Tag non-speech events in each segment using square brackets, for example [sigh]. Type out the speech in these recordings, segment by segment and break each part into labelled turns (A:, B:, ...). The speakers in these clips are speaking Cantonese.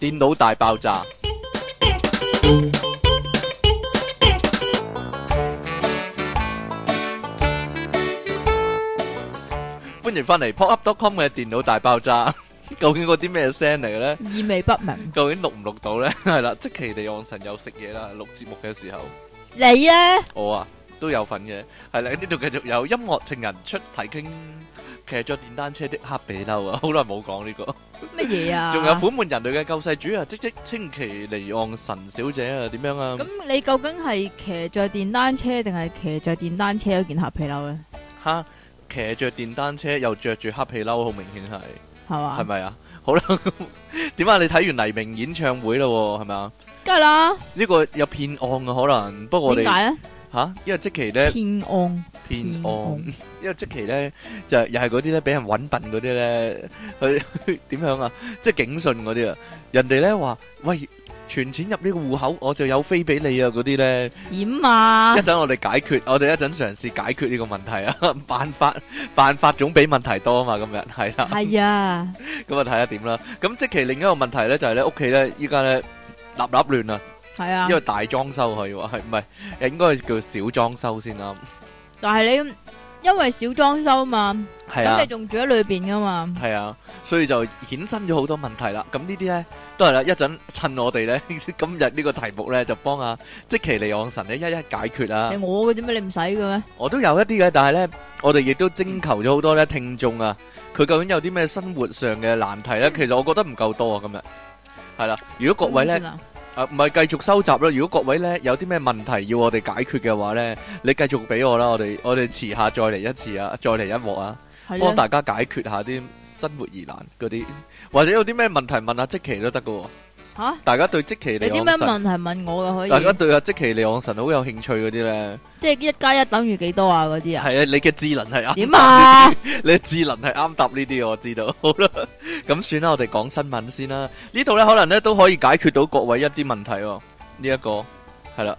A: 電腦大爆炸》。歡迎翻嚟 popup.com 嘅電腦大爆炸， [laughs] 究竟嗰啲咩聲嚟嘅咧？ [laughs]
B: 意味不明。
A: 究竟錄唔錄到咧？係啦，即其地昂神有食嘢啦，錄節目嘅時候，
B: 你咧
A: 我啊都有份嘅。係啦，呢度繼續有音樂情人出體傾，騎著電單車的黑比嬲啊！好耐冇講呢個。
B: 乜嘢啊？
A: 仲有苦悶人類嘅救世主啊，即即清奇離岸神小姐啊，點樣啊？
B: 咁你究竟係騎着電單車定係騎着電單車嗰件黑皮褸咧？
A: 吓，騎着電單車又着住黑皮褸，好明顯係，
B: 係嘛？
A: 係咪啊？好啦， [laughs] 咁點啊？你睇完黎明演唱會咯喎，係咪啊？
B: 梗係啦。
A: 呢個有騙案啊，可能不過我
B: 點
A: 哋
B: 解咧？
A: 吓，因為即期咧
B: 騙案
A: 騙
B: 騙
A: 案 [laughs]
B: 案。
A: 因為即期咧就係又係嗰啲咧俾人揾笨嗰啲咧， [laughs] 佢點樣啊？即係警訊嗰啲啊，人哋咧話喂存錢入呢個戶口，我就有飛俾你啊嗰啲咧。
B: 點啊
A: 一？陣我哋解決，我哋一陣嘗試解決呢個問題啊！ [laughs] 辦法辦法總比問題多啊嘛，今日 [laughs] 係啦，
B: 係啊，
A: 咁啊睇下點啦。咁即其另一個問題咧就係咧屋企咧依家咧立立亂啊，
B: 係啊
A: 因。為大裝修可以話係唔係？應該叫小裝修先啊啱。
B: 但係你因為少裝修嘛，
A: 係
B: 咁
A: 啊
B: 你，仲住喺裏邊噶嘛？
A: 係啊，所以就衍生咗好多問題啦。咁呢啲咧都係啦，一陣趁我哋咧今日呢 [laughs] 個題目咧就幫啊即其利昂神咧一一解決啊。
B: 係我嘅啫咩？你唔使嘅咩？
A: 我都有一啲嘅，但係咧，我哋亦都徵求咗好多咧聽眾啊，佢究竟有啲咩生活上嘅難題咧？其實我覺得唔夠多啊，今日係啦。如果各位咧
B: 咁，算啊
A: 啊唔係繼續收集啦。如果各位咧有啲咩問題要我哋解決嘅話咧，你繼續俾我啦，我哋我哋遲下再嚟一次啊，再嚟一幕啊，
B: 係
A: 幫
B: 啊，
A: 大家解決下啲生活疑難嗰啲，或者有啲咩問題問下即奇都得㗎喎。
B: 吓
A: 大家對即奇
B: 有
A: 利
B: 啲
A: 昂
B: 咩
A: 神，
B: 問題問我嘅可
A: 大家
B: 以？
A: 對啊即奇利昂神好有興趣嗰啲咧，
B: 即係一加一等於幾多啊？嗰
A: [laughs]
B: 啲啊？
A: 係啊，你嘅智能係啱
B: 點啊？
A: 你智能係啱答呢啲，我知道。好啦， [laughs] 咁算啦，我哋講新聞先啦。呢度呢，可能呢都可以解決到各位一啲問題喎。呢、一個係啦，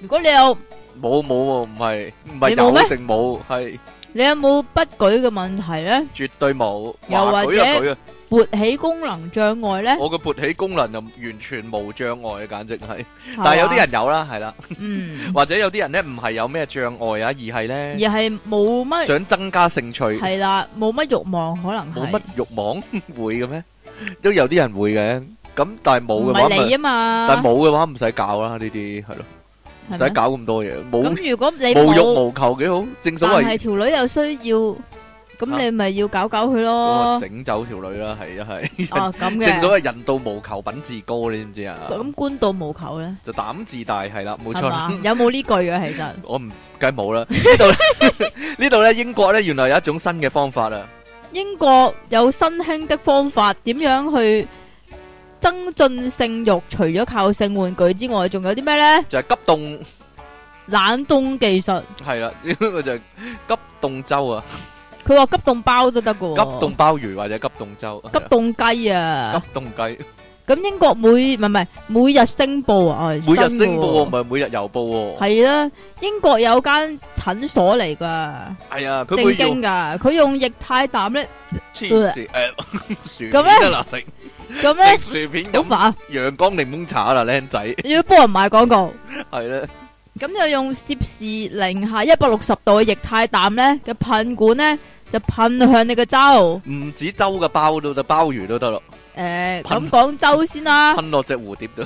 B: 如果你有
A: 冇冇喎，唔係唔係
B: 你冇咩
A: 有定冇，係
B: 你有冇不舉嘅問題咧？
A: 絕對冇。
B: 又
A: 話
B: 或
A: 舉
B: 者
A: 啊舉啊，
B: 勃起功能障礙咧，
A: 我嘅勃起功能就完全無障礙嘅，簡直係。
B: 係嘛
A: 但係有啲，人有啦，係啦，
B: 嗯，
A: 或者有啲人呢唔係有咩障礙啊，而係
B: 而
A: 呢
B: 係冇乜
A: 想增加興趣，
B: 係啦，冇乜欲望可能
A: 冇
B: 係
A: 乜慾望 [laughs] 會嘅咩？都有啲人會嘅，咁但係冇嘅話
B: 唔係
A: 咪
B: 你。啊嘛，
A: 但冇嘅話唔使搞啦，呢啲係咯，唔
B: 係
A: 使
B: 咪
A: 搞咁多嘢，冇
B: 咁如果你
A: 無欲
B: 冇，
A: 無求幾好。正所
B: 但係
A: 謂
B: 條女有需要，
A: 啊
B: 咁你咪要搞搞佢
A: 我
B: 咯，
A: 整走條女啦，係一係。
B: 啊咁
A: 正
B: 嘅，
A: 所謂人到無求品自高，你知唔知啊？
B: 咁官到無求咧，
A: 就膽自大係啦，冇錯
B: 係
A: 啦
B: 嘛。？有冇呢句啊？其實
A: [laughs] 我唔梗係冇啦。呢 [laughs] 度呢度咧，英國咧原來有一種新嘅方法啊，
B: 英國有新興的方法，點樣去增進性慾？除咗靠性玩具之外，仲有啲咩咧？
A: 就係急凍
B: 冷凍技術。
A: 係啦，呢個 [laughs] 就係急凍粥啊，
B: 佢話急凍包都得嘅
A: 急
B: 喎，
A: 凍鮑魚或者急凍粥，
B: 急凍雞
A: 係
B: 啊
A: 啊！急凍雞，
B: 咁英國每唔係唔係每日星報啊，哦
A: 每日升報喎，唔
B: 新嘅
A: 係每日郵報喎。
B: 喎係啦，英國有間診所嚟噶，
A: 係啊，佢會
B: 正
A: 用
B: 經。噶，佢用液態氮咧，
A: 黐線誒， [laughs] 薯片
B: 咁咧
A: 得啦，食
B: 咁咧
A: 食薯片
B: 好
A: 飲
B: 煩，
A: 陽光檸檬茶啦，僆仔
B: 你要幫人賣廣告，
A: 係咧，
B: 咁就用攝氏零下一百六十度嘅液態氮咧嘅噴管咧，就噴向你嘅周，
A: 唔止粥嘅包都得，鮑魚都得咯，
B: 誒
A: 噴
B: 咁講周先啦，
A: 噴落只蝴蝶度，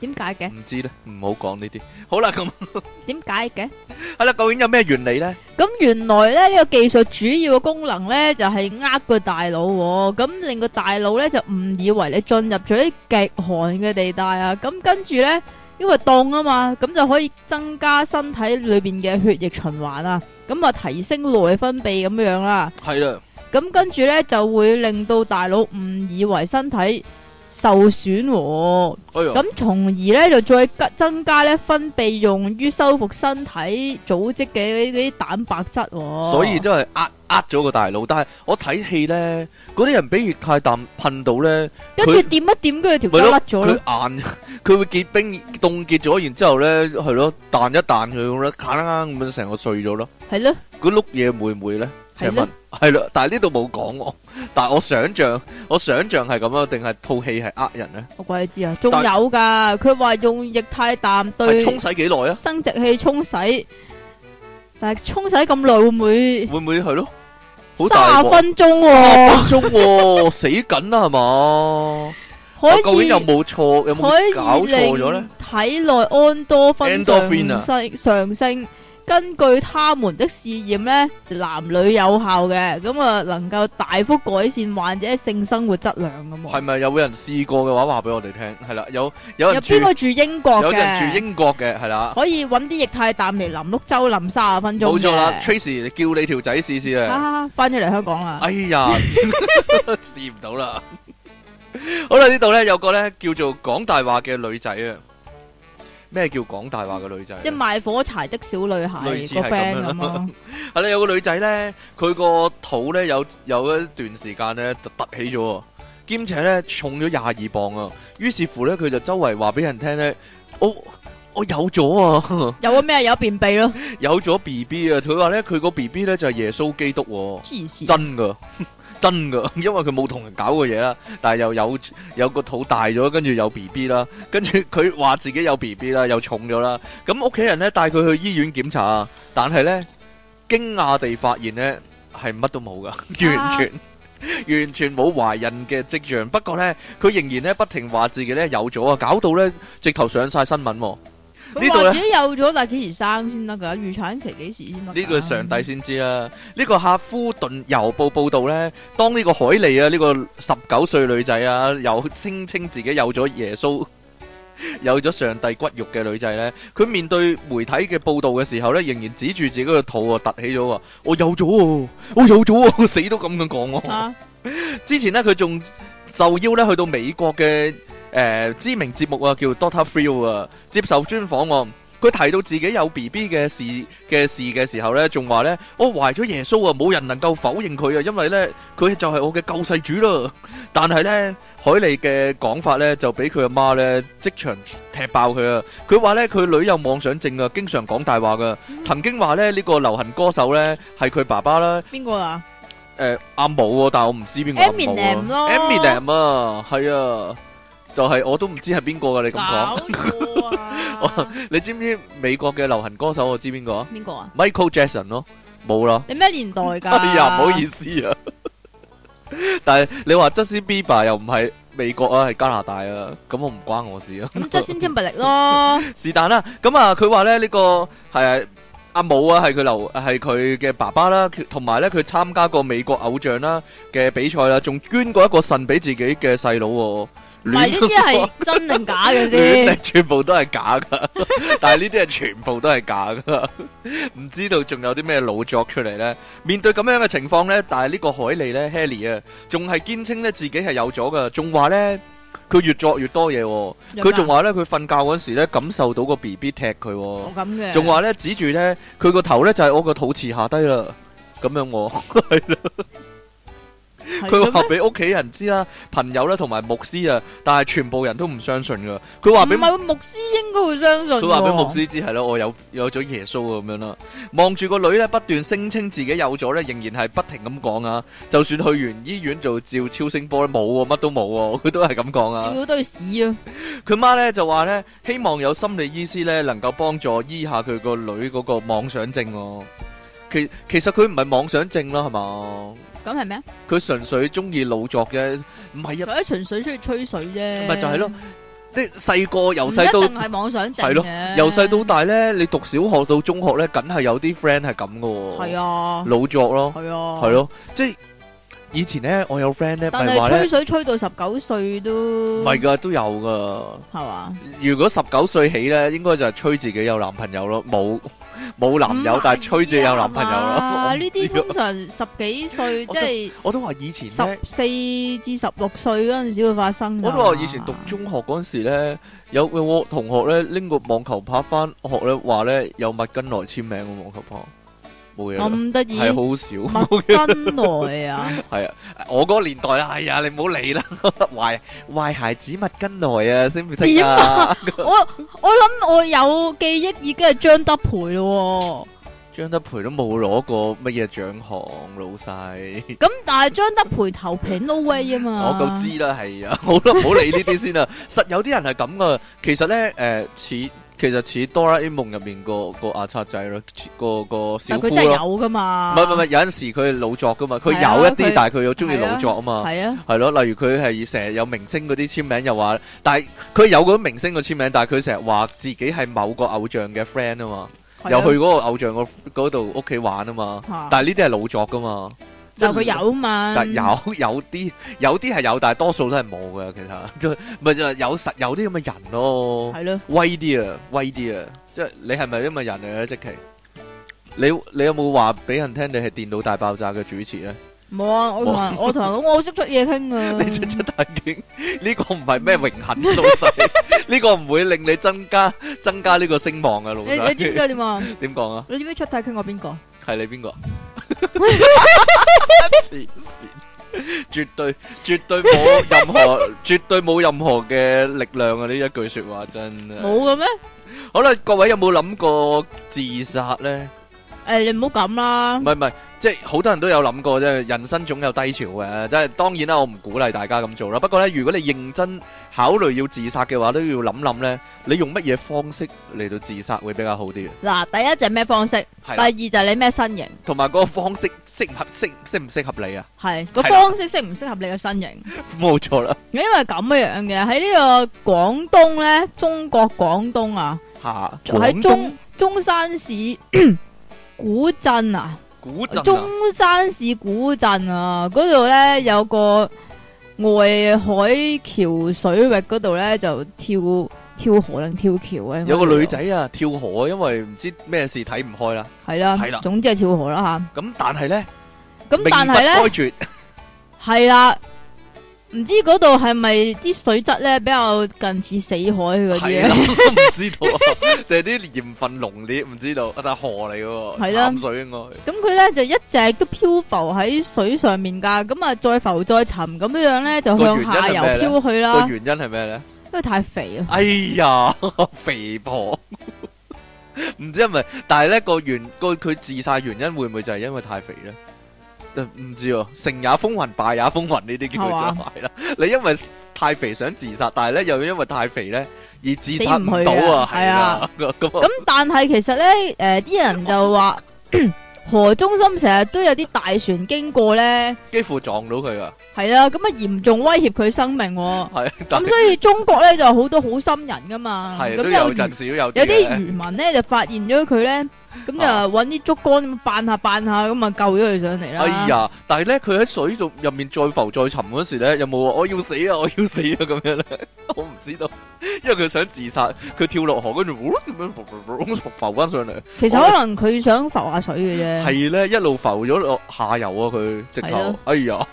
B: 點解嘅？
A: 唔知咧，唔好講呢啲。好啦，咁 [laughs]
B: 點解嘅？
A: 係啦，究竟有咩原理咧？
B: 咁原來咧呢、個技術主要嘅功能咧就係呃個大腦喎，咁令個大腦咧就誤以為你進入咗啲極寒嘅地帶啊，咁跟住咧因為凍啊嘛，咁就可以增加身體裏邊嘅血液循環啊，咁啊提升內分泌咁樣啦，
A: 係啦，
B: 咁跟住咧就會令到大腦誤以為身體受損喎。
A: 哎呀，
B: 咁從而咧就再加增加咧分泌用於修復身體組織嘅嗰啲蛋白質、喎。
A: 所以都係呃呃咗個大佬。但係我睇戲咧，嗰啲人俾液態氮噴到咧，
B: 跟住掂一掂，跟住
A: 咪
B: 條筋
A: 咯
B: 甩
A: 佢
B: 咗啦。
A: 硬，佢會結冰凍結咗，然之後咧係咯彈一彈佢咁樣，咔啦咁樣成個碎咗咯。
B: 係咯，
A: 嗰碌嘢會唔會咧？請
B: 係咯
A: 問係咯，但係呢度冇講喎。但係我想像，我想像係咁啊，定係套戲係呃人咧？
B: 我鬼知啊，仲
A: 但
B: 有噶，佢話用液態氮
A: 係
B: 對
A: 沖洗幾耐啊？
B: 生殖器沖洗，但係沖洗咁耐會唔會
A: 會唔會係咯？好大
B: 三十
A: 鑊
B: 分鐘喎？
A: 中喎，死緊啦係嘛？
B: 可
A: [laughs] 我究竟
B: 以
A: 有冇錯？有
B: 可以
A: 冇搞錯咗咧
B: 令？體內胺多酚上
A: Endorphin 啊
B: 升上升。根據他們的試驗咧，就男女有效嘅，咁啊能夠大幅改善患者性生活質量咁
A: 係
B: 喎。
A: 咪有人試過嘅話，話俾我哋聽？係啦，有有
B: 有
A: 人住
B: 邊個住英國
A: 有人住
B: 嘅？
A: 英國嘅係啦，
B: 可以揾啲液態氮嚟淋碌州淋三十分鐘
A: 冇錯啦
B: 嘅。
A: ，Tracy 叫你條仔試試啊！
B: 啊，翻咗嚟香港啦，
A: 哎呀， [laughs] 試唔到啦。好啦，呢度咧有個咧叫做講大話嘅女仔啊。咩叫講大話嘅女仔呢？啊
B: 即係賣火柴的小女孩
A: 類似
B: 個
A: 係咁
B: friend
A: 樣啦
B: 咁啊咯。
A: 係啦，有個女仔咧，佢個肚咧有有一段時間咧就凸起咗喎，兼且咧重咗廿二磅啊。於是乎咧，佢就周圍話俾人聽咧，我我有咗啊， [laughs]
B: 有個咩？有便秘咯，
A: 有咗 B B 啊。佢話咧，佢個 B B 咧就係耶穌基督喎、
B: 黐線。
A: 真噶， [laughs] 真噶， [laughs] 因為佢冇同人搞過嘢啦，但係又有有個肚大咗，跟住有 B B 啦，跟住佢話自己有 B B 啦，又重咗啦，咁屋企人呢帶佢去醫院檢查啊，但係呢，驚訝地發現呢係乜都冇噶， [laughs] 完全。完全冇懷孕嘅跡象，不過呢，佢仍然呢不停話自己呢有咗啊，搞到呢直頭上晒新聞喎、呢
B: 佢
A: 度
B: 話
A: 呢
B: 自己有咗，但係幾時生先得㗎？預產期幾時先得㗎？
A: 呢個上帝先知啊！呢個客夫頓郵報報導呢，當呢個海莉啊，呢個十九歲女仔啊，又聲稱自己有咗耶穌、 [laughs] 有咗上帝骨肉嘅女仔呢，佢面對媒體嘅報導嘅時候呢，仍然指住自己個肚啊，凸起咗喎，我有咗喎，我有咗喎，死都咁樣講喎。
B: 啊，
A: 之前呢，佢仲受邀咧去到美國嘅誒、呃知名節目啊，叫 Doctor Phil 啊，接受專訪喎、佢提到自己有 B B 嘅事嘅事嘅時候呢，仲話呢：「我懷咗耶穌啊，冇人能夠否認佢啊，因為呢，佢就係我嘅救世主啦。但係呢，海莉嘅講法呢，就俾佢阿媽呢即場踢爆佢啊！佢話呢，佢女有妄想症啊，經常講大話噶，曾經話呢，呢、個流行歌手呢，係佢爸爸啦。
B: 邊個啊？
A: 誒阿武喎，但係我唔知邊個阿武
B: Eminem 咯
A: 啊。Eminem 啊，係啊，就係我都唔知係邊個噶。你咁
B: 搞
A: 講，
B: 錯啊！
A: 你知唔知美國嘅流行歌手我知邊個啊
B: 邊個啊？
A: ？Michael Jackson 咯，冇啦。
B: 你咩年代㗎？
A: 哎呀，唔好意思啊。但係你話 Justin Bieber 又唔係美國啊，係加拿大啊，咁我唔關我事啊。
B: 咁 Justin Timberlake 咯，
A: 是但啦，咁啊，佢話咧呢個係阿武啊，係佢留係佢嘅爸爸啦，佢同埋咧佢參加過美國偶像啦嘅比賽啦，仲捐過一個腎俾自己嘅細佬喎。
B: 唔係呢啲係真定假嘅
A: 亂
B: 先？
A: 嚟全部都係假噶， [laughs] 但係呢啲係全部都係假噶，唔知道仲有啲咩老作出嚟呢？面對咁樣嘅情況呢，但係呢個海莉呢 Haley 啊，仲係堅稱呢自己係有咗噶，仲話呢，佢越作越多嘢、喎。佢仲
B: 話
A: 話咧，佢瞓覺嗰時咧，感受到個 B B 踢佢、
B: 我
A: 喎，
B: 咁嘅，
A: 仲話咧指住咧佢個頭咧就係、我個肚臍下低啦，咁樣
B: [laughs]
A: 我，
B: 係
A: 佢話
B: 咁咩
A: 俾屋企人知啦、朋友啦同埋牧師啊，但係全部人都唔相信噶。佢話俾
B: 唔係牧師應該會相信喎。
A: 佢話俾牧師知係咯，我有有咗耶穌啊咁樣啦。望住個女咧，不斷聲稱自己有咗咧，仍然係不停咁講啊。就算去完醫院做照超聲波咧，冇喎，乜都冇喎，佢都係咁講啊。
B: 照到堆屎啊！
A: 佢媽咧就話咧，希望有心理醫師咧能夠幫助醫下佢個女嗰個妄想症喎、其其實佢唔係妄想症啦，係嘛？
B: 咁係咩啊？
A: 佢純粹中意老作啫，唔係啊，
B: 佢一純粹中意吹水啫。
A: 咪就係咯。即係細個由
B: 唔一
A: 細
B: 定
A: 到
B: 係妄想症
A: 係咯
B: 嘅。
A: 由細到大咧，你讀小學到中學咧，梗係有啲 friend 係咁噶喎。
B: 係啊，
A: 老作咯，
B: 係啊，
A: 係。咯，即係以前咧，我有 friend 咧，
B: 但
A: 咪話
B: 係吹
A: 咧，
B: 水吹到十九歲都
A: 唔係噶，都有噶。
B: 係嘛？
A: 如果十九歲起咧，應該就係吹自己有男朋友咯，冇冇男友，但係吹自己有男朋友
B: 嗯唔係啊
A: 咯。
B: 呢啲通常十幾歲，
A: 我
B: 即係
A: 我都話以前
B: 十啊
A: 咧，
B: 四至十六歲嗰陣時會發生㗎。
A: 我都話以前讀中學嗰陣時咧，有有個同學咧拎個網球拍翻學咧，話咧有麥根來簽名個網球拍，冇嘢啦，
B: 咁得意，
A: 係好少。 [laughs]
B: 麥根來啊，
A: 系啊，我嗰個年代啦，哎呀，你唔好理啦， [laughs] 壞壞孩子麥根來啊，識唔識
B: 點
A: 啊？
B: 我我諗我有記憶已經係張德培咯
A: 張德培都冇攞過乜嘢獎項，老細。
B: 喎，咁但係張德培頭皮 no way 啊
A: 我
B: 嘛，
A: 咁知啦，係啊，好啦，唔好理呢啲
B: [laughs]
A: 先啦。實有啲人係咁噶，其實咧，誒、似其實似哆啦 A 夢入面個個阿賊仔咯，似個個小
B: 但
A: 夫
B: 佢真係
A: 咯。
B: 有噶嘛，
A: 唔係唔係，有陣時佢係老作噶嘛，佢
B: 係啊
A: 有一啲
B: 佢，
A: 但係佢又中意老作啊嘛。
B: 係啊，
A: 係咯，例如佢係成日有明星嗰啲簽名，又話，但係佢有嗰啲明星個簽名，但係佢成日話自己係某個偶像嘅 friend 啊嘛，
B: 係
A: 又
B: 啊
A: 去嗰個偶像個嗰度屋企玩啊嘛。
B: 嚇
A: 但係呢啲係老作噶嘛。
B: 但佢有嘛，
A: 但有 [laughs] 有啲有啲係有，但係多數都係冇嘅。其實 [laughs] 都咪就係有實有啲咁嘅人咯，
B: 係咯，
A: 威啲啊，威啲啊！即係你係咪啲咁嘅人嚟咧？即奇，你你有冇話俾人聽你係電腦大爆炸嘅主持咧？
B: 冇啊，我同人我同人講我好識出嘢傾
A: [laughs]
B: 噶，
A: 你出出大驚，呢個唔係咩榮幸，老細，呢個唔會令你增加增加呢個聲望嘅，老
B: 你你知
A: 細。
B: 唔知點啊？
A: [laughs] 點講啊？
B: 你知唔知出體傾過邊個？
A: 係你邊個？黐線，絕對絕對冇任何，絕對冇任何嘅力量啊！呢一句说話真係。
B: 冇嘅咩？
A: 好啦，各位有冇諗過自殺呢？
B: 誒，你唔好咁啦
A: 唔，係唔係，即係好多人都有諗過啫。人生總有低潮嘅，即係當然啦，我唔鼓勵大家咁做啦。不過呢，如果你認真考慮要自殺嘅話，都要諗諗呢，你用乜嘢方式嚟到自殺會比較好啲嘅。
B: 嗱，第一就係咩方式，
A: 係
B: 第
A: 啦
B: 二，就係你咩身形。
A: 同埋嗰個方式適唔合適適唔適合你啊？
B: 系個
A: 係啦
B: 方式適唔適合你嘅身形？
A: 冇錯啦，
B: 因為咁樣嘅喺呢個廣東咧，中國廣東啊，
A: 吓
B: 喺
A: 廣東
B: 中中山市 [clears throat] 古鎮啊，
A: 古鎮啊
B: 中山市古鎮啊，嗰度咧有個外海橋水域嗰度咧就跳跳河定跳橋嘅，
A: 有個女仔啊跳河，因為唔知咩事睇唔開啦。
B: 係啦
A: 係啦，
B: 總之係跳河啦
A: 咁但係呢，
B: 吓。咁但係咧
A: 命不。該絕，
B: 系啦，唔知嗰度係咪啲水質咧比較近似死海嗰啲啊
A: 係啦，
B: 咧？
A: 唔知道啊， [laughs] 定係啲鹽分濃烈，唔知道，但係河嚟嘅喎，
B: 係啦
A: 淡水應該
B: 咁佢咧就一直都漂浮喺水上面噶，咁啊再浮再沉咁樣樣咧就向下游漂去
A: 個
B: 啦，
A: 原因係咩呢？
B: 因為太肥啊，
A: 哎呀， [laughs] 肥婆， [laughs] 唔知係咪？但係呢個原個佢自殺原因會唔會就係因為太肥呢？呃唔知喎，成也風雲，敗也風雲呢啲叫
B: 係嘛
A: 做係啦。 [laughs] 你因為太肥想自殺，但係呢又因為太肥呢而自
B: 死
A: 殺
B: 唔
A: 唔
B: 去
A: 到
B: 啊
A: 啊，係啦，咁啊
B: 咁但係其實咧，诶啲人就話 [clears throat] 河中心成日都有啲大船經過咧，
A: 幾乎撞到佢啊，
B: 係啦，咁啊嚴重威脅佢生命、喎。
A: 係，但
B: 咁所以中國咧就有好多好心人噶嘛，
A: 係
B: 咁
A: 都
B: 有
A: 有陣時都有
B: 有啲漁
A: 嘅
B: 民咧就發現咗佢咧，咁就
A: 啊
B: 揾啲竹竿咁扮下扮下，咁啊救咗佢上嚟啦。
A: 哎呀！但係咧，佢喺水度入面再浮再沉嗰時咧，有冇話我要死啊，我要死啊咁樣咧？我唔知道，因為佢想自殺，佢跳落河跟住呼咁樣浮浮翻上嚟，
B: 其實可能佢想浮下水嘅啫，
A: 係咧一路浮咗落下游啊！佢直
B: 係
A: 頭
B: 啊，
A: 哎呀！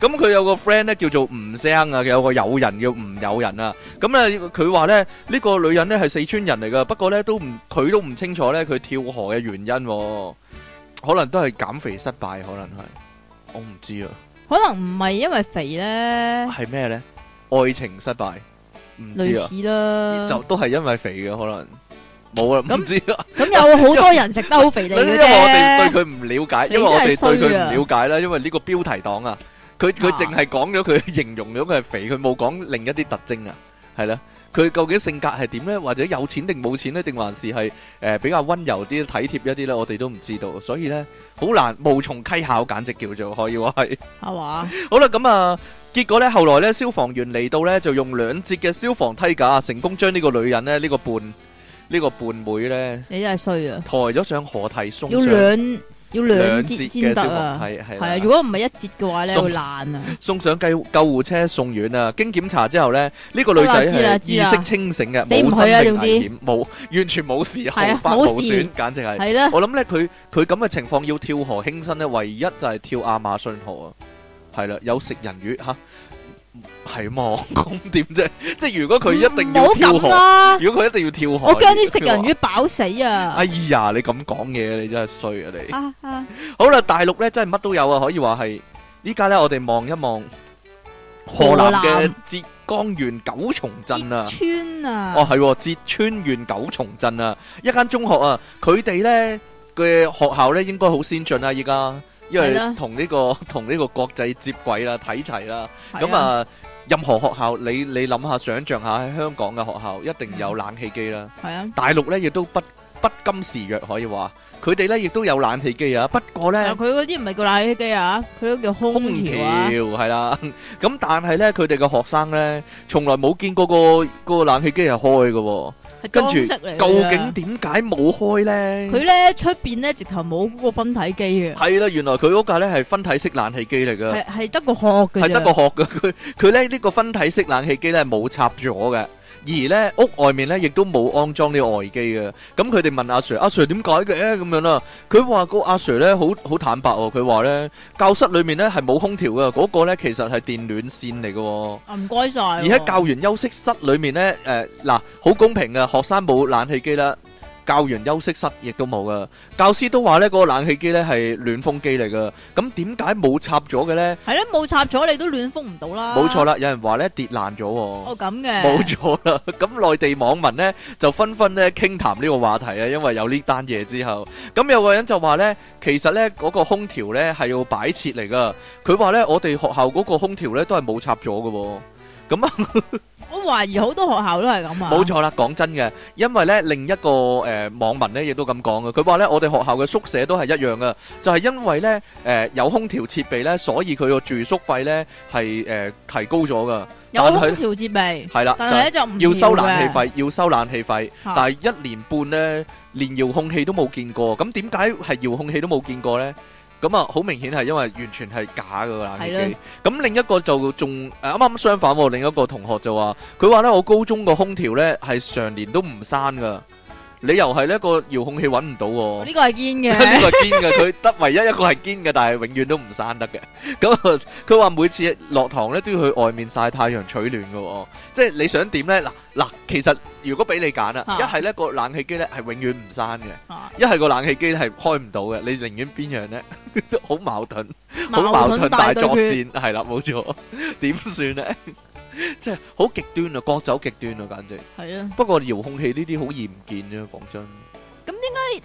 A: 咁佢有個 friend 咧叫做吳聲啊，有個友人叫吳友人啊。咁咧佢話咧呢個女人咧係四川人嚟噶，不過咧都唔佢都唔清楚咧佢跳河嘅原因喎，可能都係減肥失敗，可能係我唔知啊。
B: 可能唔係因為肥咧，
A: 系咩呢？愛情失敗，唔
B: 類
A: 知啊，
B: 似啦。
A: 就都係因為肥嘅可能冇啦，
B: 咁
A: 唔知啊。
B: 咁有好多人食得好肥
A: 因
B: 膩
A: 為
B: 嘅
A: 我哋
B: 啫，
A: 對佢唔了解，
B: 你
A: 因為我哋
B: 真係
A: 對
B: 衰啊
A: 佢唔了解啦，因為呢個標題黨啊，佢佢
B: 啊
A: 淨係講咗佢形容咗佢係肥，佢冇講另一啲特徵啊，係啦。佢究竟性格係點呢？或者有錢定冇錢呢？定還是係誒、呃比較温柔啲、體貼一啲呢？我哋都唔知道，所以呢，好難無從稽考，簡直叫做可以話係。
B: 係
A: [laughs]
B: 嘛？
A: 好啦，咁啊，結果呢，後來呢，消防員嚟到呢，就用兩節嘅消防梯架，成功將呢個女人呢，呢、個伴呢、個伴妹呢，
B: 你真係衰啊！
A: 抬咗上河堤，送
B: 要
A: 上
B: 兩要兩
A: 節
B: 節
A: 嘅
B: 先得
A: 消
B: 啊
A: 防，梯，係
B: 係啊！
A: 啦
B: 如果唔係一節嘅話咧，
A: 送
B: 會爛啊！
A: 送上救救護車送院啊！經檢查之後呢，呢、個女
B: 好啦知
A: 仔係
B: 啦知
A: 意
B: 啦
A: 識清醒嘅，
B: 死唔
A: 冇
B: 去啊
A: 生命
B: 總之
A: 危險，冇完全冇事，毫
B: 係啊
A: 髮
B: 冇
A: 無
B: 事
A: 損，簡直係。
B: 係 [laughs] 啦，
A: 我諗呢，佢佢咁嘅情況要跳河輕生呢，唯一就係跳亞馬遜河啊，係啦，有食人魚吓，系嘛？ [laughs] 咁點啫？即系如果佢一定
B: 嗯唔好
A: 要跳
B: 咁
A: 河，
B: 啦，
A: 如果佢一定要跳河，
B: 我驚啲食
A: 跳河
B: 人魚飽死啊！
A: 哎呀，你咁講嘢，你真係衰啊你！
B: 啊啊，
A: 好啦，大陸咧真係乜都有啊，可以話係依家咧，我哋望一望河南
B: 河
A: 嘅
B: 南
A: 浙江縣九重鎮啊。
B: 村啊，
A: 哦，係喎，浙川縣九重鎮啊，一間中學啊，佢哋咧嘅學校咧應該好先進啦，啊依家因為
B: 係啦
A: 同呢、個 [laughs] 同呢個國際接軌啦，睇齊啦。
B: 係
A: 咁，啊，任何學校，你你諗下、想像下喺香港嘅學校一定
B: 嗯
A: 有冷氣機啦。
B: 係啊，
A: 大陸咧亦都不不甘示弱，可以話佢哋咧亦都有冷氣機啊。不過
B: 係
A: 咧
B: 啊，佢嗰啲唔係叫冷氣機啊，佢都叫空
A: 空
B: 調啊，
A: 調係啦，咁但係咧佢哋嘅學生咧，從來冇見過個個冷氣機係開嘅喎。
B: 係
A: 跟
B: 裝
A: 住
B: 飾嚟㗎。
A: 究竟點解冇開咧？
B: 佢咧出邊咧直頭冇嗰個分體機嘅，
A: 係啦，原來佢嗰架咧係分體式冷氣機嚟㗎。
B: 係係得個殼嘅啫，
A: 係得個殼嘅，佢佢咧呢個分體式冷氣機咧冇插咗嘅，而咧屋外面咧亦都冇安裝呢個外機嘅。咁佢哋問阿 Sir，阿 Sir 點解嘅咁樣啦？佢話個阿 Sir 咧好好坦白喎，佢話咧教室裏面咧係冇空調嘅，嗰、個咧其實係電暖線嚟嘅喎。
B: 啊唔該晒喎。
A: 而喺教員休息室裏面呢，誒嗱好公平嘅，學生冇冷氣機啦，教員休息室亦都冇噶。教師都話呢嗰個冷氣機呢係暖風機嚟噶，咁點解冇插咗嘅呢？
B: 係啦，冇插咗你都暖風唔到啦。
A: 冇錯，啦，有人話呢跌爛咗喎。
B: 哦咁嘅，
A: 冇錯啦， [laughs] 咁內地網民呢，就紛紛咧傾談呢個話題啊，因為有呢單嘢之後，咁有個人就話呢，其實呢嗰、個空調呢係要擺設嚟噶，佢話呢，我哋學校嗰個空調呢都係冇插咗嘅喎。
B: 我懷疑好多學校都係咁啊。
A: 冇錯啦，講真嘅，因為咧另一個誒、呃、網民咧亦都咁講嘅，佢話咧我哋學校嘅宿舍都係一樣嘅，就係、因為咧誒、呃有空調設備咧，所以佢個住宿費咧係誒提高咗嘅，
B: 有
A: 但係
B: 空調設備，
A: 係啦，
B: 但係咧就唔
A: 就要收
B: 調
A: 冷氣
B: 嘅
A: 費，要收冷氣費，
B: 嚇
A: 但係一年半咧連遙控器都冇見過，咁點解係遙控器都冇見過咧？咁啊，好明顯係因為完全係假噶冷氣
B: 係
A: 機。咁另一個就仲誒啱啱相反喎，另一個同學就話：佢話咧，我高中個空調咧係常年都唔閂噶，你又係呢個遙控器揾唔到喎。
B: 呢個係堅嘅，
A: 呢個堅嘅，佢得唯一一個係堅嘅，但係永遠都唔生得嘅。咁啊佢話每次落堂咧都要去外面曬太陽取暖嘅喎，即係你想點咧？嗱嗱，其實如果俾你揀啦，
B: 啊
A: 一係咧個冷氣機咧係永遠唔生嘅，
B: 啊
A: 一係個冷氣機係開唔到嘅，你寧願邊樣咧？ [laughs] 好矛盾， [laughs] 好
B: 矛
A: 矛盾
B: 大
A: 大
B: 對
A: 作
B: 決。
A: 戰，係啦，冇錯， [laughs] 點算 [laughs] 咧？即係好極端啊，各走極端啊，簡直。
B: 係啦，
A: 不過遙控器呢啲好易唔見啫，講真。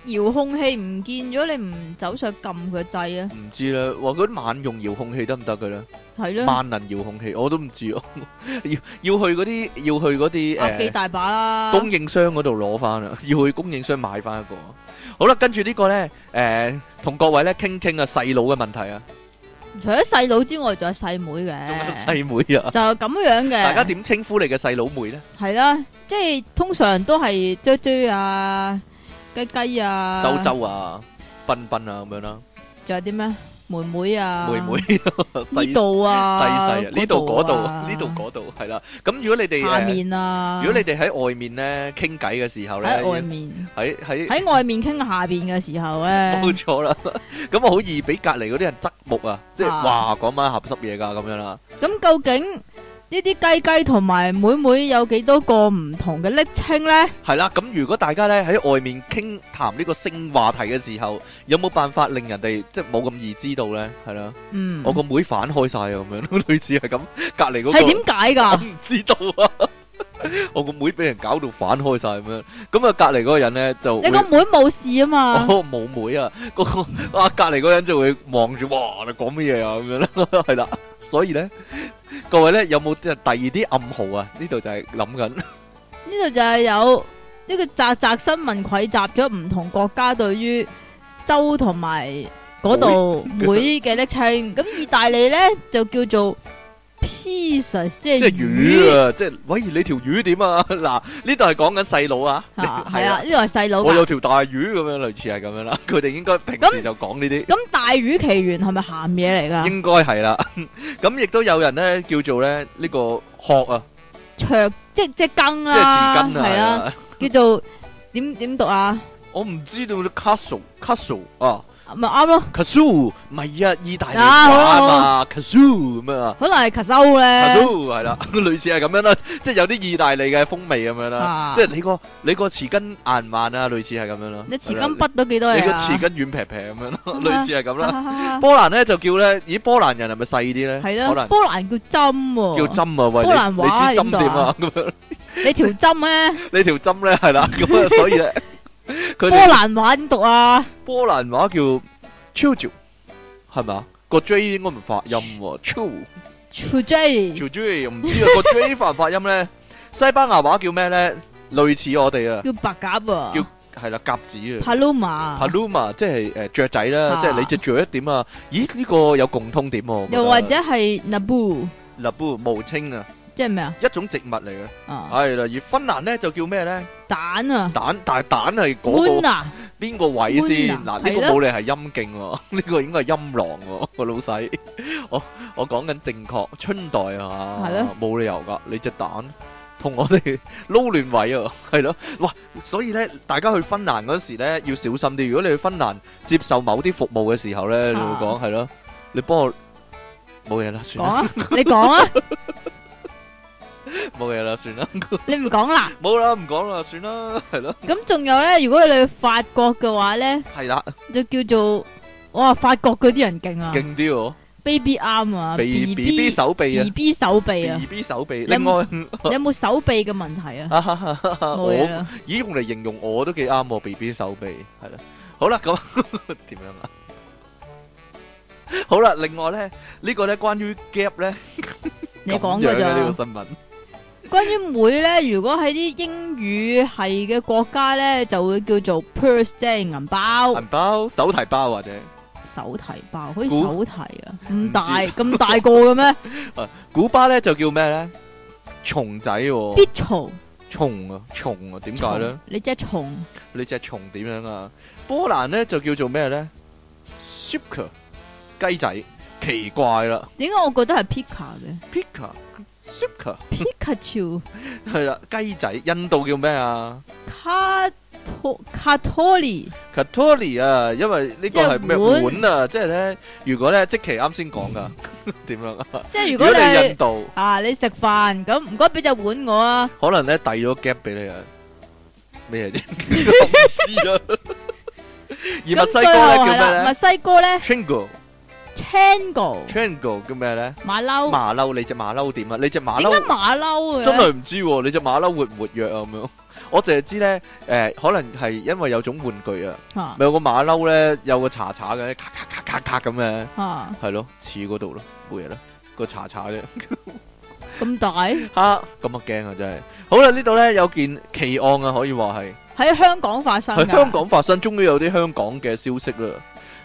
B: 遙控器唔見咗，你唔走上去撳佢掣啊？
A: 唔知啦，話嗰啲萬用遙控器得唔得嘅咧？
B: 係啦，
A: 萬能遙控器我都唔知哦， [laughs] 要要去嗰啲要去嗰
B: 呃幾
A: 啲誒
B: 大把啦。
A: 供應商嗰度攞翻啊， [laughs] 要去供應商買翻一個。好啦，跟住呢個咧誒，同各位咧傾傾啊細佬嘅問題啊，
B: 除咗細佬之外，仲有細妹
A: 仲有
B: 嘅，
A: 細妹啊，
B: 就係咁樣嘅。
A: 大家點稱呼你嘅細佬妹咧？
B: 系啦，即系通常都系追追啊、雞雞啊，
A: 周周啊，彬彬啊咁樣啦，
B: 仲有啲咩妹妹啊，
A: 妹妹
B: 呢
A: 細
B: 度啊，
A: 細細啊，呢度嗰度
B: 啊
A: 呢度嗰度係啦。咁如果你哋
B: 下
A: 誒，
B: 面啊，
A: 如果你哋喺外面咧傾偈嘅時候咧，
B: 喺外面
A: 喺喺
B: 喺外面傾下边嘅時候
A: [laughs]
B: 咧，
A: 冇錯啦，咁啊好易俾隔離嗰啲人側目啊，即係
B: 啊
A: 哇講晚鹹濕嘢㗎咁樣啦，
B: 咁究竟呢啲雞雞同埋妹妹有幾多個唔同嘅昵稱咧？
A: 係啦，咁如果大家咧喺外面傾談呢個性話題嘅時候，有冇辦法令人哋即係冇咁易知道咧？係啦，
B: 嗯，
A: 我個妹反開晒啊咁樣， [laughs] 類似係咁，隔離嗰個
B: 係點啊解
A: [laughs] 我
B: 㗎？
A: 唔知道啊， [laughs] 我個妹俾人搞到反開晒咁樣，咁啊隔離嗰個人咧就
B: 你
A: 會
B: 個妹冇事啊嘛，
A: 哦，冇妹啊，嗰個啊隔離嗰人就會望住，哇！你講乜嘢啊？咁樣啦，係啦， [laughs] 所以咧，各位咧有冇啲第二啲暗號啊？呢度就係諗緊，
B: 呢度就係有呢個雜雜新聞匯集咗唔同國家對於州同埋嗰度會嘅昵稱。咁意大利咧就叫做 pizza，即
A: 即
B: 係
A: 係魚啊，即係喂你條魚點啊？ [laughs] 嗱，呢度係講緊細佬啊，
B: 魚啊，
A: 你
B: 係啊，，呢度係細佬
A: 我有
B: 㗎。
A: 條大魚咁樣，類似係咁樣啦。 [laughs] 佢哋應該平時就講呢啲。
B: 咁啊大魚奇緣係咪鹹嘢嚟㗎？
A: 應該係啦， [laughs] 咁亦都有人咧叫做咧呢個殼啊，
B: 長即即羹
A: 即係
B: 啦，
A: 匙羹啊，
B: 係
A: 係
B: 啦，
A: 啊，
B: 叫做點點讀啊？
A: 我唔知道 castle castle 啊，
B: 咪啱咯，
A: Kazoo，唔係啊，意大利話
B: 啊好啊
A: 啊
B: 好
A: 嘛，Kazoo 咁啊
B: 可能係咳嗽咧，
A: ，Kazoo 係啦， [laughs] 類似係咁樣啦，即係有啲意大利嘅風味咁樣啦
B: 啊，
A: 即係你個你個匙羹硬唔硬啊，類似係咁樣啦。
B: 你匙
A: 係啦
B: 羹筆都幾多
A: 你
B: 嘢
A: 個
B: 啊
A: 匙？羹軟平平咁
B: [laughs]
A: 樣咯，
B: 啊
A: 類似係咁啦。
B: 啦，
A: 波蘭咧就叫咧，咦波蘭人係咪細啲咧？
B: 係
A: 可
B: 啦，
A: 能
B: 波蘭叫針喎，
A: 叫針啊，喂，
B: 波蘭話
A: 你你知針點啊？咁樣
B: 你條針咧，
A: 你條針咧
B: [laughs]
A: 係啦，咁啊所以咧，佢
B: 波
A: 哋
B: 蘭話點讀啊？
A: 波蘭話叫 c h u j u 係咪啊？個 J 應該唔發音喎 c h u
B: True J
A: j u j 唔知啊個 J 發唔發音咧？ [laughs] 西班牙話叫咩咧？類似我哋啊，
B: 叫白鴿啊
A: 叫係啦，鴿子啊。
B: ，Paloma，
A: Paloma 即係誒雀仔啦，
B: 啊
A: 即係你只雀點啊？咦呢個有共通點喎，我覺得
B: 又或者係 Nabu，
A: Labu 無稱啊，
B: 即係咩啊？
A: 一種植物嚟嘅，
B: 啊，
A: 係啦。而芬蘭咧就叫咩咧？
B: 蛋啊
A: 蛋，但係蛋係嗰
B: ，moon
A: 個
B: 啊，
A: 邊個位先？
B: Moon
A: 嗱，呢
B: 啊
A: 個
B: 係咯
A: 冇理係陰莖喎， [laughs] 呢個應該係陰囊喎，個老細。 [laughs] 我我講緊正確，春代係嘛？
B: 係咯，
A: 冇理由㗎，你隻蛋。同我哋 [laughs] 撈亂位啊，係咯，哇！所以咧，大家去芬蘭嗰時咧，要小心啲。如果你去芬蘭接受某啲服務嘅時候咧，你會講係咯，你幫我冇嘢啦，
B: 講
A: 算啦，
B: 啊，你講啊，
A: 冇嘢啦，算啦，
B: 你唔講啦。
A: [laughs] 冇啦，唔講啦，算啦，係咯，
B: 咁仲有咧，如果你去法國嘅話咧，
A: 係啦，
B: 就叫做哇，法國嗰啲人勁啊
A: 勁啲喎。
B: ，baby arm 啊
A: 鼻 B
B: ，B
A: B
B: B
A: 手臂啊
B: B B 手臂啊
A: ，B，B 手臂。
B: 有
A: 另外，
B: 你有冇手臂嘅
A: [laughs]
B: 問題啊？冇嘢
A: 我
B: 啦，
A: 咦用嚟形容我都幾啱喎，B B 手臂係啦。好啦，咁 [laughs] 點樣啊？ [laughs] 好啦，另外咧，呢個咧關於 gap 咧，
B: 你
A: 咁
B: 講
A: 樣
B: 噶
A: 嘅呢個
B: 咋？
A: 新聞
B: 關於妹咧，如果喺啲英語系嘅國家咧，就會叫做 purse，即係銀包、
A: 銀包、手提包或者
B: 手提包，好似
A: 估
B: 手提啊，
A: 唔
B: 咁
A: 知
B: 大咁大個嘅
A: [laughs]
B: 咩
A: 古巴咧就叫咩咧？蟲仔喎，
B: ？Bitch，
A: 蟲啊，蟲啊，點解咧？
B: 你即係蟲
A: 你只蟲點樣啊？波蘭咧就叫做咩咧 s u p e r 雞仔，奇怪啦
B: 點解我覺得係 Pika 嘅
A: ，Pika s u p e r [laughs]
B: Pikachu
A: 係啦，雞仔，印度叫咩啊
B: Cat Catoli
A: ？Katoli 啊，因為呢個係咩
B: 即係碗
A: 碗啊？即係咧，如果咧即其啱先講 [laughs] 噶，點樣啊？
B: 即係如
A: 如
B: 果
A: 果
B: 你
A: 你係
B: 係
A: 印度，
B: 啊，你食飯咁唔該俾隻碗我啊，
A: 可能咧遞咗 gap 俾你啊，
B: [laughs]
A: 咩啫？我唔知啊。而墨
B: 咁
A: 西
B: 最
A: 哥咧
B: 後
A: 叫
B: 係
A: 咩
B: 啦，墨
A: 咧
B: 西哥咧
A: ？Chingo，Chingo
B: Tango
A: 叫咩咧？
B: 馬騮，
A: 馬騮，你只馬騮點啊？你只馬
B: 點解
A: 騮。
B: 馬騮嘅？
A: 真係唔知喎，你只馬騮活唔活躍啊？咁樣，我淨係知咧，誒、可能係因為有種玩具啊，
B: 啊
A: 咪有個馬騮咧，有個查查嘅，咔咔咔咔咔咁嘅，
B: 啊
A: 係咯，似嗰度咯，冇嘢啦，個查查 [laughs] 啫，
B: 咁大。
A: 嚇咁啊驚啊真係。好啦，呢度咧有件奇案啊，可以話 [laughs] 係
B: 喺香港發生
A: 喺
B: 㗎
A: 香港發生，終於有啲香港嘅消息啦。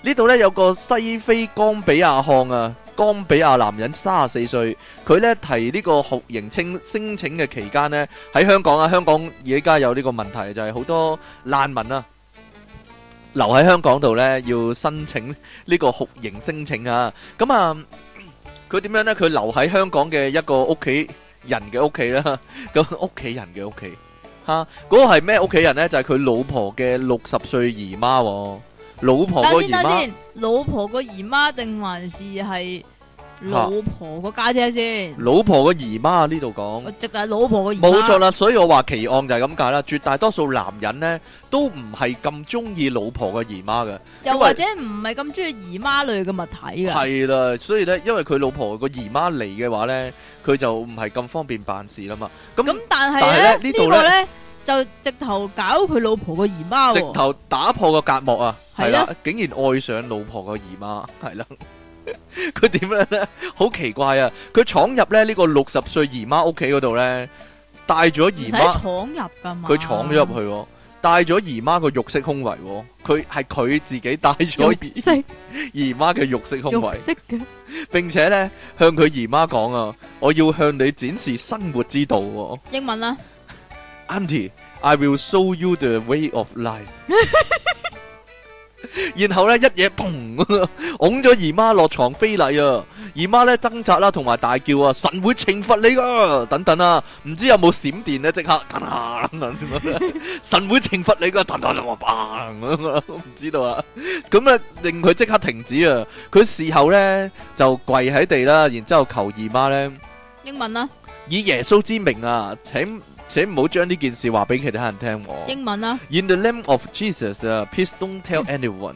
A: 呢度咧有個西非冈比亞漢啊，冈比亞男人三十四歲，佢咧提呢個酷刑清聲請嘅期間呢，喺香港啊，香港而家有呢個問題就係、好多難民啊。留喺香港度呢，要申請呢個酷刑聲請啊！ [laughs] 咁啊，佢點樣呢？佢留喺香港嘅一個屋企人嘅屋企啦，咁屋企人嘅屋企嚇，嗰、個係咩屋企人呢？就係、佢老婆嘅六十歲姨媽喎、老婆
B: 等
A: 個
B: 先
A: 姨
B: 等
A: 媽。
B: 先，老婆個姨媽定還是係老婆個家姐先？
A: 老婆嘅姨媽呢度講
B: 我，直係老婆個姨媽。
A: 冇錯啦，所以我話奇案就係咁解啦。絕大多數男人呢，都唔係咁中意老婆嘅姨媽嘅，因為
B: 又或者唔係咁中意姨媽類嘅物體㗎。
A: 係啦，所以呢，因為佢老婆個姨媽嚟嘅話呢，佢就唔係咁方便辦事啦嘛。咁
B: 咁
A: 但
B: 但
A: 係
B: 係
A: 咧
B: 咧
A: 呢度
B: 呢個咧就直頭搞佢老婆個姨媽
A: 直
B: 喎。
A: 頭打破個隔膜啊，係
B: 哦係
A: 啦
B: 啦，
A: 竟然愛上老婆個姨媽，係啦。 [laughs] 佢點樣呢？好奇怪啊！佢闖入咧呢個六十歲姨媽屋企嗰度呢，帶咗
B: 唔
A: 姨
B: 使
A: 媽。
B: 闖啊入㗎嘛。
A: 佢闖咗入去喎，帶咗姨媽個肉色胸圍喎，佢係佢自己帶咗
B: 肉色
A: 姨姨媽嘅肉色胸
B: 肉
A: 圍，
B: 色嘅，
A: 並且呢，向佢姨媽講啊，我要向你展示生活之道喎
B: 英文啦，
A: ，Auntie，I will show you the way of life 然後咧一嘢砰， [laughs] 拱咗姨媽落床非禮啊！姨媽咧掙扎啦，同埋大叫啊，神會懲罰你噶，等等啊，唔知有冇閃電咧？即刻， [laughs] 噔噔噔噔噔神會懲罰你噶，噔噔噔砰咁啊 [laughs] 唔知道啊。咁啊，令佢即刻停止啊。佢事後咧就跪喺地啦，然之後求姨媽咧。
B: 英文啦，
A: 以耶穌之名啊，請請唔好將呢件事話俾其他人聽喎。
B: 英文啦，
A: In the name of Jesus 啊，please don't tell anyone。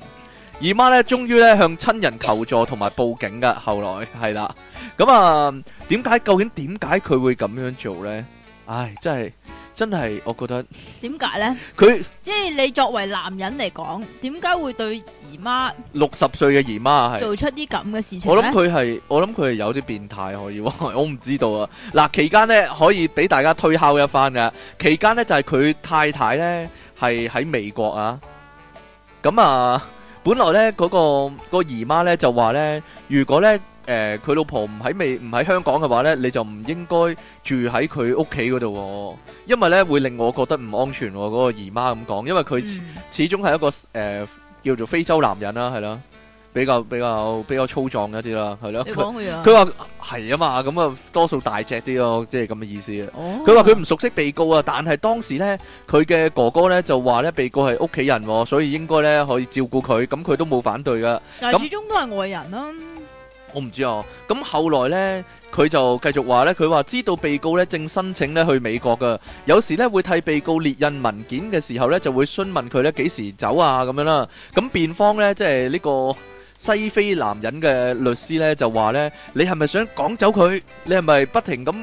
A: 姨媽咧，終於咧向親人求助同埋報警噶，後來係啦。咁啊，點解究竟點解佢會咁樣做呢？唉，真係真係，我覺得
B: 點解咧？
A: 佢
B: 即係你作為男人嚟講，點解會對姨媽
A: 六十歲嘅姨媽啊係。
B: 做出啲咁嘅事情
A: 我諗
B: 咧？
A: 佢係，我諗佢係有啲變態可以話， [laughs] 我唔知道啊。嗱，期間呢，可以俾大家推敲一番噶。期間呢，就係、佢太太呢，係喺美國啊。咁啊，本來呢，嗰、個、個姨媽呢，就話呢，如果呢，誒、佢老婆唔喺美唔喺香港嘅話呢，你就唔應該住喺佢屋企嗰度喎，因為呢，會令我覺得唔安全喎、嗰、個姨媽咁講，因為佢。
B: 嗯
A: 始終係一個誒、呃叫做非洲男人啦，係啦，比較比較比較粗壯一啲啦，係咯。
B: 你
A: 佢
B: 講佢啊？
A: 佢話係啊嘛，咁啊多數大隻啲咯，即係咁嘅意思啊。
B: 哦
A: 佢話佢唔熟悉被告啊，但係當時呢，佢嘅哥哥呢就話呢，被告係屋企人、喎，所以應該呢可以照顧佢，咁佢都冇反對噶。
B: 但
A: 咁
B: 係始終都係外人啦。
A: 我唔知啊。咁後來呢，佢就繼續話呢，佢話知道被告呢正申請呢去美國噶，有時呢會替被告列印文件嘅時候呢，就會詢問佢呢幾時走啊咁樣啦。咁辯方呢，即係呢個西非男人嘅律師呢，就話呢：「你係咪想趕走佢？你係咪不停咁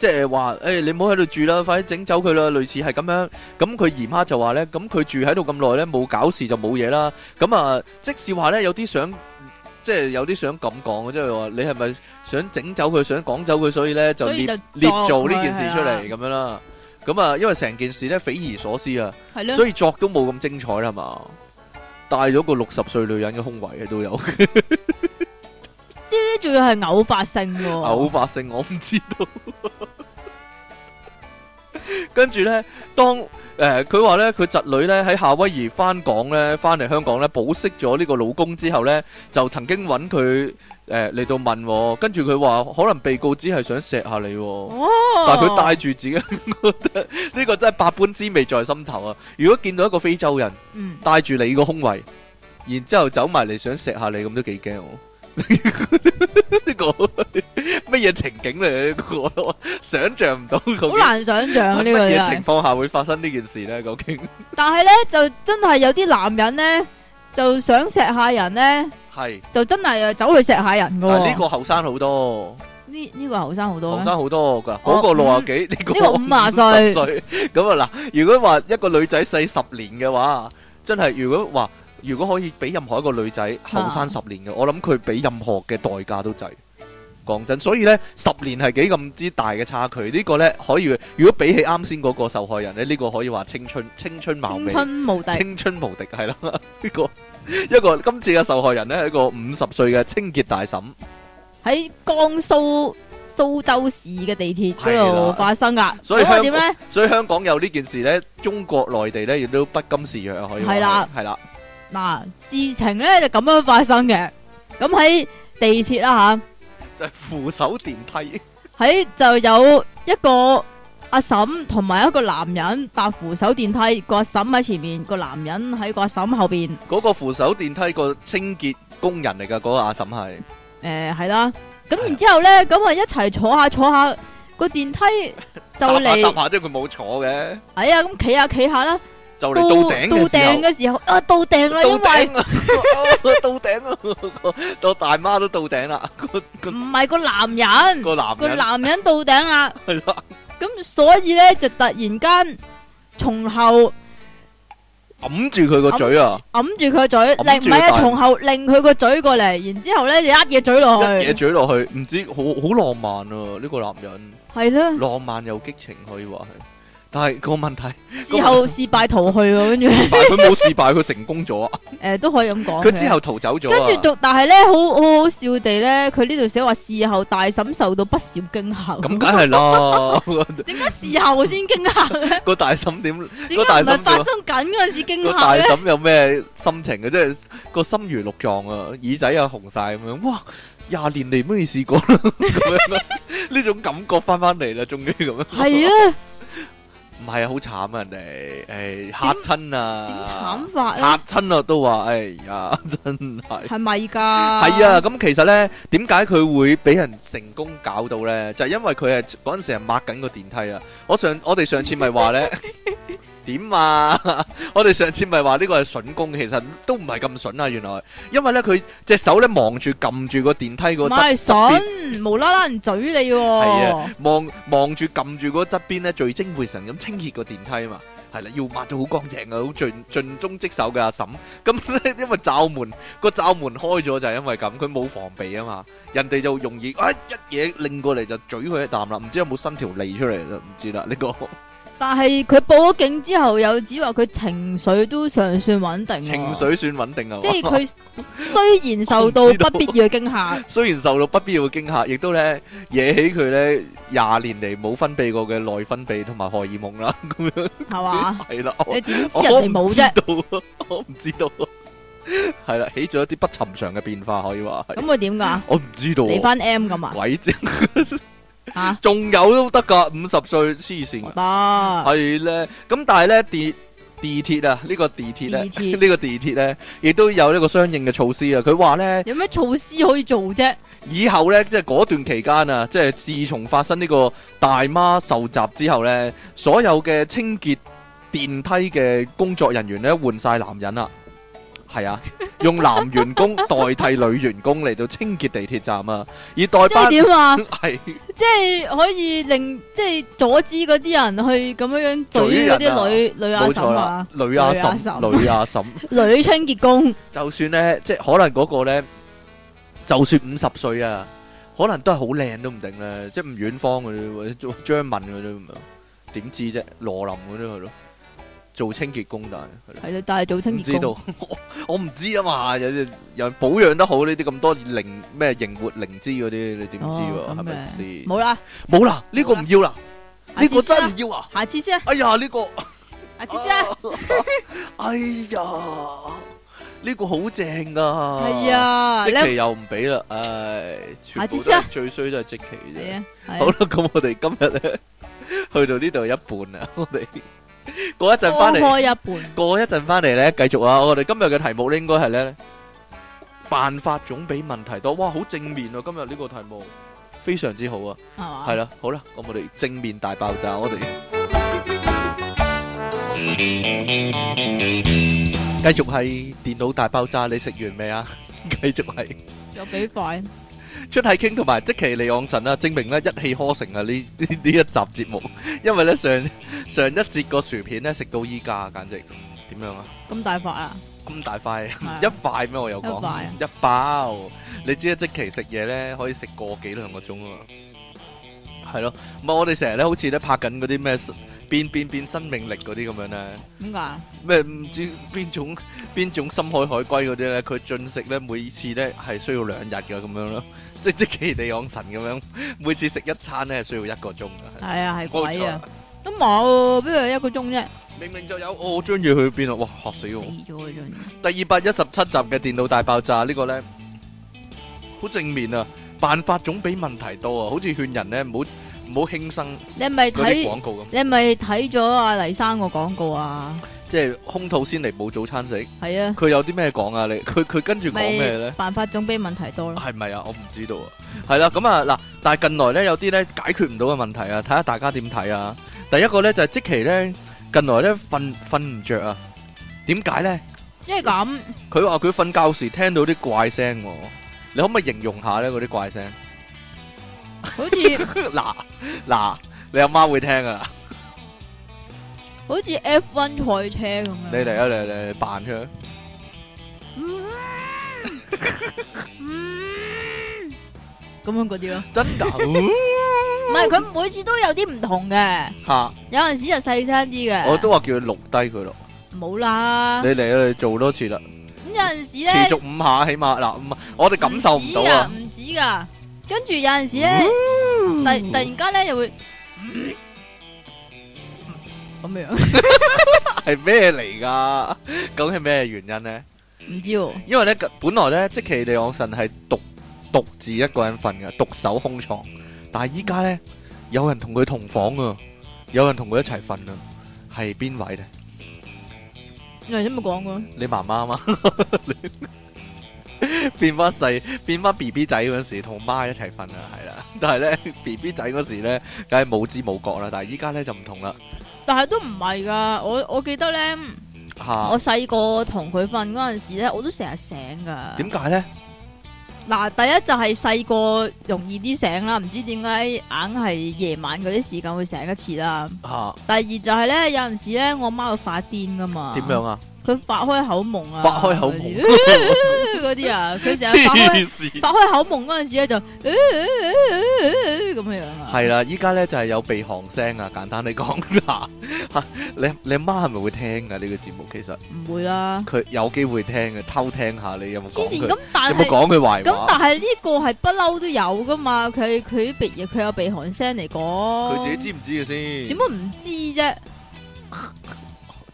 A: 即係話誒你唔好喺度住啦，快啲整走佢啦，類似係咁樣。咁佢姨媽就話呢，咁佢住喺度咁耐呢，冇搞事就冇嘢啦。咁啊，即使話呢，有啲想。即係有啲想咁講嘅，即係話你係咪想整走佢，想趕走佢，所以呢，就
B: 所
A: 列
B: 以就
A: 列
B: 作
A: 做呢
B: 佢
A: 件事出
B: 係啦
A: 嚟咁樣啦。咁啊，因為成件事呢，匪夷所思啊。
B: 係咯，
A: 所以作都冇咁精彩啦係嘛，帶咗個六十歲女人嘅胸圍嘅都有，
B: 呢啲仲要係偶發性喎。
A: 偶發性我唔知道。跟住呢，當誒佢話呢，佢侄女呢喺夏威夷翻港呢，翻嚟香港呢，保釋咗呢個老公之後呢，就曾經揾佢誒嚟到問喎，跟住佢話可能被告只係想錫下你喎。
B: 哦，
A: 但係佢帶住自己，呢個真係百般滋味在心頭啊！如果見到一個非洲人，
B: 嗯，
A: 帶住你個胸圍，然之後走埋嚟想錫下你，咁都幾驚我。 [laughs] 呢個 [laughs] 乜嘢情景嚟？呢個我想象唔到究竟
B: 好難想象啊呢個
A: 乜
B: 真
A: 嘢情
B: 係。
A: 況下會發生呢件事呢？究竟
B: 但係咧就真係有啲男人咧就想錫下人咧，
A: 係
B: 就真係又走去錫下人噶。
A: 但係呢個後生好多，
B: 呢呢個後生好多
A: 後
B: 咩？
A: 生好多噶，
B: 我
A: 好過六啊
B: 五
A: 幾呢個
B: 呢個五 [laughs] 啊歲
A: 歲咁啊嗱！如果話一個女仔細十年嘅話，真係如果話如果可以俾任何一個女仔後生十年嘅，我諗佢俾任何嘅代價都制。講真，所以呢，十年係幾咁之大嘅差距，呢個呢，可以，如果比起啱先嗰個受害人呢，呢個可以話青春青春貌
B: 青
A: 美，
B: 春無敵，
A: 青春無敵係啦， [laughs] 呢個一個今次嘅受害人呢，係一個五十歲嘅清潔大嬸，
B: 喺江蘇蘇州市嘅地鐵嗰
A: 係啦
B: 度發生噶。
A: 所以
B: 咁啊
A: 香
B: 點咧？
A: 所以香港有呢件事呢，中國內地呢，亦都不甘示弱，可以話
B: 係啦，
A: 係啦。
B: 嗱，事情咧就咁樣發生嘅。咁喺地鐵啦
A: 就係扶手電梯，
B: 吓，喺就有一個阿嬸同埋一個男人搭扶手電梯，個阿嬸喺前面，個男人喺個阿嬸後邊。
A: 嗰個扶手電梯個清潔工人嚟㗎，嗰、個阿嬸係
B: 诶、係啦。咁
A: 係啊
B: 然之后咧，咁啊一齊坐下坐下，個電梯
A: [laughs]
B: 就
A: 搭下搭
B: 嚟，
A: 下啫，佢冇坐嘅，
B: 哎呀咁企下企下啦，
A: 就嚟
B: 到
A: 到頂
B: 到
A: 嘅
B: 頂嘅時候啊到頂啦，
A: 時
B: 因
A: 候，到
B: 為。
A: 頂啊！ [laughs] 到頂啊！個大媽都到頂啦，個個
B: 唔係個男人，
A: 個男
B: 個
A: 人
B: 男人到頂啦，
A: 係啦，
B: 咁所以咧就突然間從後
A: 揞住佢個嘴啊，
B: 揞住佢嘴，
A: 住
B: 擰唔係啊，
A: 佢
B: 從後擰佢個嘴過嚟，然之后咧就一嘢嘴
A: 一
B: 落
A: 嘢
B: 去，
A: 嘴落去，唔知好好浪漫啊！呢、個男人
B: 係啦，
A: 浪漫又激情可以話係。但係個問題，
B: [laughs] 事
A: 啊
B: 後事敗逃去喎，
A: [laughs]
B: 跟住
A: 但係佢冇事敗，佢成功咗啊！
B: 诶都可以咁講嘅。
A: 佢之後逃走咗
B: 跟住
A: 啊！
B: 仲，但係咧好好好笑地咧，佢呢度寫話事後大嬸受到不少驚嚇。
A: 咁梗係啦，
B: 點
A: [laughs]
B: 解事後先驚嚇咧？
A: 個大嬸點？
B: 點解唔係發生緊嗰陣時驚
A: 個
B: 嚇啊
A: 大
B: 咧？
A: 嬸有啊咩心情嘅？啊即係個心如鹿撞啊，耳仔又紅晒咁樣。哇！廿年嚟都未試過啦，咁樣啦，呢種感覺翻翻嚟啦，終於咁樣。
B: 係
A: [laughs]
B: 啊，
A: 唔係啊，好慘啊！人哋，诶嚇親啊，
B: 點慘法咧？
A: 嚇親啊，都話，哎呀，真係。
B: 係咪㗎？
A: 係
B: 係
A: 啊，，咁其實呢，點解佢會俾人成功搞到呢？就係因為佢係嗰陣時係抹緊個電梯啊！我上我哋上次咪話
B: [laughs]
A: 呢點啊？ [laughs] 我哋上次咪話呢個係筍工，其實都唔係咁筍啊！原來，因為呢，佢隻手呢望住撳住個電梯嗰
B: 唔
A: 側
B: 係筍，無啦啦人嘴你
A: 係
B: 喎
A: 啊。望望住撳住嗰側邊咧，聚精會神咁清潔個電梯啊嘛。係啦，要抹到好乾淨啊，好盡 [laughs] 盡忠職守嘅阿嬸。咁咧，因為罩門個罩門開咗就係因為咁，佢冇防備啊嘛，人哋就容易啊一嘢擰過嚟就嘴佢一啖啦。唔知有冇伸條脷出嚟就唔知啦。呢、個 [laughs]
B: 但係佢報咗警之後，有指話佢情緒都尚算穩定喎。
A: 情緒算穩定啊。
B: 即係佢
A: [laughs]
B: 雖然受到不必要嘅驚嚇，
A: 雖然受到不必要嘅驚嚇，亦都咧惹起佢咧廿年嚟冇分泌過嘅內分泌同埋荷爾蒙啦。 [laughs] 咁樣 [laughs]
B: 係嘛？
A: 係啦。
B: 你點知人哋冇啫？
A: [laughs] 我唔知道啊，我唔知道啊。係啦，起咗一啲不尋常嘅變化，可以話係。
B: 咁佢點㗎？
A: 我唔知道啊。
B: 嚟翻 M 咁啊？
A: 鬼知。
B: 啊？
A: 仲有都得㗎，50歲，黐線㗎。
B: 得
A: 係呢，咁但係呢，地- à? 地鐵啊，呢個地鐵呢，
B: 地鐵
A: à? 呢個地鐵呢，亦都有呢個相應嘅措施啊。佢話呢，以後呢，即係嗰段期間啊，即係自從發生呢個
B: 有咩措施可
A: 啊
B: 以做啫？
A: 大媽受襲之後呢，所有嘅清潔電梯嘅工作人員呢，換晒男人啦，係
B: [laughs]
A: 啊，用男員工 [laughs] 代替女員工嚟到清潔地鐵站啊，而代
B: 即係
A: 班
B: 點啊？
A: [laughs] 係
B: 即係可以令即係阻止嗰啲人去咁樣樣
A: 嘴
B: 嘴嗰
A: 人啊
B: 啲女女阿
A: 冇
B: 嬸
A: 錯
B: 啊
A: 啦，，女阿
B: 女阿
A: 嬸，
B: 嬸
A: 女阿嬸，
B: 女清潔工
A: 就算呢，即係可能嗰個呢，就算五十歲啊，可能都係好靚都唔定咧，即係吳遠芳嗰啲或者張張敏嗰啲咁樣，點知啫？羅琳嗰啲係咯，做清潔工但係係咯。
B: 係啦，但係做
A: 唔
B: 清
A: 知
B: 潔
A: 道
B: 工，
A: 我 [laughs] 我唔知啊嘛，有啲人保養得好呢啲咁多靈咩靈活靈芝嗰啲，你點知
B: 哦
A: 喎？
B: 咁
A: 係咪
B: 嘅
A: 先？
B: 冇啦，
A: 冇啦，呢個
B: 冇
A: 唔
B: 啦
A: 要啦，
B: 下
A: 呢個
B: 次先
A: 真唔，
B: 啦
A: 要啊！
B: 下次先啊，
A: 哎呀，呢個
B: 下次先啊，
A: [laughs] 哎呀，呢個好正啊！
B: 係，啊，
A: 即
B: 你
A: 期又唔俾啦，唉，全
B: 下次
A: 部
B: 先
A: 都
B: 啊
A: 最衰都係即期
B: 係
A: 啫。
B: 啊，
A: 好
B: 係啊
A: 啦，咁我哋今日咧去到呢度一半啦， [laughs] 我哋過一陣
B: 多
A: 翻嚟。
B: 開一半。
A: 过一阵翻嚟咧，继续啊！我哋今日嘅题目咧，应该系咧办法总比问题多。哇，好正面啊！今日呢个题目非常之好啊！
B: 系嘛？
A: 系啦，好啦，咁我哋正面大爆炸，我哋继续系电脑大爆炸。你食完未啊？ [laughs] 继续系
B: 有幾快？
A: 出体倾同埋即其利昂神啊，证明咧一气呵成啊！呢 [laughs] 呢呢一集节目， [laughs] 因为咧上上一节个薯片咧食到依家，简直点样啊？
B: 咁大法啊？
A: 咁大塊，[laughs]
B: 啊
A: 一塊咩？我有
B: 一塊
A: 講
B: 啊
A: 一包。你知啦，即期食嘢咧，可以食個幾兩個鐘啊嘛。係咯，唔係我哋成日咧，好似咧拍緊嗰啲咩變變變生命力嗰啲咁樣咧，
B: 點解？
A: 咩唔知邊種邊種深海海龜嗰啲咧，佢進食咧每次咧係需要兩日嘅咁樣咯， [laughs] 即即期地養神咁樣，每次食一餐咧係需要一個鐘嘅。
B: 係啊，係
A: 冇
B: 鬼啊
A: 錯！
B: 都冇，邊度有一個鐘啫？
A: 明明就有我將要去邊啊！哇，嚇死
B: 死
A: 我！
B: 咗佢仲要
A: 第217集嘅電腦大爆炸，呢個呢，好正面啊，辦法總比問題多啊，好似勸人呢，唔好-唔好輕生嗰啲
B: 你係咪睇？你係咪睇咗阿黎生個廣告啊？
A: 廣告咁，即係空肚先嚟冇早餐食。佢有啲咩講啊？你-
B: 係啊，
A: 佢-佢跟住講咩呢？
B: 咪辦法總比問題多咯。
A: 啊係咪啊？我唔知道啊。係啦，咁啊，嗱，但係近來呢，有啲呢，解決唔到嘅問題啊，睇下大家點睇啊。第一個呢，就係即期呢，近來呢，瞓-瞓唔著啊。點解呢？
B: 因為咁，
A: 佢話佢瞓覺時聽到啲怪聲喎，你可唔可以形容下咧嗰啲怪聲？ [laughs]
B: 好似
A: 嗱嗱，你阿媽會聽啊！
B: 好似 F1 賽車咁樣。
A: 你嚟！啊，你嚟你扮佢，
B: 咁樣嗰啲
A: [laughs]
B: 咯。
A: 嗯真㗎？
B: 係佢每次都有啲唔同嘅，
A: 吓，
B: 有陣時就細聲啲嘅。
A: 我都話叫佢錄低佢咯。
B: 冇啦
A: 你。嚟啊啦，你做多次啦，
B: 咁有陣時
A: 持
B: 咧，
A: 續五下起碼嗱，五我哋感受唔到啊。嗯
B: 唔止噶，唔止噶。跟住有陣時咧，突突然間咧又會嗯咁樣，
A: 係咩嚟㗎？究竟係咩原因咧？
B: 唔知喎。
A: 因為咧，本來咧，即其利昂神係獨獨自一個人瞓嘅，獨守空床。但係依家咧，有人同佢同房啊，有人同佢一齊瞓啊，係邊位咧？ [laughs]
B: 你頭先咪講過，
A: 你媽媽嘛？你變翻細，變翻 B B 仔嗰時，同媽一齊瞓啊，係啦。但係咧，B [laughs] B 仔嗰時咧，梗係冇知冇覺啦。但係依家咧就唔同啦，
B: 但係都唔係噶。我我記得咧，
A: 嚇
B: 我細個同佢瞓嗰陣時咧，我都成日醒噶。
A: 點解咧？
B: 嗱，第一就係細個容易啲醒啦，唔知點解硬係夜晚嗰啲時間會醒一次啦。
A: 嚇
B: 第二就係咧，有陣時咧，我媽會發癲噶嘛。
A: 點樣啊？
B: 佢發開口夢啊，
A: 發開口
B: [laughs]
A: 夢
B: 嗰啲嗰啲啊，佢成日發開
A: 黐線！
B: 發開口夢嗰陣時咧就咁樣啊，
A: 係啦，依家咧就係有鼻鼾聲啊！簡單啲講 [laughs] 啦，嚇你你阿媽係咪會聽噶呢個節目？其實
B: 唔會啦，
A: 佢有機會聽嘅，偷聽下你有冇
B: 黐
A: 講
B: 線
A: 佢，
B: 咁，但
A: 有冇
B: 係
A: 講佢壞
B: 咁
A: 話？
B: 但係呢個係不嬲都有噶嘛，佢佢鼻佢有鼻鼾聲嚟講，
A: 佢自己知唔知嘅先？
B: 點解唔知啫？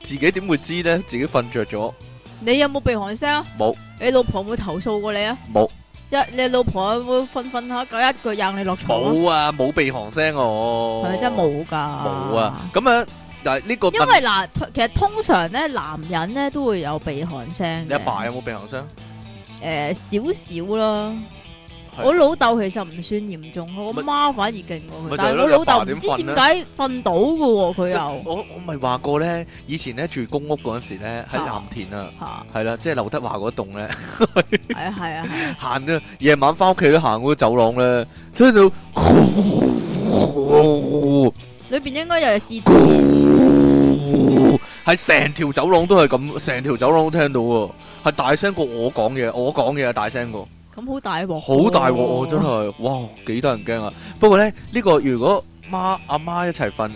A: 自己點會知咧？自己瞓着咗
B: 你有冇鼻鼾聲啊？
A: 冇，
B: 你老婆有冇投訴過你啊？
A: 冇
B: 一你老婆有冇瞓瞓下佢一腳硬你落床啊？
A: 冇啊？冇鼻鼾聲哦，
B: 係咪真係冇噶？
A: 冇啊！咁樣但係呢個
B: 因為
A: 問
B: 嗱，其實通常咧，男人咧都會有鼻鼾聲
A: 你阿爸
B: 嘅，
A: 有冇鼻鼾聲？
B: 誒呃少少啦。
A: 係
B: 我老豆其實唔算嚴重，我
A: 咪
B: 媽反而勁過佢
A: 咪就係咯，
B: 但係我老豆唔知
A: 你
B: 點
A: 阿
B: 解瞓到嘅喎，佢又 [laughs]
A: 我我咪話過咧，以前咧住公屋嗰陣時咧喺
B: 啊
A: 藍田啊，
B: 嚇
A: 係啦，即係劉德華嗰棟咧。
B: 係啊係啊係啊，
A: 行啊，夜晚翻屋企都行嗰個走廊咧，聽到
B: 裏邊應該又有 CD，
A: 係成條走廊都係咁，成條走廊都聽到喎，係大聲過我講嘢，我講嘢係大聲過，
B: 咁好大鑊，
A: 好大鑊喎，真。係，哇，幾得人驚啊！不過咧，呢個如果媽阿媽一齊瞓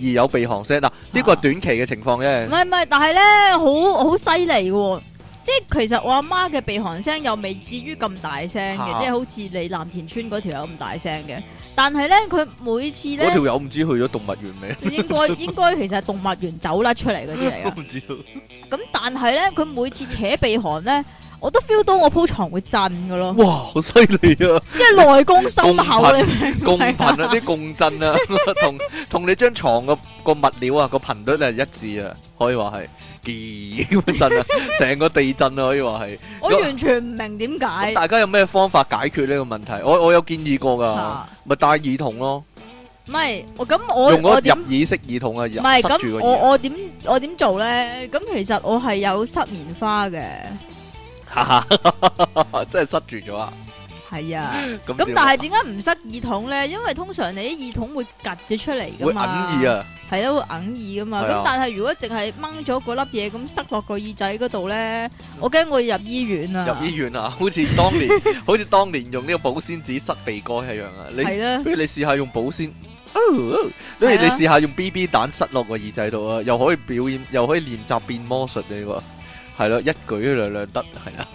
A: 而有鼻鼾聲，嗱呢個係短期嘅情況
B: 唔
A: 啫，
B: 係唔係，但係咧好好犀利嘅喎，即係其實我阿媽嘅鼻鼾聲又未至於咁大聲嘅，
A: 嚇
B: 即係好似你藍田村嗰條友咁大聲嘅。但係咧，佢每次
A: 嗰
B: 咧
A: 條友唔知去咗動物園未，
B: 應該應該其實係動物園走甩出嚟嗰啲
A: [laughs]
B: 嚟
A: 都
B: 噶。
A: 唔知道。
B: 咁但係咧，佢每次扯鼻鼾咧，我都 feel 到我鋪床會震噶咯，
A: 哇，好犀利啊！
B: 即係內功深厚，
A: 共
B: 你明唔
A: 共
B: 明
A: 頻
B: 啊？ [laughs]
A: 啊，啲共振啊， [laughs] 同同你張床個個物料啊，個頻率係一致啊，可以話係，咦咁震
B: [laughs]
A: 啊，成個地震啊，可以話係。
B: 我完全唔明點
A: 咁
B: 解。
A: 大家有咩方法解決呢個問題？我我有建議過㗎，
B: 嚇
A: 咪戴耳筒咯，
B: 唔係我咁我
A: 用嗰
B: 我
A: 個
B: 點
A: 入耳式耳筒啊，入
B: 唔係
A: 塞住
B: 咁，
A: 個耳。
B: 我我點我點做咧？咁其實我係有塞棉花嘅，
A: 哈哈 [laughs] 真係塞住咗啊！
B: 係啊。
A: 咁
B: 咁
A: 點
B: 但
A: 啊
B: 係點解唔塞耳筒咧？因為通常你啲耳筒會趌咗出嚟
A: 會
B: 噶
A: 揞
B: 嘛。
A: 耳啊，
B: 係啊，會揞耳噶嘛。
A: 係啊
B: 咁但係如果淨係掹咗嗰粒嘢咁塞落個耳仔嗰度咧，我驚我要入醫院啊。
A: 入醫院啊，好似當
B: [laughs]
A: 年好似當年用呢個保鮮紙塞鼻哥一樣啊！你
B: 係啦，
A: 不如你試下用保鮮，哦不如你
B: 係啊
A: 試下用 BB 彈塞落個耳仔度啊，又可以表演，又可以練習變魔術呢個，係咯，一舉兩兩得，係啦，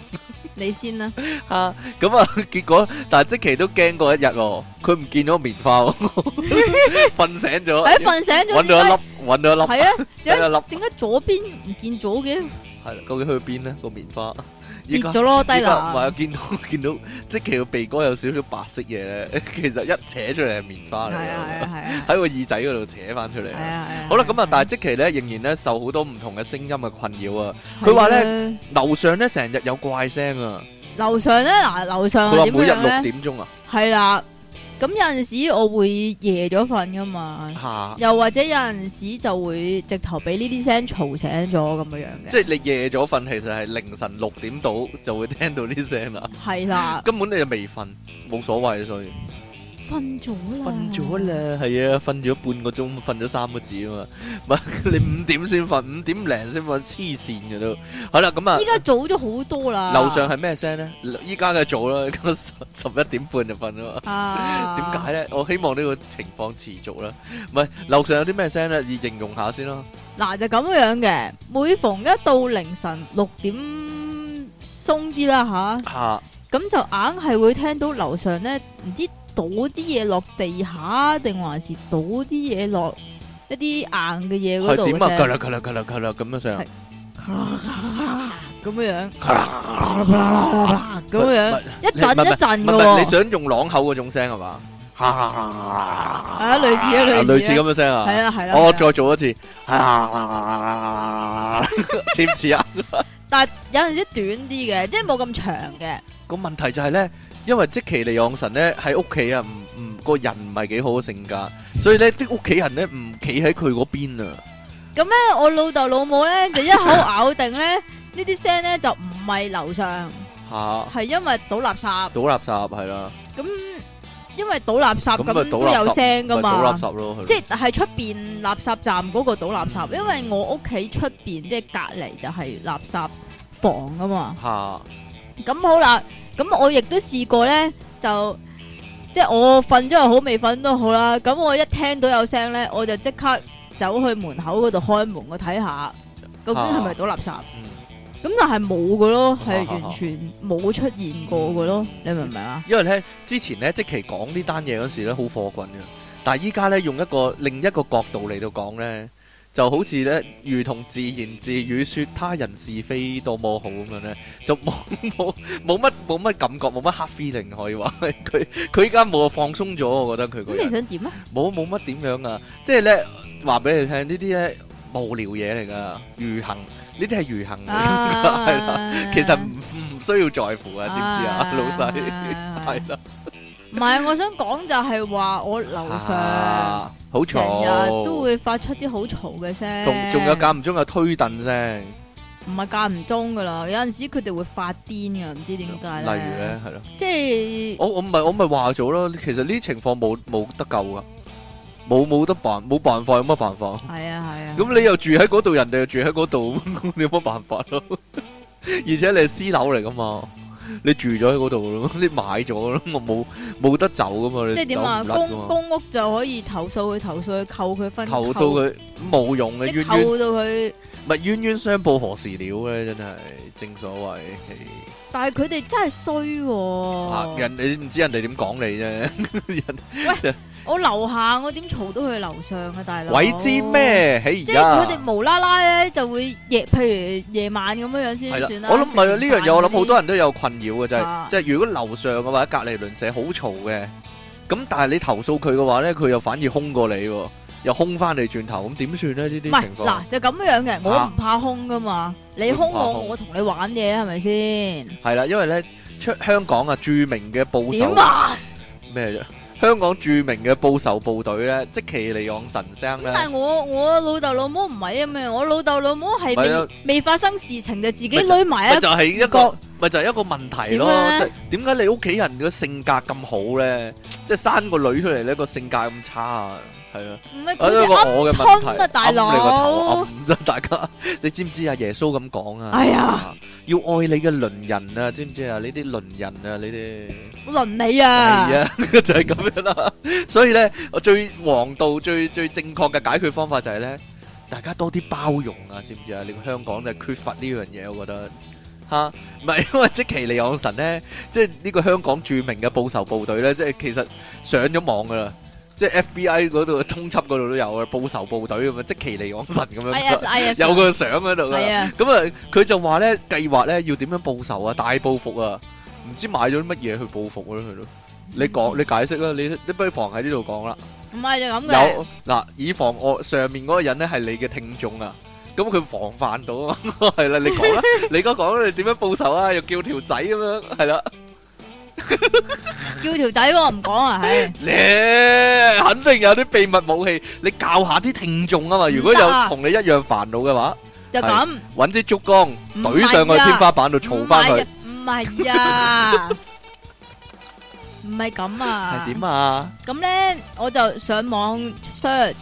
B: 你先啦。
A: 啊，咁啊， [laughs] 結果但係即期都驚過一日喎，佢唔見咗棉花
B: [laughs]
A: 喎，瞓醒
B: 喺
A: 咗，
B: 哎瞓醒咗
A: 揾
B: 點解
A: 到一粒，揾到一粒，
B: 係啊，
A: 揾到一粒，
B: 點解左邊唔見咗嘅？
A: 係啦，究竟去邊呢個棉花？
B: 跌
A: 依家
B: 咗咯，低
A: 依家唔係
B: 能
A: 啊，見到 [laughs] 見到即期個鼻哥有少少白色嘢咧， [laughs] 其實一扯出嚟係棉花嚟
B: 係啊係
A: 嘅，
B: 啊係啊
A: 喺個耳仔嗰度扯翻出嚟
B: 係
A: 啊。
B: 啊係啊。
A: 好啦，咁啊，但係即期咧仍然咧受好多唔同嘅聲音嘅困擾啊。佢話咧
B: 呢，
A: 樓上咧成日有怪聲啊，
B: 樓上咧嗱，樓上
A: 佢話
B: 啊係點
A: 每日
B: 樣
A: 六
B: 咧？
A: 點鐘啊，
B: 係啦，咁有陣時我會夜咗瞓噶嘛，
A: 吓，
B: 又或者有陣時就會直頭俾呢啲聲嘈醒咗咁樣樣嘅，
A: 即係你夜咗瞓，其實係凌晨六點到就會聽到呢聲啦，
B: 係啦，
A: 根本你就未瞓，冇所謂，所以
B: 瞓咗啦，
A: 瞓咗，啦，係啊，瞓咗半個鐘，瞓咗三個字啊嘛，唔係 [laughs] 你五點先瞓，五點零先瞓，黐線嘅都。好啦，咁啊
B: 依，家早咗好多啦。
A: 樓上係咩聲咧？依家嘅早啦，咁十一點半就瞓啊嘛。
B: 啊，
A: 點解咧？我希望呢個情況持續啦。唔係樓上有啲咩聲咧？要形容下先啦。
B: 嗱就咁樣嘅，每逢一到凌晨六點鬆啲啦
A: 嚇
B: 吓，咁就硬係會聽到樓上咧，唔知倒啲嘢落地下，定還是倒啲嘢落一啲硬嘅嘢嗰
A: 係
B: 度
A: 點啊？㗎
B: 嘅聲
A: 啦㗎啦㗎啦㗎啦咁樣上
B: 係。咁樣
A: 㗎啦
B: 樣，咁樣
A: 唔係
B: 一陣
A: 唔係
B: 一陣
A: 唔
B: 嘅
A: 係唔係你
B: 喎，
A: 想用朗口嗰種聲係嘛？
B: 啊類似啊
A: 啊類
B: 類
A: 似
B: 似
A: 咁
B: 啊，
A: 嘅聲啊。
B: 係啦係啦，
A: 我
B: 係啦
A: 再做一次，似唔似啊？
B: 但係有陣時短啲嘅，即係冇咁長嘅，
A: 個問題就係咧，因為即其利昂神咧喺屋企啊，唔唔個人唔係幾好嘅性格，所以咧啲屋企人咧唔企喺佢嗰邊啊。
B: 因為我老豆老母咧就一口咬定咧呢啲聲咧就唔係樓上，
A: 吓
B: 係因為倒垃圾，
A: 倒垃圾係啦，
B: 咁因為倒垃圾
A: 咁咪
B: 咁
A: 倒
B: 都
A: 垃圾
B: 有聲
A: 咪
B: 噶
A: 倒垃
B: 嘛。
A: 圾咯，係咯
B: 即係出邊垃圾站嗰個倒垃圾，
A: 嗯
B: 因為我屋企出邊即係隔離就係垃圾房噶嘛。
A: 吓
B: 咁好啦，咁我亦都試過咧，就即係我瞓咗又好，未瞓都好啦。咁我一聽到有聲咧，我就即刻走去門口嗰度開門，我睇下究竟係咪倒垃圾。
A: 嗯
B: 咁但係冇嘅咯，係
A: 啊啊啊
B: 完全冇出現過嘅咯，你明唔明啊？
A: 因為咧之前咧即其講呢單嘢嗰時咧好火滾嘅，但係依家咧用一個另一個角度嚟到講咧，就好似咧如同自言自語說他人是非多麼好咁樣咧，就冇 [laughs] 冇冇乜冇乜感覺，冇乜 hard feeling 可以話佢佢依家冇啊放鬆咗，我覺得佢個
B: 咁你
A: 人
B: 想點啊？
A: 冇冇乜點樣啊，即係咧話俾你聽呢啲咧無聊嘢嚟噶，愚行呢啲係愚行嚟㗎，係啦、
B: 啊
A: 其實唔唔需要在乎啊，知唔知啊，老細
B: [laughs] 細
A: 係啦，
B: 唔係，我想講就係話我樓上
A: 啊好
B: 成日
A: 嘈，
B: 都會發出啲好嘈嘅聲，
A: 同仲有間唔中有推凳聲，
B: 唔係間唔中噶啦，有陣時佢哋會發癲噶，唔知點解
A: 例如咧，係咯，
B: 即係
A: 我我唔係我咪話咗咯，其實呢啲情況冇冇得救噶，冇冇得辦，冇辦法有乜辦法？
B: 係啊係啊。
A: 咁你又住喺嗰度，人哋又住喺嗰度， [laughs] 咁你有乜辦法咯？ [laughs] 而且你係私樓嚟噶嘛，你住咗喺嗰度咯， [laughs] 你買咗咯，我冇冇得走噶嘛，你
B: 即係點啊？
A: 走唔甩㗎
B: 公
A: 嘛
B: 公屋就可以投訴佢，投訴佢扣佢分，
A: 投到佢冇用嘅，
B: 即
A: 冤
B: 係
A: 冤
B: 扣到佢。
A: 咪冤冤相報何時了咧？真係正所謂，其
B: 但係佢哋真係衰
A: 啊
B: 喎。
A: 人你唔知人哋點講你
B: 哦
A: 啫，
B: 我樓下我點嘈到佢樓上啊，大佬。
A: 鬼知？咩？喺
B: 即
A: 而
B: 係佢哋
A: 家
B: 無啦啦咧就會夜，譬如夜晚咁樣樣先
A: 係
B: 算
A: 啦
B: 啦。，
A: 我諗唔係啊呢樣嘢，我諗好多
B: 人
A: 人都有困擾嘅，就
B: 啊
A: 係即係如果樓上嘅話，隔離鄰舍好嘈嘅，咁但係你投訴佢嘅話咧，佢又反而空過你喎，又空翻你轉頭，咁點算咧？呢
B: 唔
A: 啲
B: 係
A: 情況
B: 嗱就咁樣嘅，我
A: 啊
B: 唔怕空噶嘛，你
A: 唔怕
B: 空我，
A: 兇
B: 我同你玩嘢係咪先？
A: 係啦，因為咧出香港啊，著名嘅報
B: 點
A: 仇。
B: 啊？
A: 咩啫？香港著名嘅報仇部隊咧，即其利昂神聲咧，
B: 但係我我老豆老母唔係啊嘛，我老豆老母係
A: 咪啊
B: 未未發生事情就自己
A: 咪就
B: 匿埋
A: 咪
B: 一
A: 就係一個
B: 角，
A: 咪就係一個問題咯
B: 啊點啊。
A: 即係點解你屋企人嘅性格咁好咧？即係生個女出嚟咧，個性格咁差啊？係啊，
B: 唔係
A: 啊呢個
B: 佢哋
A: 我嘅問
B: 鵪
A: 題，
B: 鶉啊大佬
A: 揞你個頭，揞得 [laughs] 大家。你知唔知啊？耶穌咁講啊，
B: 哎呀，
A: 要愛你嘅鄰人啊，知唔知啊？你啲鄰人啊，你哋。
B: 噏輪你
A: 係
B: 啊，
A: 啊， [laughs] 就係咁樣啦。所以咧，我最王道、最最正確嘅解決方法就係咧，大家多啲包容啊，知唔知啊？你個香港就缺乏呢樣嘢，我覺得吓，唔係 [laughs] 因為即其利昂神咧，即係呢個香港著名嘅報仇部隊咧，即係其實上咗網噶啦。即係 FBI 嗰度通緝嗰度都有啊，報仇部隊咁啊，即其利昂神咁
B: 哎呀
A: 樣，
B: 哎呀，
A: 有個相喺度噶啦
B: 係啊，
A: 咁啊，佢就話咧計劃咧要點樣報仇啊，大報復啊，唔知買咗啲乜嘢去報復啊咧佢咯。你講你解釋啦，你你不妨喺呢度講啦。
B: 唔係就嗯咁嘅，
A: 有嗱，以防我上面嗰個人咧係你嘅聽眾啊，咁佢防範到啊， [laughs] 係啦，你
B: [laughs]
A: 講啦，你而家講啦你點樣報仇啊，又叫條仔咁樣，係啦，
B: 叫條仔我唔講啊，係
A: 你肯定有啲秘密武器，你教下啲聽眾啊嘛。如果
B: 唔得
A: 有
B: 啊
A: 同你一樣煩惱嘅話，
B: 就咁，
A: 揾支竹竿
B: 唔
A: 懟上去
B: 係啊
A: 天花板度嘈翻佢。 [laughs]
B: 唔係啊，唔係啊，唔唔係咁啊。
A: 係點啊？
B: 咁咧，我就上網 search，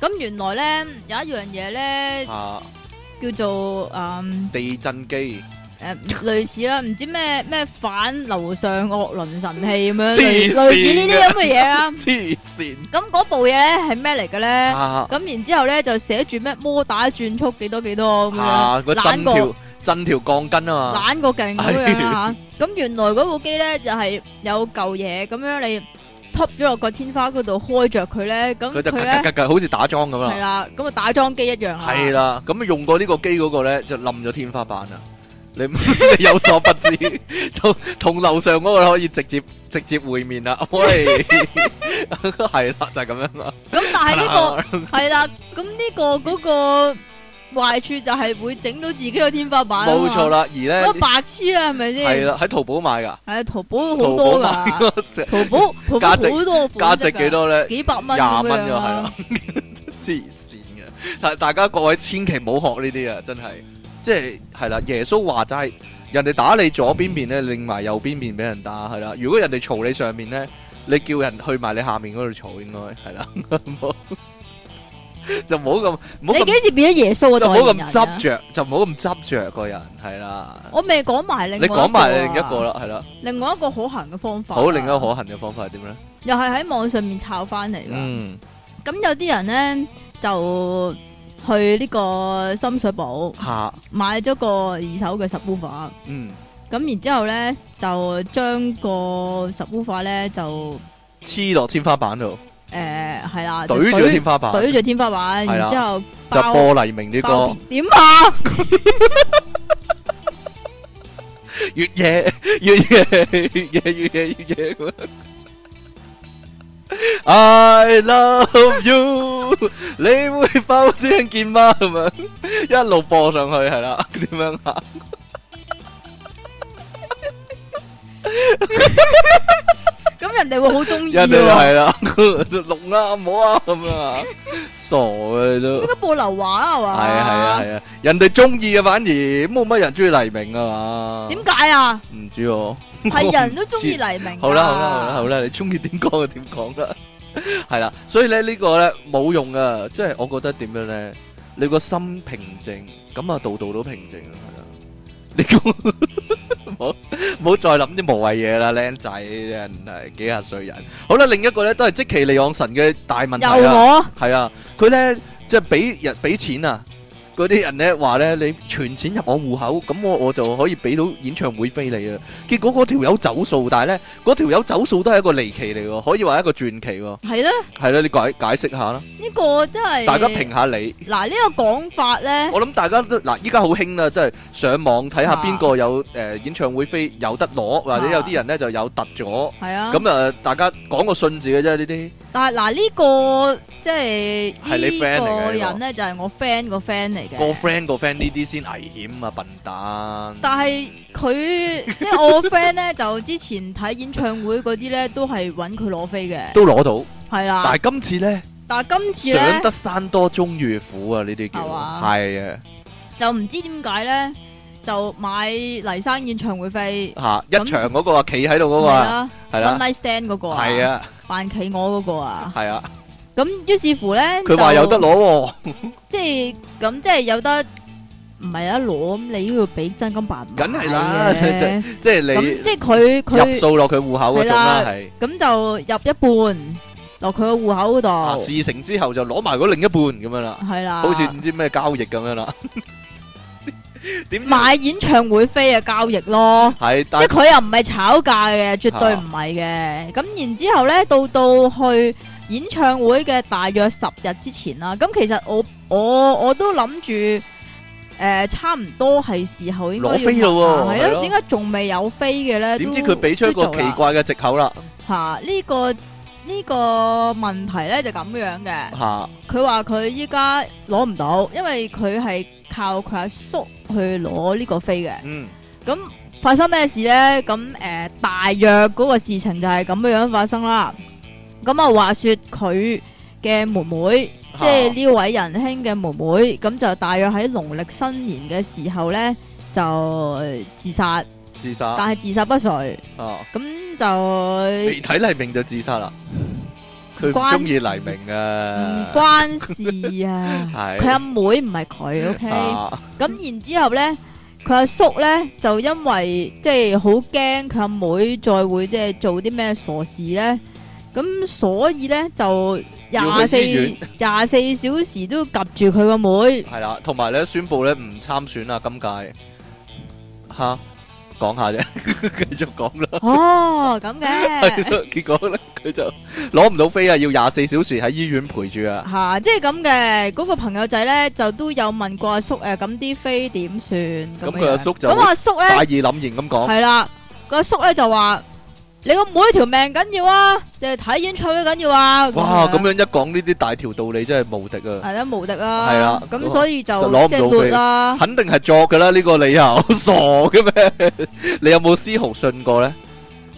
B: 咁原來咧有一樣嘢咧
A: 啊，
B: 叫做嗯
A: 地震機，
B: 诶、類似啦，唔知咩咩反樓上惡鄰神器咁樣，
A: 黐線
B: 類類似呢啲咁嘅嘢啦。
A: 黐線
B: 咁嗰部嘢咧係咩嚟嘅咧？
A: 啊！
B: 咁然之後咧就寫住咩摩打轉速幾多幾多咁樣，
A: 啊，個
B: 懶
A: 震
B: 過
A: 條震條鋼筋啊嘛，
B: 懶過勁咁樣啦嚇。咁原來嗰部機咧就係有嚿嘢咁樣你揼咗落個天花嗰度開着佢咧，咁
A: 佢就
B: 佢咧
A: 格格格好似打樁咁
B: 係
A: 啦，
B: 啦，咁啊打樁機一樣啦。
A: 係啦，咁啊用過呢個機嗰個咧就冧咗天花板啊！你 [laughs] 你有所不知， [laughs] 同同樓上嗰個可以直接直接會面啦， [laughs] 喂，係啦，就係咁樣啊啦。
B: 咁但係呢個係啦，咁呢個嗰個壞處就係會整到自己個天花板。
A: [laughs]
B: 啊
A: 冇錯，啦，而咧
B: 咁白痴啊，係咪先？
A: 係啦，喺淘寶買噶，
B: 係啊，淘寶好多
A: 淘
B: 㗎，淘寶淘寶
A: 價值
B: 好多款
A: 價
B: 式
A: 值
B: 㗎
A: 幾？多咧？
B: 幾百蚊
A: 廿
B: 咁
A: 蚊㗎
B: 樣啊
A: 係
B: 啦
A: 啦。， [laughs] 黐線嘅。但大家各位千祈唔好學呢啲啊，真係即係係啦。耶穌話齋，人哋打你左邊面咧，擰埋右邊面俾人打係啦。如果人哋嘈你上面咧，你叫人去埋你下面嗰度嘈，應該係啦， [laughs] 唔好就唔好咁唔好
B: 你
A: 咁
B: 幾時變咗耶穌嘅
A: 就唔好
B: 代言
A: 咁
B: 人啊
A: 執？着，就唔好咁執着個人係啦。
B: 我未講埋另
A: 你
B: 講
A: 講埋另一個，啦，係啦，
B: 另外一個可行嘅方法。
A: 好，另一個可行嘅方法係點咧？
B: 又係喺網上面抄翻嚟㗎。
A: 嗯，
B: 咁有啲人咧就去呢個深水埗
A: 下，
B: 買咗個二手嘅 subwoofer。
A: 嗯，
B: 咁然之後咧，就將個十烏法咧就
A: 黐落天花板度，
B: 誒係啦，就
A: 懟住個天花板。
B: 啊懟住天花板，
A: 係啦
B: 然之後
A: 就
B: 包
A: 播黎明啲
B: 包
A: 歌，
B: 點 [laughs] 啊？
A: 越夜越夜越夜越夜越夜咁樣。I love you，你會否聽見嗎？咁樣一路播上去係啦，點樣啊？
B: 咁人哋會好中意
A: 人哋就
B: 喎。
A: 係啦， [laughs] 聾啦，唔好啊，咁樣啊，傻嘅都
B: 應。該播劉華啊係
A: 係
B: 嘛？
A: 啊係啊係啊，人哋中意啊，反而冇乜人中意黎明啊嘛。
B: 點解啊？
A: 唔知喎。
B: 係人都中意黎明㗎。
A: 好啦好啦好啦好啦，你中意點講就點講啦，係啦，所以咧呢個咧冇用啊，即係我覺得點樣咧，你個心平靜，咁啊度度都平靜啊，係啦，你咁唔 [laughs] 好唔好再諗啲無謂嘢啦，僆仔啊真係幾廿歲人。好啦，另一個咧都係即其利昂神嘅大問題
B: 又
A: 啦，
B: 我
A: 係啊，佢咧即係俾人俾錢啊。嗰啲人咧話咧，你存錢入我户口，咁我我就可以俾到演唱會飛你啊！結果嗰條友走數，但係咧嗰條友走數都係一個離奇嚟喎，可以話係一個傳奇喎。
B: 係咧，
A: 係啦，你解解釋下啦，
B: 呢個真係
A: 大家評下你。
B: 嗱呢個講法咧，
A: 我諗大家都嗱，依家好興啦，即係上網睇下
B: 啊
A: 邊個有誒、呃演唱會飛有得攞，或者有啲人咧就有突咗。
B: 係啊。
A: 咁啊，大家講個信字嘅啫，呢啲
B: 但係嗱呢個即係
A: 係你 friend 嚟嘅
B: 呢個
A: 呢個
B: 人咧就係我 friend 個 friend 嚟嘅。
A: 個 friend 個 friend 呢啲先危險啊，笨蛋！
B: 但係佢 [laughs] 即係我 friend 咧，就之前睇演唱會嗰啲咧，都係揾佢攞飛嘅，
A: 都攞到，
B: 係
A: 但
B: 啦。
A: 係今次咧。
B: 但係今次
A: 上
B: 咧
A: 得山多終遇虎啊！呢啲叫
B: 係嘛
A: 係啊，
B: 就唔知點解咧，就買黎生演唱會飛，
A: 吓
B: 咁
A: 一場嗰個啊，企喺度嗰個
B: 係
A: 啊，
B: 啦
A: 係
B: ，One
A: 啦，
B: Night Stand 嗰個啊，
A: 係，啊，
B: 扮企鵝嗰個啊。
A: 係啊，
B: 咁於是乎咧，
A: 佢話
B: 就
A: 有得，攞
B: 即係咁即係有得唔係有得攞，咁你都要俾真金白銀買嘅。
A: 梗係啦喎，即
B: 咁
A: 係
B: 即係佢
A: 你入
B: 佢
A: 數落佢户口嗰種啦，係
B: 咁就入一半落佢個户口
A: 啊
B: 嗰度。
A: 事成之後就攞埋嗰另一半咁樣啦，
B: 系啦，
A: 好似唔知咩交易咁樣啦， [laughs] 點知
B: 買演唱會飛嘅交易咯。
A: 係
B: 即
A: 但
B: 係佢又唔係炒價嘅，絕對唔係嘅。咁、然之後咧，到到去演唱會嘅大約十日之前啦。咁其實我我我都諗住誒，差唔多係時候應該要
A: 攞飛咯喎
B: 問下
A: 係
B: 係
A: 咯
B: 咯？點解仲未有飛嘅咧？
A: 點知
B: 都
A: 佢俾出一個
B: 都做
A: 奇
B: 啦
A: 怪嘅藉口啦，
B: 嚇呢、個呢、個問題咧就咁樣嘅。
A: 吓
B: 佢話佢依家攞唔到，因為佢係靠佢阿叔去攞呢個飛嘅。
A: 嗯
B: 咁呃發生咩事呢？咁誒、呃大約嗰個事情就係咁樣發生啦。咁啊，話說佢嘅妹妹，
A: 啊
B: 即係呢位仁兄嘅妹妹，咁就大約喺農曆新年嘅呃時候呢，就自殺，
A: 自殺
B: 但係自殺不遂。
A: 啊
B: 咁咁就
A: 未睇黎明就自殺啦，佢唔
B: 關
A: 中意
B: 事
A: 黎明
B: 唔
A: 啊，。
B: 關事啊
A: [laughs] 係
B: 佢阿妹唔係佢，OK。
A: 啊
B: 咁然之後咧，佢阿叔咧就因為即係好驚佢阿妹再會即係做啲咩傻事咧，咁所以咧就
A: 要
B: 廿四
A: 去醫院
B: 廿四小時都要及住佢
A: [laughs]
B: 個妹。
A: 係啦，同埋咧宣布咧唔參選啦，今屆吓講下啫， [laughs] 繼續講啦。
B: 哦，咁嘅
A: 結果咧佢就攞唔到飛啊，要廿四小時喺醫院陪住啊。
B: 吓，即係咁嘅。嗰、個朋友仔咧就都有問過阿叔誒，咁啲飛點算咁
A: 咁
B: 樣
A: 佢阿叔就
B: 咁阿叔咧
A: 大。義凛然咁講，
B: 系啦，個阿叔咧就話：你個妹條命緊要啊，定係睇演唱會緊要啊？
A: 哇！咁
B: 樣
A: 樣一講呢啲大條道理真係無敵啊！
B: 係啦，無敵啊！
A: 係啦
B: 咁所以就
A: 就攞唔
B: 即
A: 到
B: 係
A: 飛
B: 劣啦。
A: 肯定係作噶啦，呢、個理由 [laughs] 傻嘅咩？你有冇絲毫信過咧？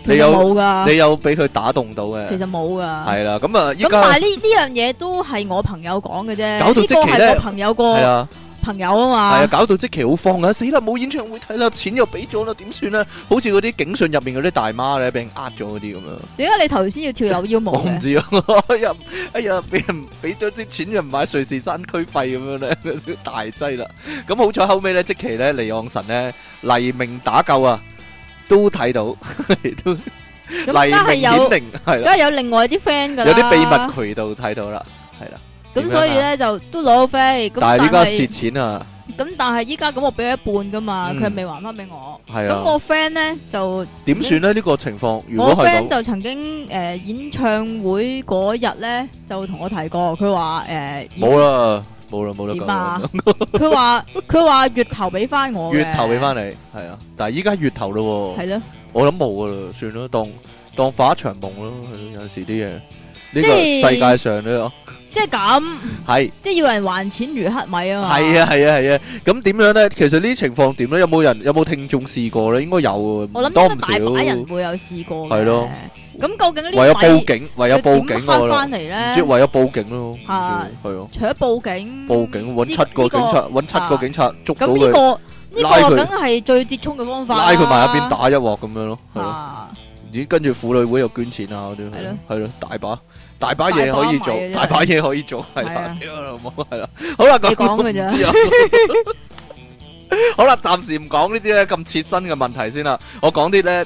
B: 其
A: 你
B: 實
A: 有
B: 冇噶，
A: 你有俾佢打動到嘅
B: 其，實冇噶。
A: 係啦。咁啊，依
B: 咁但係
A: 家
B: 呢呢樣嘢都係我朋友講嘅啫，
A: 搞到
B: 呢個
A: 即期咧
B: 係我朋友
A: 係
B: 個
A: 啊，
B: 朋友啊
A: 係啊，
B: 嘛。
A: 搞到即期好慌啊！死啦，冇演唱會睇啦，錢又俾咗啦，點算咧？好似嗰啲警訊入面嗰啲大媽咧，俾人呃咗嗰啲咁樣。
B: 點解你頭先要跳扭腰
A: 我
B: 舞
A: 唔
B: 嘅？
A: 知啊， [laughs] 哎呀，哎呀，俾人俾咗啲錢人買瑞士山區費咁樣咧， [laughs] 大劑啦。咁好彩後尾咧，即期咧，離岸神咧，黎明打救啊，都睇到，都
B: 咁梗係
A: 黎明顯
B: 有，
A: 明係
B: 梗
A: 啦，
B: 係有另外啲 friend 噶啦。
A: 有啲秘密渠道睇到啦，係啦。
B: 咁所以
A: 點樣啊，
B: 咧就都攞到飛。咁
A: 但係
B: 但
A: 呢家
B: 係
A: 蝕錢啊，
B: 咁但係依家咁我俾咗一半噶嘛，
A: 嗯
B: 佢係未還翻俾我。
A: 係
B: 咁
A: 啊，
B: 我 friend 咧就
A: 點算咧？呢個情況如
B: 我
A: 果係
B: friend
A: 冇，
B: 就曾經诶、呃演唱會嗰日咧就同我提過，佢話诶
A: 冇啦，冇啦，冇得
B: 點
A: 講 [laughs]
B: 啊
A: 啦，？
B: 佢話佢話月頭俾翻我嘅，
A: 月頭俾翻你，係啊，但係依家月頭咯喎。
B: 係咯，
A: 我諗冇噶啦，算啦，當當發一場夢咯，係咯有陣時啲嘢。呢
B: 即
A: 個
B: 係
A: 世界上咧，
B: 即係咁，
A: 係
B: 即係要人還錢如黑米啊嘛。
A: 係啊係啊係啊，咁點樣咧？其實呢啲情況點咧？有冇人有冇聽眾試過咧？應該有喎，
B: 我
A: 唔多唔
B: 諗應該大把人
A: 少。
B: 會有試過嘅。
A: 係咯
B: 咁究竟呢
A: 為咗報
B: 米
A: 警，為咗報警我
B: 翻
A: 咯，
B: 翻
A: 唔
B: 嚟
A: 知
B: 咧？
A: 為咗報警咯，唔知
B: 啊
A: 係咯，
B: 除咗報警，
A: 報警揾
B: 呢
A: 七
B: 個
A: 個
B: 嗯呢個
A: 警察，揾七個
B: 啊
A: 警察捉到
B: 咁呢
A: 佢，
B: 個呢
A: 拉佢
B: 個梗係最折衷嘅方法
A: 拉
B: 啦。
A: 佢埋一邊打一鑊咁樣咯，係咯。
B: 啊！
A: 咦，跟住婦女會又捐錢啊嗰啲，
B: 係咯
A: 係咯，大把大把嘢可以做，大
B: 大把米啊真係
A: 把嘢可以做，係
B: 係
A: 啦
B: 啊，
A: 屌老母係啦，好啦，咁
B: 你講嘅啫
A: 我唔知啊 [laughs] 好啦，暫時唔講呢啲咧咁切身嘅問題先啦，我講啲咧，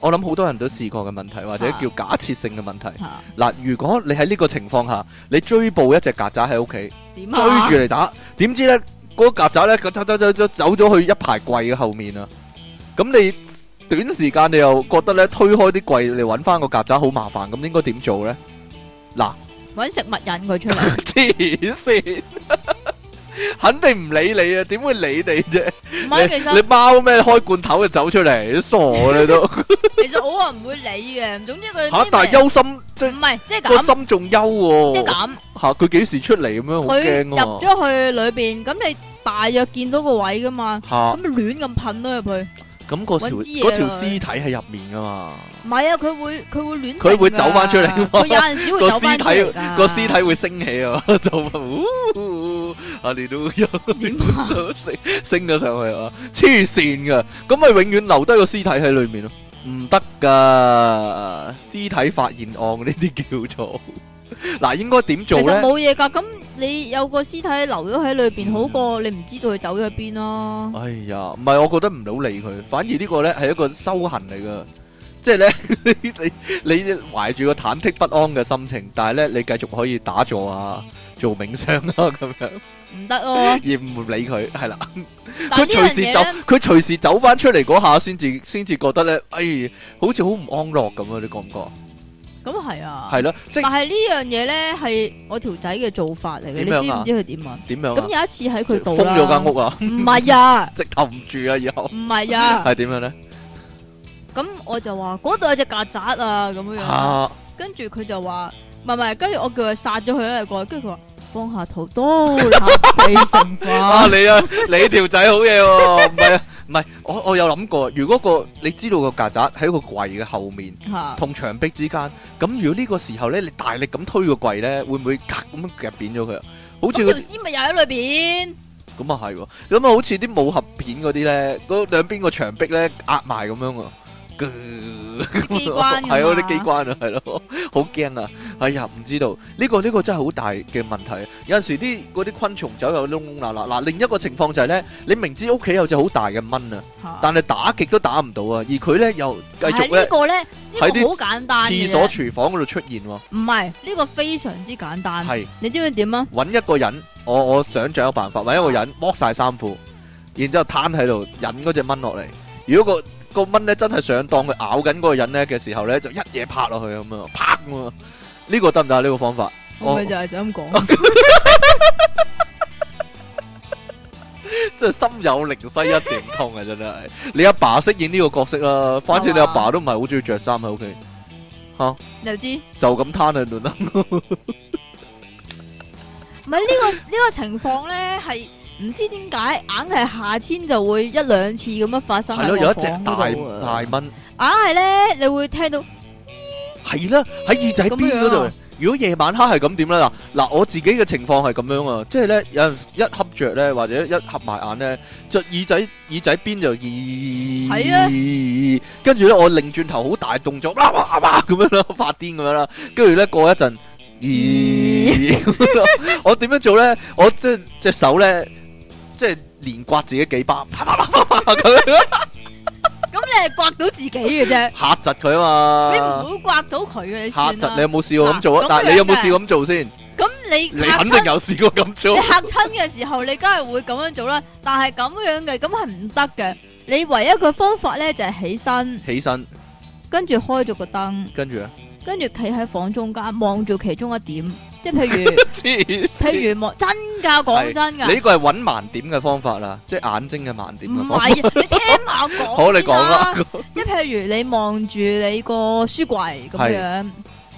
A: 我諗好多人都試過嘅問題，或者
B: 啊
A: 叫假設性嘅問題。
B: 嚇
A: 嗱，如果你喺呢個情況下，你追捕一隻曱甴喺屋企，
B: 點啊？
A: 追住嚟打，點知咧嗰個曱甴咧，佢走走走走走咗去一排櫃嘅後面啊！咁你短時間你又覺得咧推開啲櫃嚟揾翻個曱甴好麻煩，咁應該點做咧？嗱，
B: 揾食物引佢出嚟，
A: [laughs] 黐線， [laughs] 肯定唔理你啊！點會理你啫？
B: 唔係其
A: [laughs] 你你
B: 實
A: 貓咩開罐頭就走出嚟，你傻啊
B: [laughs]
A: 你都
B: 其實我啊唔會理嘅，總之佢
A: 嚇！但係憂
B: 憂
A: 心即係
B: 唔係即係
A: 個
B: 咁，
A: 心仲憂
B: 即係
A: 喎
B: 咁，
A: 嚇！佢幾時出嚟咁樣好
B: 佢
A: 驚
B: 入
A: 啊
B: 咗去裏邊，咁你大約見到個位噶嘛，
A: 嚇！
B: 咁咪亂咁噴咯入去，
A: 咁嗰條
B: 搵支嘢
A: 嗰條
B: 落
A: 屍
B: 去
A: 體喺入面噶嘛？
B: 唔係啊，佢會佢會亂，
A: 佢會走返出嚟㗎嘛
B: 佢有陣時會
A: 個
B: 走
A: 屍
B: 翻出
A: 體
B: 嚟㗎
A: 個屍體會升起啊， [laughs] 就呜啊你都
B: [laughs]
A: 有
B: 點啊？
A: 升升咗上去啊，黐線噶，咁咪永遠留低個屍體喺裏面咯，唔得噶，屍體發現案呢啲叫做 [laughs] 嗱，應該點
B: 其
A: 做
B: 實
A: 咧？
B: 冇嘢㗎，咁你有個屍體留咗喺裏邊，好過你唔知道佢走咗去邊咯。
A: 哎呀，唔係，我覺得唔好理佢，反而呢個咧係一個修行嚟噶。即係咧，你 [laughs] 你你懷住個忐忑不安嘅心情，但係咧你繼續可以打坐啊，做冥想啊咁樣，
B: 唔得咯，
A: 而唔理佢係啦。
B: 但
A: [laughs] 佢
B: 係呢樣
A: 隨時
B: 嘢
A: 走
B: 咧，，
A: 佢隨時走翻出嚟嗰下，先至先至覺得咧，哎，好似好唔安樂咁啊！你覺唔覺？
B: 咁係啊，
A: 係咯，即係
B: 但係呢樣嘢咧係我條仔嘅做法嚟嘅，你
A: 點樣
B: 知
A: 啊
B: 唔知佢點啊？
A: 點樣
B: 咁
A: 啊？
B: 有一次喺
A: 即
B: 佢
A: 係
B: 度
A: 封咗
B: 啦
A: 間屋啊， [laughs]
B: 唔係啊，
A: 直頭唔住啊！以後
B: 唔係
A: [laughs]
B: 啊，
A: 係點樣咧？
B: 咁我就話嗰度有隻曱甴啊，咁樣樣，
A: 啊，
B: 跟住佢就話唔係唔係，跟住我叫佢殺咗佢啦，過去跟住佢話放下屠刀，立地成
A: 啊 [laughs]
B: 佛，
A: 你啊，你條仔好嘢喎！唔係啊，唔係，我我有諗過，如果個你知道個曱甴喺個櫃嘅後面。
B: 嚇
A: 同牆壁之間，咁如果呢個時候咧，你大力咁推個櫃咧，會唔會咔咁樣夾扁咗佢啊？好似
B: 咁
A: 個
B: 條屍咪又喺裏邊，
A: 咁啊係喎，咁啊好似啲武俠片嗰啲咧，嗰兩邊個牆壁咧壓埋咁樣啊，嗰
B: 啲機
A: [laughs]
B: 關㗎嘛
A: 系咯，啲機關啊，係咯，好驚啊！哎呀，唔知道呢、個呢、個真係好大嘅問題。啊有陣時啲嗰啲昆蟲走又窿窿罅罅。嗱，另一個情況就係咧，你明知屋企有隻好大嘅蚊啊，
B: 嚇
A: 但係打極都打唔到啊，而佢咧又繼
B: 但係
A: 續
B: 呢
A: 咧
B: 個咧，啊呢個
A: 喺啲
B: 好簡單嘅
A: 廁所、
B: 啫，
A: 廚房嗰度出現喎，
B: 唔係呢個非常之簡單。
A: 係
B: 你知唔知點啊？
A: 揾一個人，我我想象有辦法揾一個人剝晒衫褲，然之後攤喺度引嗰只蚊落嚟。如果個個蚊咧真係上當，佢咬緊嗰個人咧嘅時候咧，就一嘢拍落去咁樣，啪咁啊！呢個得唔得啊？呢個方法？
B: 我咪
A: 哦
B: 就係想講，
A: [laughs] 真係心有靈犀一點通啊！真係，你阿爸飾演呢個角色啦，反正你阿爸都唔係好中意着衫喺屋企，
B: 你就知。
A: 就咁攤喺度啦。
B: 唔係呢個呢個情況咧，係唔知點解硬係夏天就會一兩次咁樣發生
A: 係
B: 喺
A: 咯，有
B: 我
A: 一隻
B: 房
A: 大
B: 嗰度啊
A: 大蚊，
B: 硬係咧，你會聽到
A: 係啦，喺耳仔邊嗰
B: 咁樣
A: 度
B: 啊。
A: 如果夜晚黑係咁點咧？嗱嗱，我自己嘅情況係咁樣啊，即係咧有陣時一瞌着咧，或者一合埋眼咧，隻耳仔耳仔邊就咦，
B: 係啊
A: 跟住咧我擰轉頭好大動作，哇哇哇咁樣啦， [laughs] 發癲咁樣啦，跟住咧過一陣。咦！我點樣做咧？我即隻手咧，即係連刮自己幾巴，啪啪啪啪啪咁樣
B: 咁你係刮到自己嘅啫，
A: 嚇窒佢
B: 你
A: 啊
B: 唔
A: 嘛！
B: 會刮到佢嘅，你
A: 嚇窒
B: 算
A: 你
B: 啦。
A: 有冇試過咁做啊
B: 嗱？
A: 但
B: 咁
A: 係你有冇
B: 樣嘅
A: 試過咁做先？
B: 咁
A: 你
B: 你嚇
A: 肯定
B: 親，
A: 有試過咁
B: 你
A: 做。
B: 嚇親嘅時候，你梗係會咁樣做啦。但係咁樣嘅，咁係唔得嘅。你唯一嘅方法咧就係起身，
A: 起身，
B: 跟住開咗個燈，
A: 跟住啊，
B: 跟住企喺房中間望住其中一點，即係譬
A: [laughs]
B: 如
A: 黐線！
B: 譬如望真㗎，講
A: 係
B: 真㗎。
A: 你呢個係揾盲點嘅方法啦，即係眼睛嘅盲點嘅
B: 唔
A: 方法。
B: 係，你聽埋我講
A: [laughs] 好，你講
B: 先啦
A: 啦。。
B: 即係譬如你望住你個書櫃咁
A: 係
B: 樣，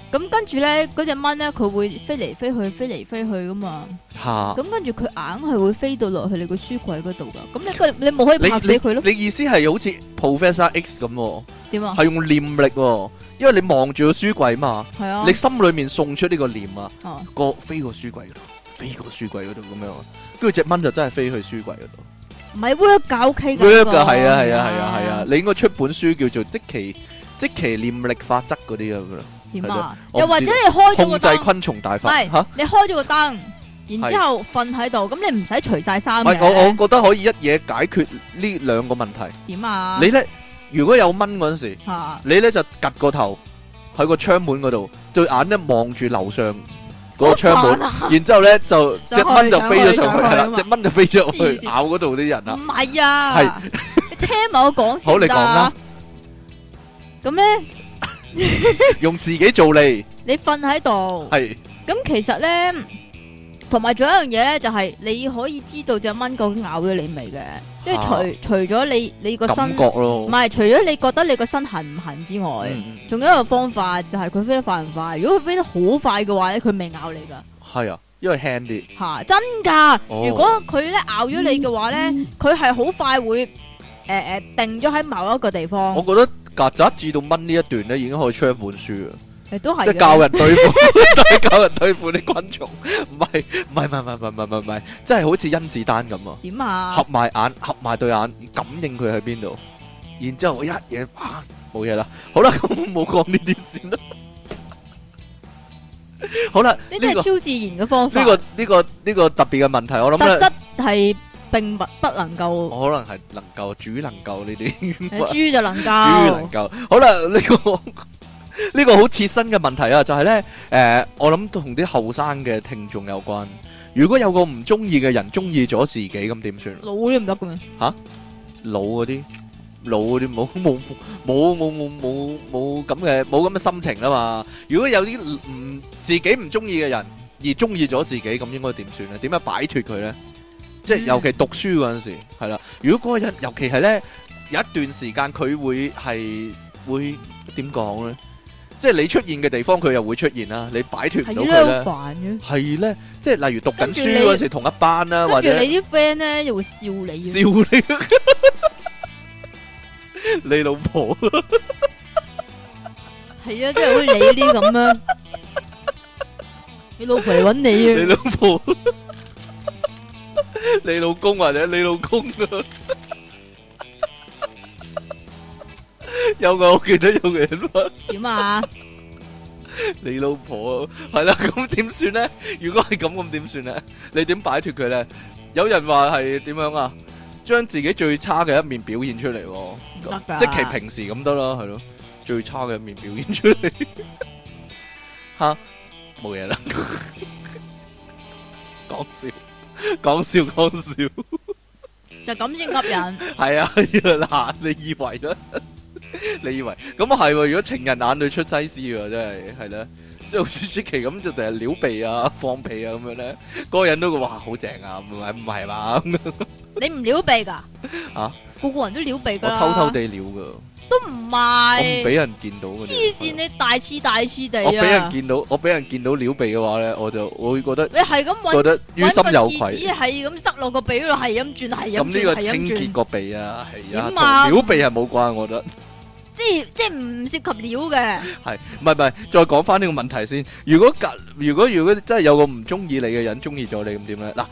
B: 咁跟住咧嗰只蚊咧，佢會飛嚟飛去，飛嚟飛去噶嘛。
A: 嚇！
B: 咁跟住佢硬係會飛到落去你個書櫃嗰度噶。咁你個你冇可以拍死佢咯？
A: 啊你意思係好似 Professor X 咁喎，
B: 點啊？
A: 係用念力喎，因為你望住個書櫃嘛。
B: 係啊
A: 你。心裏面送出呢個念啊，
B: 哦
A: 個飛過書櫃嗰度，飛過書櫃嗰度咁樣啊，跟住只蚊就真係飛去書櫃嗰度。
B: 唔係 work 搞 OK 㗎
A: work
B: 嗰
A: 噶
B: 個
A: 係啊係啊係啊係啊，。你應該出本書叫做《即其即其念力法則》嗰啲咁啦，
B: 點
A: 係啦
B: 啊？
A: 我唔
B: 又或者
A: 知
B: 你開咗個
A: 控制
B: 燈，
A: 昆蟲大法
B: 喂
A: 吓。
B: 你開咗個燈，然
A: 係
B: 之後瞓喺度，咁你唔使除晒衫
A: 喂，我我
B: 嘅。
A: 覺得可以一嘢解決呢兩個問題。
B: 點啊？
A: 你咧，如果有蚊嗰陣時，
B: 嚇
A: 你咧就趌個頭喺個窗門嗰度，對眼咧望住樓上嗰個窗門。
B: 啊
A: 然之後咧就只
B: 上去
A: 蚊就飛咗上去
B: 上
A: 係
B: 去上
A: 啦，
B: 去
A: 只蚊就飛咗
B: 黐
A: 去
B: 線
A: 咬嗰度啲人啦
B: 唔。係啊，你聽埋我講
A: 好
B: 先
A: 你講
B: 得啊
A: 啦。
B: 咁咧，
A: 用自己做嚟
B: 你瞓喺度，
A: 係
B: 咁其實咧，同埋仲有一樣嘢咧，就係你可以知道只蚊究竟咬咗你未嘅，即係除除咗你你個身
A: 啊感覺咯。
B: 唔係，除咗你覺得你個身痕唔痕之外，
A: 嗯嗯
B: 仲有一個方法就係佢飛得快唔快。如果佢飛得好快嘅話咧，佢未咬你噶。
A: 係啊，因為輕啲。
B: 吓、真噶！
A: 哦嗯
B: 如果佢咧咬咗你嘅話咧，佢係好快會诶诶、呃定咗喺某一個地方
A: 我，覺得曱甴至到蚊呢一段咧已經可以出一本書啊，
B: 亦都係
A: 即係
B: 嘅
A: 教人對 [laughs] 付，即係教人對付啲昆蟲。唔係唔係唔係唔係唔係唔係唔係，即係好似甄子丹咁啊，
B: 點啊？
A: 合埋眼合埋對眼，感應佢喺邊度，然之後我一嘢啪冇嘢啦。好啦，咁冇講呢啲先啦。好啦，
B: 呢
A: 呢
B: 啲係
A: 個
B: 超自然嘅方法，
A: 呢個呢個呢個特別嘅問題，我諗
B: 實
A: 咧，哦
B: 質係並不不能夠，
A: 我可能係能夠主能夠呢啲。
B: 誒豬就能
A: 豬能
B: 夠，
A: 夠。好啦，呢、個呢個好切身嘅問題啊，就係、呢。誒、我諗同啲後生嘅聽眾有關。如果有個唔中意嘅人中意咗自己，咁點算？啊
B: 老都唔得嘅咩？
A: 老嗰啲，老嗰啲 [laughs] 冇冇冇冇冇冇冇咁嘅冇咁嘅心情啦嘛。如果有啲唔自己唔中意嘅人而中意咗自己，咁應該點算咧？點樣擺脱佢呢？即係
B: 嗯
A: 尤其讀書嗰陣時，係啦。如果嗰個人，尤其係呢，有一段時間佢會係會點講呢？即係你出現嘅地方，佢又會出現啦。你擺脱唔
B: 係
A: 到
B: 咯，
A: 佢呢？
B: 好煩嘅。
A: 係呢，即係例如讀緊
B: 跟住
A: 書
B: 你
A: 嗰陣時同一班啦，或
B: 跟住
A: 者。
B: 你啲 friend 咧又會笑你啊
A: 笑
B: 嘅，
A: 你，你老婆
B: 係啊，即係好似你呢啲
A: [laughs]
B: 咁樣，你老婆嚟揾
A: 你
B: 你啊，
A: 老婆，你老公或者你老公啊，有個我記得有個人話。
B: 点啊？
A: 你老婆系啦，咁點算呢？如果係咁，咁點算呢？你點擺脱佢呢？有人話係點樣啊？將自己最差嘅一面表現出嚟、
B: 唔得
A: 喎，
B: 㗎
A: 即其平時咁得啦，係咯，最差嘅一面表現出嚟， [laughs] 吓冇嘢啦， [laughs] 講笑，講笑，講笑。
B: 就咁先吸引，
A: 係啊， [laughs] 係啊嗱，你以為啦？你以為咁啊係喎？如果情人眼裏出西施喎，真係係啦，即係好似舒淇咁就成日撩鼻啊、放屁啊咁樣咧，嗰個人都會哇好正啊，唔係唔係嘛？咁
B: 你唔撩鼻噶？
A: [laughs] 啊，
B: 个个人都撩鼻噶
A: 我
B: 啦，
A: 偷偷地撩噶，
B: 都唔
A: 我唔俾
B: 系。
A: 人見到嘅。
B: 黐線，你大次大次地
A: 我俾人
B: 啊！
A: 見到，我俾人見到撩鼻嘅話咧，我就我會覺得
B: 你係咁
A: 覺
B: 搵
A: 得於
B: 搵
A: 心有
B: 個廁
A: 愧
B: 紙。係咁塞落個鼻嗰度，係咁轉，係
A: 咁
B: 咁
A: 呢
B: 轉，
A: 個
B: 係
A: 清
B: 咁
A: 潔
B: 轉，
A: 個鼻啊，係啊，
B: 點啊
A: 同撩鼻係冇關，我覺得。
B: 即係即係唔涉及料嘅，
A: 系，唔系唔系，再講翻呢個問題先。如果隔，如果如果真係有個唔中意你嘅人中意咗你，咁點咧？嗱，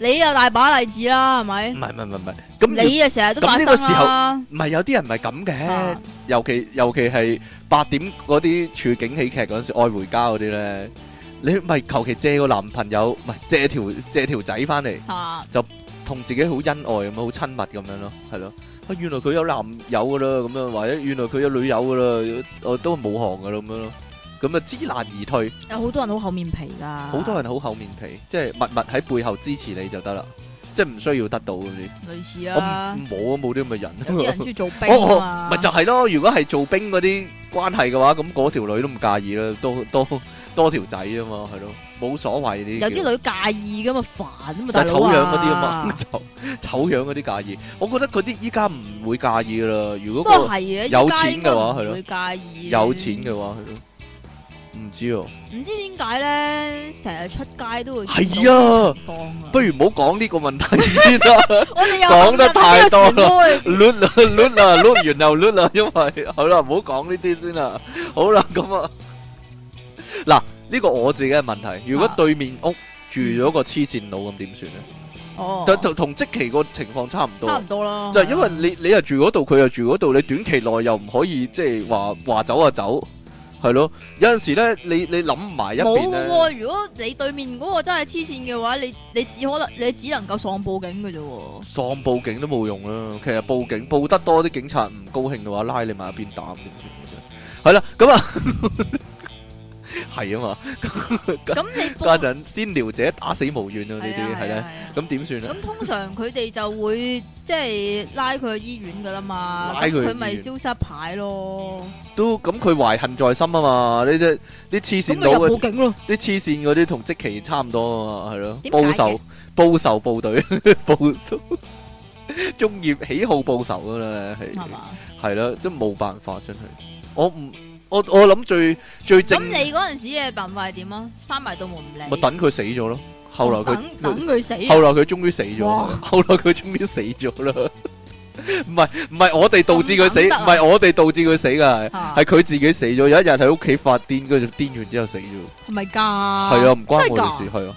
B: 你又大把例子啦，係咪
A: 唔？係唔係唔係唔係，咁
B: 你啊成日都
A: 咁
B: 發
A: 呢個
B: 生啦，
A: 唔係有啲人唔係咁嘅
B: 啊，
A: 尤其尤其係八點嗰啲處境喜劇嗰阵时，愛回家嗰啲咧，你咪求其借個男朋友，唔係借條借条仔翻嚟，
B: 嚇
A: 同自己好恩愛咁樣，好親密咁樣咯，係咯。啊，原來佢有男友噶啦，咁樣或者原來佢有女友噶啦，我都冇行噶啦咁樣咯，咁啊知難而退。
B: 有好多人好厚面皮㗎，
A: 好多人好厚面皮，即係默默喺背後支持你就得啦，即係唔需要得到嗰啲。
B: 類似
A: 我唔
B: 啦，
A: 冇啊，冇啲咁嘅人。
B: 有
A: [laughs]
B: 啲人中意做兵
A: 我我
B: 啊
A: 咪就
B: 嘛，
A: 係咯，如果係做兵嗰啲關係嘅話，咁嗰條女都唔介意啦，多多多條仔啫嘛，係咯，冇所謂呢
B: 有
A: 啲叫。
B: 啲女介意㗎嘛，煩啊嘛，
A: 就
B: 大
A: 係
B: 佬
A: 醜樣嗰啲啊嘛 [laughs]
B: 啊，，
A: 醜醜樣嗰啲介意，我覺得嗰啲依家唔會介意噶啦。如
B: 不
A: 果
B: 過
A: 個
B: 係嘅，
A: 有
B: 依家
A: 錢
B: 應該
A: 嘅話
B: 唔
A: 係咯
B: 會介意，
A: 有錢嘅話，係咯，唔知哦。
B: 唔知點解咧，成日出街都會
A: 係啊
B: 見到呢啲情況啊，
A: 不如唔好講呢個問題先啦。 [laughs] 啊
B: 我哋又
A: 講得太多啦
B: 啦，
A: 捋啦捋啦捋啊完又捋啦，因為好啦，唔好講呢啲先啦。好啦，咁啊，嗱，呢個我自己嘅問題，如果
B: 啊
A: 對面屋住咗個黐線佬咁點算咧？
B: 哦，
A: 就同同即期個情況差唔多
B: 差唔，多啊啦，
A: 就係因為你你又住嗰度，佢又住嗰度，你短期內又唔可以即係話話走就走，係咯。有陣時咧，你你諗埋一
B: 冇
A: 邊
B: 嘅
A: 咧，
B: 喎。如果你對面嗰個真係黐線嘅話，你你只可能你只能夠喪報警嘅啫
A: [laughs]
B: 喎。
A: 喪報警都冇用啦。其實報警報得多，啲警察唔高興嘅話，拉你埋一邊打咁點算啫係啦，咁啊， [laughs] 係啊嘛。
B: 咁你
A: 家
B: 報
A: 陣先聊者打死無怨啊！呢
B: 係
A: 啲
B: 啊
A: 係
B: 係啊
A: 咧，
B: 係啊
A: 咁點算咧？
B: 咁通常佢哋就會即係拉佢去醫院噶啦嘛，
A: 拉佢
B: 咁
A: 去醫院
B: 佢咪消失牌咯，
A: 都咁佢懷恨在心啊嘛！呢啲啲黐
B: 咁
A: 線
B: 咪
A: 佬
B: 入
A: 嘅
B: 報警咯。
A: 啲黐線嗰啲同即期差唔多啊嘛，係咯，
B: 點解
A: 報
B: 嘅
A: 仇報仇部隊 [laughs] 報仇，中意喜好報仇噶啦，
B: 係
A: 係
B: 嘛？
A: 係啦，都冇辦法真係。我唔我我諗最最
B: 咁
A: 正咪
B: 你嗰陣時嘅辦法係點啊？閂埋道門唔理，
A: 等佢死咗咯。後來佢
B: 等等佢死啊，
A: 後來佢終於死咗，
B: 哇
A: [laughs] 後來佢終於死咗啦。 [laughs] 唔係唔係我哋導致佢死，
B: 咁等
A: 唔
B: 得啊
A: 係我哋導致佢死噶，
B: 嚇
A: 係佢自己死咗。有一日喺屋企發癲，佢就癲完之後死咗。
B: 係咪㗎？
A: 係啊，唔關
B: 真係
A: 我哋
B: 㗎
A: 事，係啊，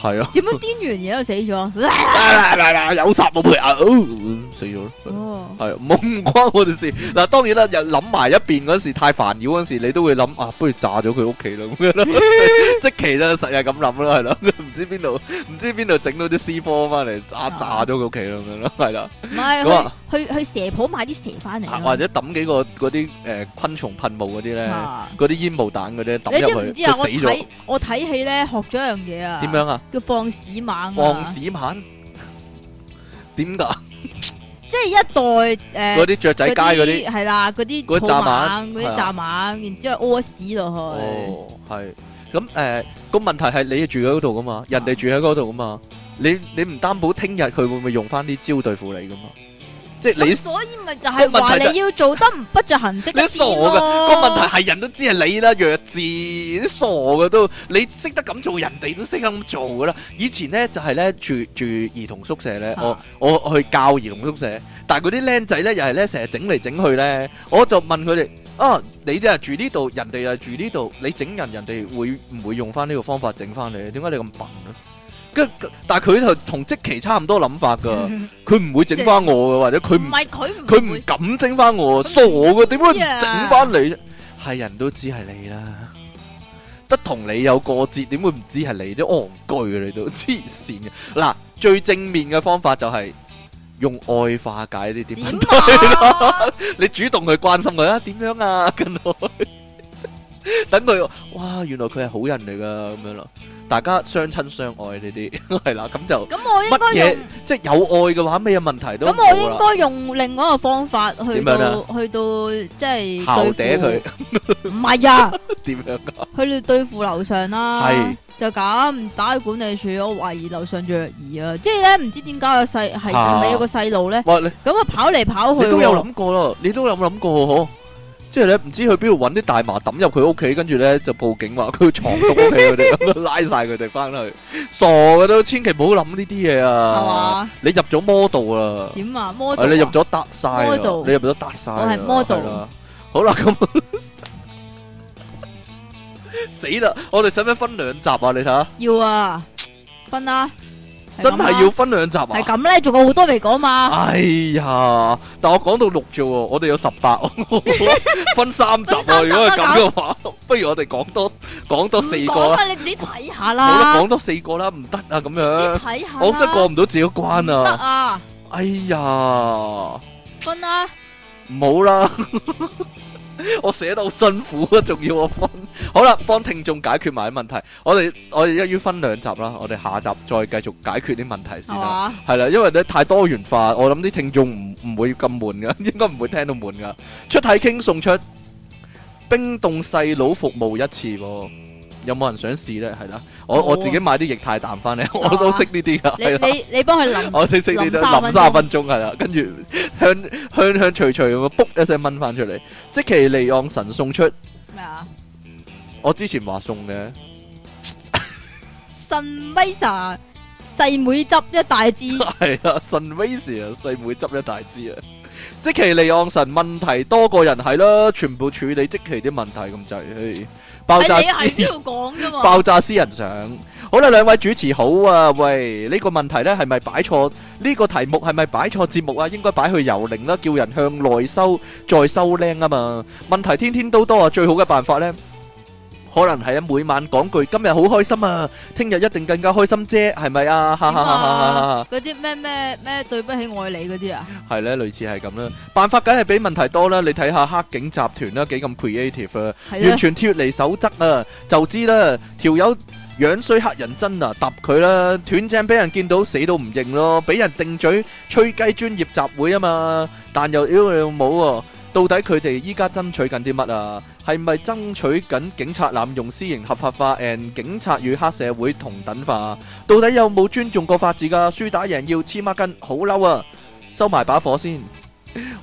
A: 係啊。
B: 點樣癲完嘢就死咗？
A: [laughs] 嗱嗱嗱有殺冇賠啊！哦死咗咯，
B: 哦，
A: 係啊冇唔關我哋事。嗱，當然啦，又諗埋一邊嗰時太煩擾嗰時，你都會諗啊，不如炸咗佢屋企啦咁 [laughs] 樣咯。即其啦，實係咁諗啦，係 [laughs] 咯，唔知邊度唔知邊度整到啲 C 科翻嚟炸炸咗佢屋企啦 [laughs] 咁樣咯，係啦。
B: 唔
A: 咁
B: 係
A: 啊
B: 去去去蛇鋪買啲蛇翻嚟
A: 啊
B: 啊
A: 或者抌幾個嗰啲誒昆蟲噴霧嗰啲咧，
B: 啊
A: 嗰啲煙霧彈嗰啲
B: 你
A: 呃抌
B: 知
A: 入
B: 唔
A: 去，
B: 知啊？
A: 佢
B: 我
A: 死咗
B: 睇。我睇戲咧，學咗一樣嘢啊，
A: 點樣啊？
B: 叫放屎猛啊！
A: 放屎蜢點㗎？
B: 即係一代
A: 嗰
B: 誒
A: 啲雀仔街嗰啲，
B: 係啦，嗰啲
A: 嗰啲
B: 兔
A: 蚱蜢
B: 蜢、嗰
A: 係啊
B: 啲蚱蜢，然之後屙屎落去，
A: 哦，係。咁誒個問題係你住喺嗰度噶嘛，人哋住喺嗰度噶嘛，你你唔擔保聽日佢會唔會用翻啲招對付你噶嘛？即係你
B: 咁所以咪就係
A: 個問
B: 話
A: 題就
B: 你要做得唔不着痕跡
A: 你
B: 嘅
A: 傻
B: 先
A: 噶，
B: 咯。
A: 個問題係人都知係你啦，弱智，你傻噶都，你識得咁做，人哋都識得咁做噶啦。以前咧就係、呢，咧住住兒童宿舍咧，我
B: 啊
A: 我我去教兒童宿舍，但係嗰啲僆仔咧又係咧成日整嚟整去咧，我就問佢哋啊，你就係住呢度，人哋又係住呢度，你整人，人哋會唔會用翻呢個方法整翻你？點解你咁笨咧？跟但係佢就同即期差唔多諗法噶，佢唔會整翻我嘅，或者佢唔
B: 唔係佢唔
A: 佢唔
B: 會
A: 敢整翻我，
B: 佢唔
A: 傻嘅，點會
B: 知啊
A: 整翻你啫？係人都知係你啦，得同你有過節，點會唔知係你啫？戇居嘅你都黐線嘅。嗱，最正面嘅方法就係用愛化解呢啲問題。
B: 點啊？
A: [laughs] 你主動去關心佢啊， [laughs] 點樣啊，跟落去，等佢，哇，原來佢係好人嚟噶，咁樣咯，大家相親相愛呢啲， [laughs] 係啦，咁就
B: 咁我應該
A: 乜嘢
B: 用-
A: 即係有愛嘅話，咩問題都
B: 咁我
A: 冇啦，
B: 應該用另外一個方法去
A: 點樣啊？
B: 到-去到即係
A: 校
B: 對付-
A: 嗲佢
B: 唔係啊，去到對付樓上
A: [laughs]
B: 啦， [laughs]
A: 點樣啊？係。
B: 就咁，打去管理處，我懷疑樓上虐兒啊，即係呢，唔知點解有細-係-
A: 啊。
B: 係咪有個細路呢？咁啊，跑嚟跑去
A: 哇，你
B: 喎。
A: 你都有諗過咯，你都有諗過嗬？即係咧，唔知去邊度揾啲大麻抌入佢屋企，跟住咧就報警話佢藏毒屋企佢
B: [laughs]
A: 哋，咁樣拉晒佢哋翻去，傻嘅都千祈唔好諗呢啲嘢啊！你入咗魔道啦！
B: 係嘛？點啊？魔族啊？
A: 啊！你入咗搭晒啊，
B: Model
A: 你入咗搭晒啊，
B: 我係 model
A: 係啦。好啦，咁 [laughs] 死啦！我哋使唔使分兩集啊？你睇下，
B: 要啊，分啦，係
A: 真
B: 咁啦。
A: 係要分兩集啊！
B: 係咁咧，仲有好多未講嘛。
A: 哎呀，但我講到六啫喎，我哋有十八， [laughs] 分三集
B: 分
A: 啊！
B: 三集
A: 如果係
B: 啦
A: 咁嘅話，不如我哋講多講多四個啦，
B: 唔講啦，你自己睇下啦。啊
A: 好啦，講多四個啦，唔得啊咁樣，
B: 自己睇下啦。
A: 我真係過唔到自己關啊！
B: 唔得啊，分啦。
A: 哎呀！唔好啦， [laughs] 我寫得好辛苦啊，仲要我分。好啦，幫聽眾解決埋啲問題。我哋我哋一於分兩集啦，我哋下集再繼續解決啲問題先啦。
B: 係嘛？
A: 係啦，啊因為咧太多元化，我諗啲聽眾唔唔會咁悶噶， [laughs] 應該唔會聽到悶噶。出體傾送出冰凍細佬服務一次喎，有冇人想試呢？係啦，我我
B: 冇啊
A: 自己買啲液態氮翻嚟， [laughs] 我都識呢啲噶。
B: 啊你-
A: 係啦
B: 你-你幫佢淋
A: [laughs] 我識識呢
B: 淋
A: 啲
B: 三
A: 淋
B: 分
A: 三
B: 鐘
A: 分鐘係啦，跟住香香香脆脆咁樣，卜一聲掹翻出嚟。即其利昂神送出，
B: 啊
A: 我之前話送嘅，
B: 咩啊？神威沙，細妹執一大支。
A: 係啊，神威士啊，細妹執一大支啊。即其利昂神問題多過人係啦，全部處理即其啲問題咁滯，唉
B: 哎
A: 爆炸師 [laughs]
B: 係你係都要講㗎嘛。
A: 爆炸私人相。好啦，兩位主持好啊！喂，呢、個問題呢係咪擺錯？呢、個題目係咪擺錯節目啊？應該擺去遊靈啦，叫人向內收再收靚啊嘛。問題天天都多啊，最好嘅辦法呢，可能係啊，每晚講句今日好開心啊，聽日一定更加開心啫，係咪啊？哈哈哈哈哈哈！
B: 嗰啲咩-咩-咩對不起愛你嗰啲啊？
A: 係咧，類似係咁啦。辦法梗係比問題多啦。你睇下黑警集團啦，幾咁 creative 啊！
B: 係啊，
A: 完全脱離守則啊！就知啦，條友樣衰黑人憎啊，揼佢啦，斷正俾人見到死都唔認咯，俾人定嘴吹雞專業集會啊嘛，但又屌你老母喎！到底佢哋依家爭取緊啲乜啊？係咪爭取緊警察濫用私刑合法化 and 警察與黑社會同等化？到底有冇尊重過法治㗎？輸打贏要黐孖筋，好嬲啊！收埋把火先。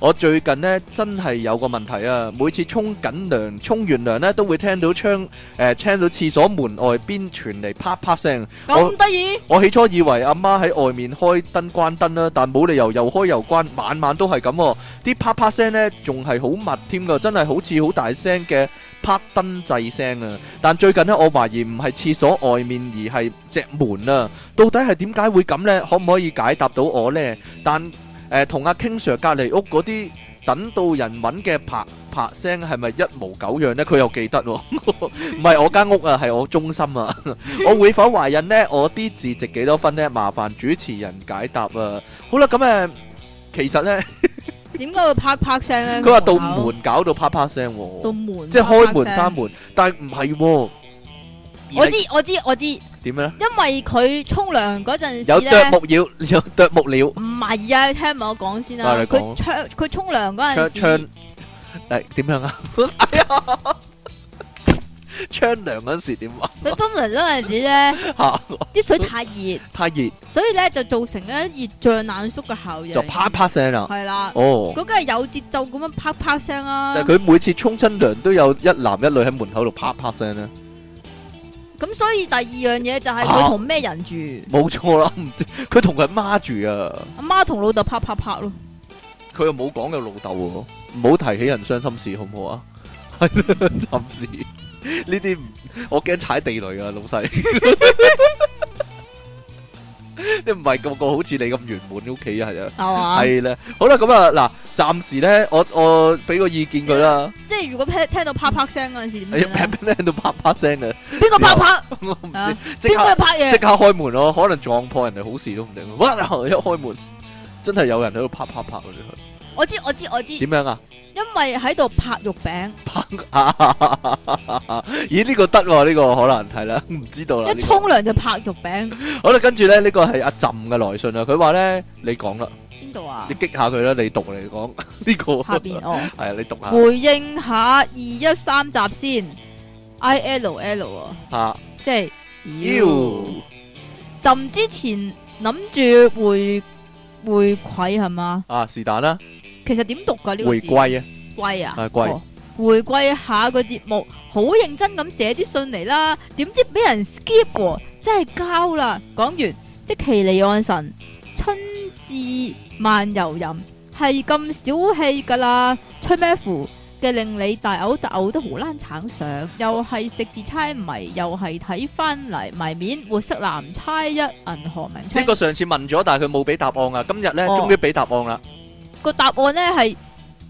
A: 我最近呢，真係有個問題啊！每次沖緊涼、沖完涼呢，都會聽到窗誒、呃聽到廁所門外邊傳嚟啪啪聲。我
B: 咁得意？
A: 我起初以為阿媽喺外面開燈關燈啦，但冇理由又開又關，晚晚都係咁喎。啲啪啪聲呢，仲係好密添㗎，真係好似好大聲嘅啪燈掣聲啊！但最近呢，我懷疑唔係廁所外面，而係隻門啊！到底係點解會咁呢？可唔可以解答到我呢？但誒同阿 King Sir 隔離屋嗰啲等到人揾嘅啪啪聲係咪一模九樣呢？佢又記得喎、唔係我間屋啊，係我中心啊！我會否懷孕呢？我啲字值幾多分呢？麻煩主持人解答啊！好啦，咁誒、呃其實呢，
B: 點解會啪啪聲咧？
A: 佢話道
B: 門口？
A: 門搞到啪啪聲喎、
B: 道門
A: 即係開門
B: 啪啪聲。
A: 閂門，但係唔係喎，而
B: 我
A: 係
B: 知-我知-我知，因為佢沖涼嗰陣時咧，
A: 點咧？有啄木鳥， [laughs] 有啄木鳥，
B: 唔係啊，聽埋我講先啦。
A: 啊，你講。
B: 佢沖-佢沖涼嗰陣時，
A: 唱唱誒點樣啊？ [laughs] 窗涼嗰陣時點啊？
B: 佢沖涼嗰陣時咧，啲水
A: 嚇
B: 太熱，
A: 太熱
B: 所以咧就造成咧熱脹冷縮嘅效應，
A: 就啪啪聲啦。
B: 係啦，
A: 哦，
B: 嗰梗係有節奏咁樣啪啪聲啦、
A: 但係佢每次沖親涼都有一男一女喺門口度啪啪聲啊咧。
B: 咁所以第二樣嘢就
A: 啊
B: 係佢同咩人住，
A: 冇錯啦， [laughs] 唔知佢同佢媽住啊。
B: 阿媽同老豆啪啪啪咯，
A: 佢又冇講有老豆喎，唔好提起人傷心事好唔好啊？ [laughs] 暫時呢啲唔，我驚踩地雷啊，老細。 [laughs] 即係唔係個個好似你咁圓滿屋企係啊，
B: 系嘛？
A: 係啦，好啦，咁啊嗱，暫時咧，我我俾個意見佢啦，哎
B: 即系如果聽听到啪啪聲嗰阵时，
A: 你
B: 点算
A: 喺
B: 啊
A: [laughs] 度啪啪聲啊，
B: 邊個啪啪？
A: 我唔
B: 啊
A: 知，即
B: 邊
A: 刻
B: 個拍
A: 即
B: 嘢？
A: 刻開門咯，可能撞破人哋好事都唔定，哇！一開門真係有人喺度啪啪啪嘅，
B: 我知我知我知，
A: 點樣啊？
B: 因為喺度拍肉餅，
A: 咦，呢、個得喎、呢、個可能係啦， [laughs] 唔知道啦。
B: 一
A: 呢個
B: 沖涼就拍肉餅，
A: 好啦，跟住咧呢、個係阿朕嘅來信啊，佢話咧你講 [laughs] 啦，
B: 邊度啊
A: 你？激下佢啦，你讀嚟講呢個
B: 下边哦。
A: 係啊，你讀下
B: 回應下二一三集先，I L L 啊，
A: 吓。
B: 即係
A: 妖
B: 朕之前諗住回回饋係嘛？
A: 啊，是但啦，
B: 其實點讀㗎呢個
A: 回
B: 字？
A: 歸啊，
B: 歸啊？
A: 係歸
B: 哦回歸下個節目，好認真咁寫啲信嚟啦，點知俾人 skip 喎，真係交啦！講完，即其離岸神，春至漫遊人，係咁小氣噶啦，吹咩符嘅令你大嘔特嘔都荷蘭橙上，又係食字猜謎，又係睇翻嚟謎面，活塞男猜一銀河明
A: 呢
B: 清
A: 個上次問咗，但係佢冇俾答案啊，今日咧
B: 哦
A: 終於俾答案啦，
B: 個答案呢係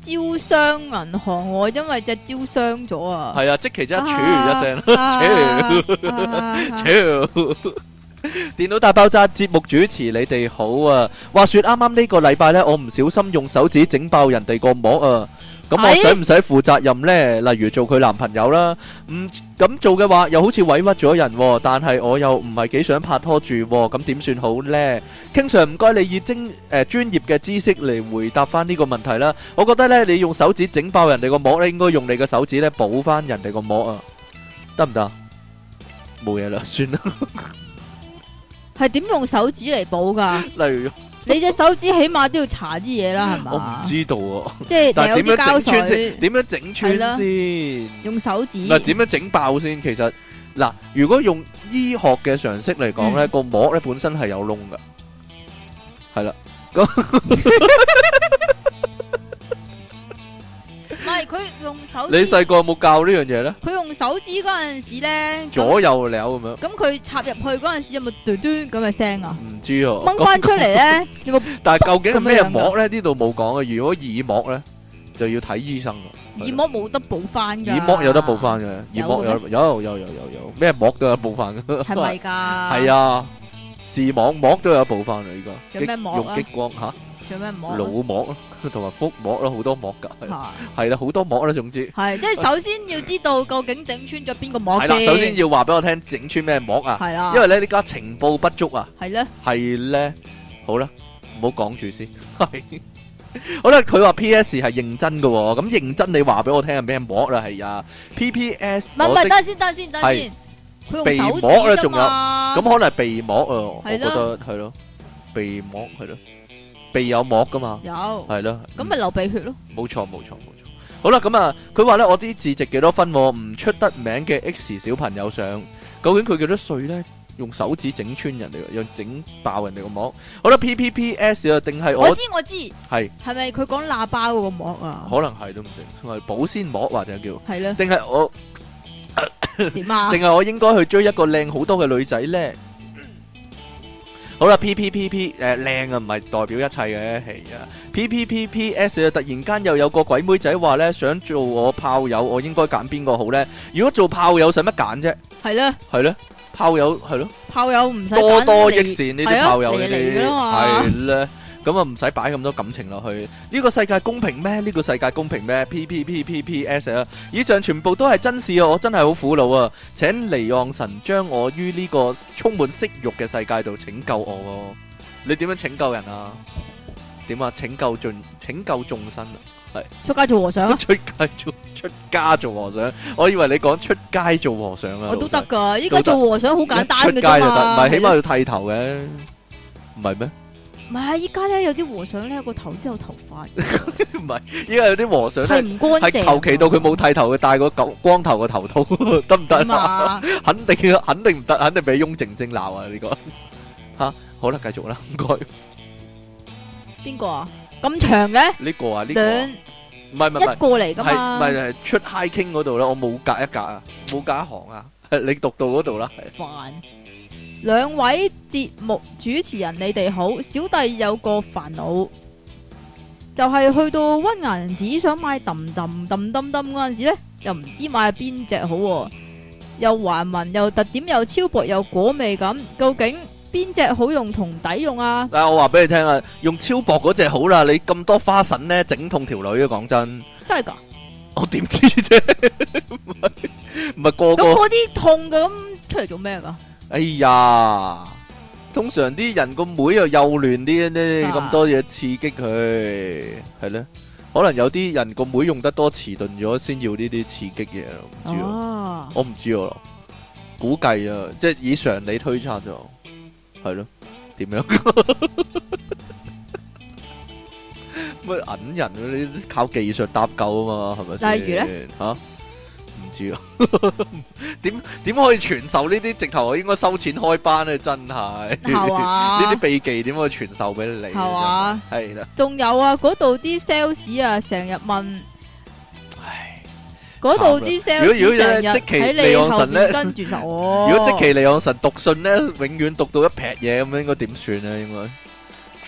B: 招商銀行喎，因為隻招商咗啊！
A: 係啊，即其即一
B: 啊
A: 處一聲。
B: 啊啊
A: 超 [laughs] 電腦大爆炸節目主持，你哋好啊！話說啱啱呢個禮拜呢，我唔小心用手指整爆人哋個膜啊！咁我
B: 係
A: 使唔使負責任呢？例如做佢男朋友啦，唔咁做嘅話，又好似委屈咗人、喎。但係我又唔係幾想拍拖住、喎，咁點算好呢？經常唔該你以精誒、呃、專業嘅知識嚟回答翻呢個問題啦。我覺得呢，你用手指整爆人哋個膜咧，應該用你嘅手指呢補翻人哋個膜啊，得唔得？冇嘢啦，算啦。
B: 系点用手指嚟补噶？
A: [laughs] 例如
B: 你只手指起码都要搽啲嘢啦，系
A: 嗯我唔
B: 嘛？
A: 知道喎，
B: 即系
A: [laughs] 但係
B: 有
A: 點
B: 啲
A: 樣
B: 胶
A: 整穿先？
B: 水，
A: 點樣整穿
B: 係啦
A: 先？
B: 用手指。
A: 嗱，點樣整爆先？其實嗱，如果用醫學嘅常識嚟講咧，
B: 嗯
A: 個膜咧本身係有窿噶，係啦，咁
B: 唔系佢用手
A: 你
B: 指，
A: 細個有冇教呢樣嘢咧？
B: 佢用手指嗰阵时咧，咁
A: 左右扭咁樣，
B: 咁佢插入去嗰阵时有冇嘟嘟咁嘅声啊？
A: 唔知喎。
B: 掹翻出嚟咧，
A: 哦
B: 有冇
A: 但係究竟係咩
B: 咁樣㗎
A: 膜咧？呢度冇講嘅。如果耳膜咧，就要睇醫生喎。
B: 耳膜冇得補翻噶？
A: 耳膜有得補翻嘅，耳膜
B: 有
A: 有有有有有有咩膜都有補翻嘅。
B: 係
A: [laughs]
B: 咪噶？
A: 系，啊，視網膜都有一部分啦，依家
B: 有咩膜啊
A: 激用激光吓，
B: 仲有咩膜啊？
A: 腦 [laughs] 膜啦，同埋腹膜啦，好多膜噶，
B: 嚇
A: 係啦，好多膜啦，總之
B: 係即係首先要知道究竟整穿咗邊個膜
A: 係啦。
B: 先。
A: 首先要話俾我聽，整穿咩膜啊？
B: 係啦，
A: 因為咧呢家情報不足啊，
B: 係咧，
A: 係咧，好啦，唔好講住先，係 [laughs] 好啦，佢話 P.S. 係認真噶，咁認真你話俾我聽係咩膜啦？係啊，P.P.S.
B: 唔係唔
A: 我
B: 係，
A: 的
B: 等下先，等下先，等下先。佢用
A: 鼻
B: 手
A: 膜咧
B: 指
A: 仲
B: 啫
A: 有
B: 嘛。
A: 咁可能係鼻膜啊，我
B: 係
A: 覺
B: 咯
A: 得係咯，鼻膜係咯，鼻有膜噶嘛，
B: 有，
A: 係咯，
B: 咁咪流鼻血咯。
A: 冇錯冇錯冇錯。好啦，咁啊，佢話呢，我啲字值幾多分喎？唔出得名嘅 X 小朋友上，究竟佢幾多歲呢？用手指整穿人哋，又整爆人哋個膜。好啦，P P P S 啊，定係
B: 我
A: 我
B: 知我知，系
A: 係
B: 咪佢講喇叭嗰個膜啊？
A: 可能係都唔定，係保鮮膜或者叫，
B: 係
A: [laughs]
B: 咧，
A: 定係我
B: 點
A: [laughs]
B: 啊？
A: 定係我應該去追一個靚好多嘅女仔呢？好啦，P P P P 誒靚啊，唔係代表一切嘅，係啊。P P P P S 啊，突然間又有個鬼妹仔話呢，想做我炮友，我應該揀邊個好呢？如果做炮友使乜揀啫？
B: 係咧，
A: 係咧，炮友係咯，
B: 炮友唔使
A: 多多益
B: 揀嚟
A: 善呢
B: 係
A: 啲
B: 啊
A: 炮友呢
B: 嚟嚟
A: 啲
B: 㗎啦嘛
A: 係咧。咁啊，唔使擺咁多感情落去。呢個世界公平咩？呢個世界公平咩？P P P P P S 啊！以上全部都係真事啊！我真係好苦惱啊！請離岸神將我於呢個充滿色欲嘅世界度拯救我、喎！你點樣拯救人啊？點啊？拯救盡拯救眾生啊！ [laughs]
B: 出街做和尚啊，
A: 出街做出家做和尚，我以為你講出街做和尚啊！
B: 我都得
A: 老細
B: 㗎。依家做和尚好簡單
A: 出
B: 嘅
A: 街就得，
B: 啫嘛。
A: 唔係起
B: 係
A: 碼要剃頭嘅，唔係咩？
B: 咯唔係啊？依家咧有啲和尚咧個頭都有頭髮，
A: 唔係，依家有啲和尚咧
B: 係唔乾
A: 係
B: 淨。
A: 求其到佢冇剃頭，佢戴個狗光頭個頭套 [laughs] 得唔得
B: 咁
A: 啊？
B: 啊？
A: 肯定肯定唔得，肯定俾翁靜晶鬧啊！呢個吓好啦，繼續啦，唔該
B: 邊個啊？咁長嘅
A: 呢個啊呢個啊
B: 兩
A: 唔係唔係唔係
B: 一個嚟㗎
A: 係唔
B: 嘛
A: 係？係出 high king 嗰度啦，我冇隔一格啊，冇隔一行啊，你讀到嗰度啦，係
B: 煩两位节目主持人，你哋好。小弟有个烦恼，就系、去到温银紙想买氹氹氹氹氹嗰阵时咧，又唔知买边只好、喎。又環紋又特點又超薄又果味咁，究竟邊只好用同抵用啊？
A: 但係我話 [laughs] 俾你聽啊，用超薄嗰只好啦，你咁多花神咧，整痛條女啊！講真，
B: 真係㗎？
A: 我點知啫？唔係唔係個
B: 咁
A: 個，
B: 嗰啲痛嘅咁出嚟做咩㗎？
A: 哎呀，通常啲人個妹又幼嫩啲呢，咁多嘢刺激佢，係咧。可能有啲人個妹用得多遲鈍咗，先要呢啲刺激嘢，唔知啊。
B: 哦，
A: 我唔知啊，估計啊，即係以常理推測就係咯，點樣？ [laughs] 乜揞人嗰啲靠技術搭救啊嘛，係咪先？
B: 例如呢
A: 吓，唔知啊， [laughs] 點點可以傳授呢啲？直頭我應該收錢開班咧，真係 [laughs]
B: 係
A: 呢
B: 嘛
A: 啲？秘技點可以傳授俾你？係
B: 係嘛？
A: 係啦，
B: 仲有啊，嗰度啲 sales 啊，成日問，嗰度啲
A: 如果如果
B: sales 成日
A: 即其
B: 喺
A: 利
B: 你
A: 昂
B: 後
A: 神
B: 面
A: 呢
B: 跟
A: [laughs]
B: 住哦實我。
A: 如果即其利昂神讀信咧，永遠讀到一劈嘢咁，應該點算咧？應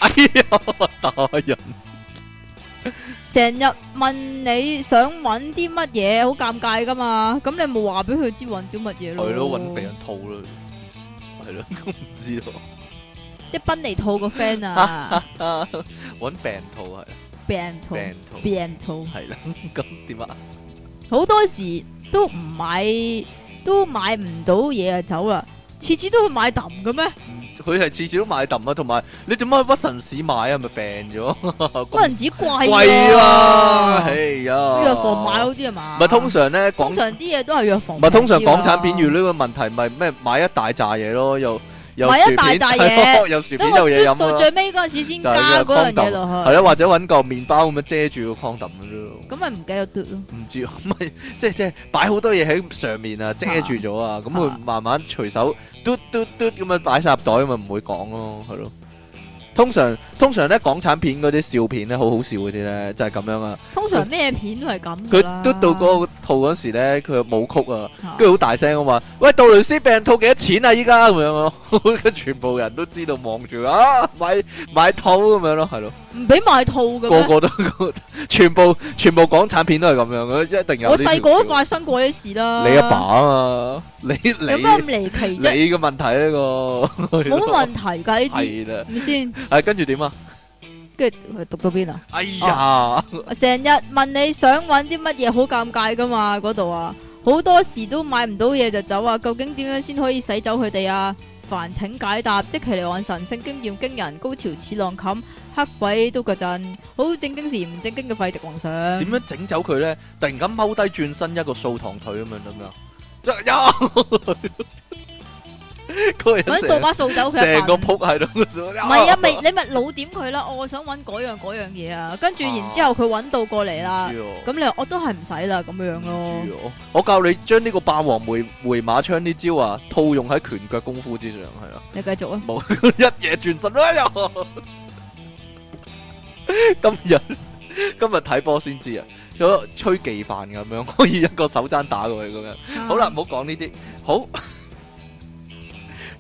A: 該，哎呀， [laughs] 打人！
B: 成日問你想揾啲乜嘢，好尷尬噶嘛？咁你冇話俾佢知揾啲乜嘢咯？
A: 係咯，揾避啊孕套咯，係
B: [laughs]
A: 咯，我唔知咯，
B: 即係賓尼兔個
A: [laughs]
B: friend 啊，
A: 啊，揾避孕套係
B: 避孕兔
A: 避，孕套
B: 避孕兔。
A: 係啦，咁點啊？
B: 好多時都唔買，都買唔到嘢就走啦。次次都去買揼嘅咩？
A: 唔佢係次次都買揼啊，同埋你點解屈臣氏買啊？咪病咗，
B: 嗰陣子貴
A: 貴啦，
B: 啊
A: 哎呀，
B: 藥房買好啲啊嘛？
A: 咪通常咧
B: 通
A: 廣
B: 常啲嘢都係藥房
A: 咪
B: 買啲啊。
A: 通常港產片遇呢個問題，咪咩買一大扎嘢咯，又又
B: 買一大
A: 薯片
B: 扎嘢
A: 係咯又薯
B: 等
A: 片
B: 我
A: 有嘢
B: 嘟
A: 飲
B: 到
A: 啦，
B: 最尾嗰陣時先
A: 就
B: 加
A: 係呢個
B: 嗰樣嘢
A: condom 係
B: 落
A: 咯，或者揾嚿麵包咁樣遮住個 condom 咁樣咯。
B: 去，咁咪唔記得嘟咯。
A: 唔知啊， [laughs] 咪即係即係擺好多嘢喺上面啊，遮住咗啊，咁佢
B: 啊
A: 慢慢隨手嘟嘟嘟咁樣擺晒入袋，咪唔會講咯，係咯。通常通常咧港產片嗰啲笑片咧，好好笑嗰啲咧，就係咁樣啊。
B: 通常咩片都係咁
A: 佢
B: 㗎啦。
A: 嘟到嗰個套嗰時咧，佢有舞曲啊。
B: 啊
A: 跟住好大聲咁話：，喂，杜蕾斯病套幾多錢啊？依家咁樣咯， [laughs] 跟住全部人都知道望住啊，買買套咁樣咯，係咯，
B: 唔俾賣套嘅
A: 個
B: 咩？
A: 個都全部全部港產片都係咁樣嘅，一定有。
B: 我細個都，發生過啲事啦。
A: 你阿爸啊嘛，你你
B: 有咩咁離奇
A: 你嘅
B: 啫？
A: 問題呢個
B: 冇乜問題㗎呢啲，
A: 係啦，
B: 係咪先？
A: 係跟住點啊？
B: 跟住佢讀到邊啊？
A: 哎呀，
B: 成日問你想揾啲乜嘢好尷尬噶嘛？嗰度啊，好多時都買唔到嘢就走啊！究竟點樣先可以洗走佢哋啊？煩請解答，即其嚟往神聖經驗驚人，高潮似浪冚，黑鬼都腳震，好正經時唔正經嘅廢迪皇上。
A: 點樣整走佢咧？突然間踎低轉身一個掃堂腿咁樣咁樣，即係 [laughs] 呀，嗰個人
B: 揾
A: 成
B: 掃把掃走佢一
A: 成個
B: 份。
A: 仆喺度，唔
B: 唔係啊，咪你咪老點佢啦！我想揾嗰樣嗰樣嘢啊，跟住然之後佢揾到過嚟
A: Dạ.
B: 啦，咁你話我都係唔使啦咁樣咯。
A: 我我教你將呢個霸王回回馬槍呢招啊，套用喺拳腳功夫之上，係啊，
B: 你繼續啊，
A: 冇一夜轉身哎呀！今日今日睇波先知啊，有吹技犯咁樣，可以一個手踭打過去咁樣。
B: Ờ.
A: 好啦，唔好講呢啲，好。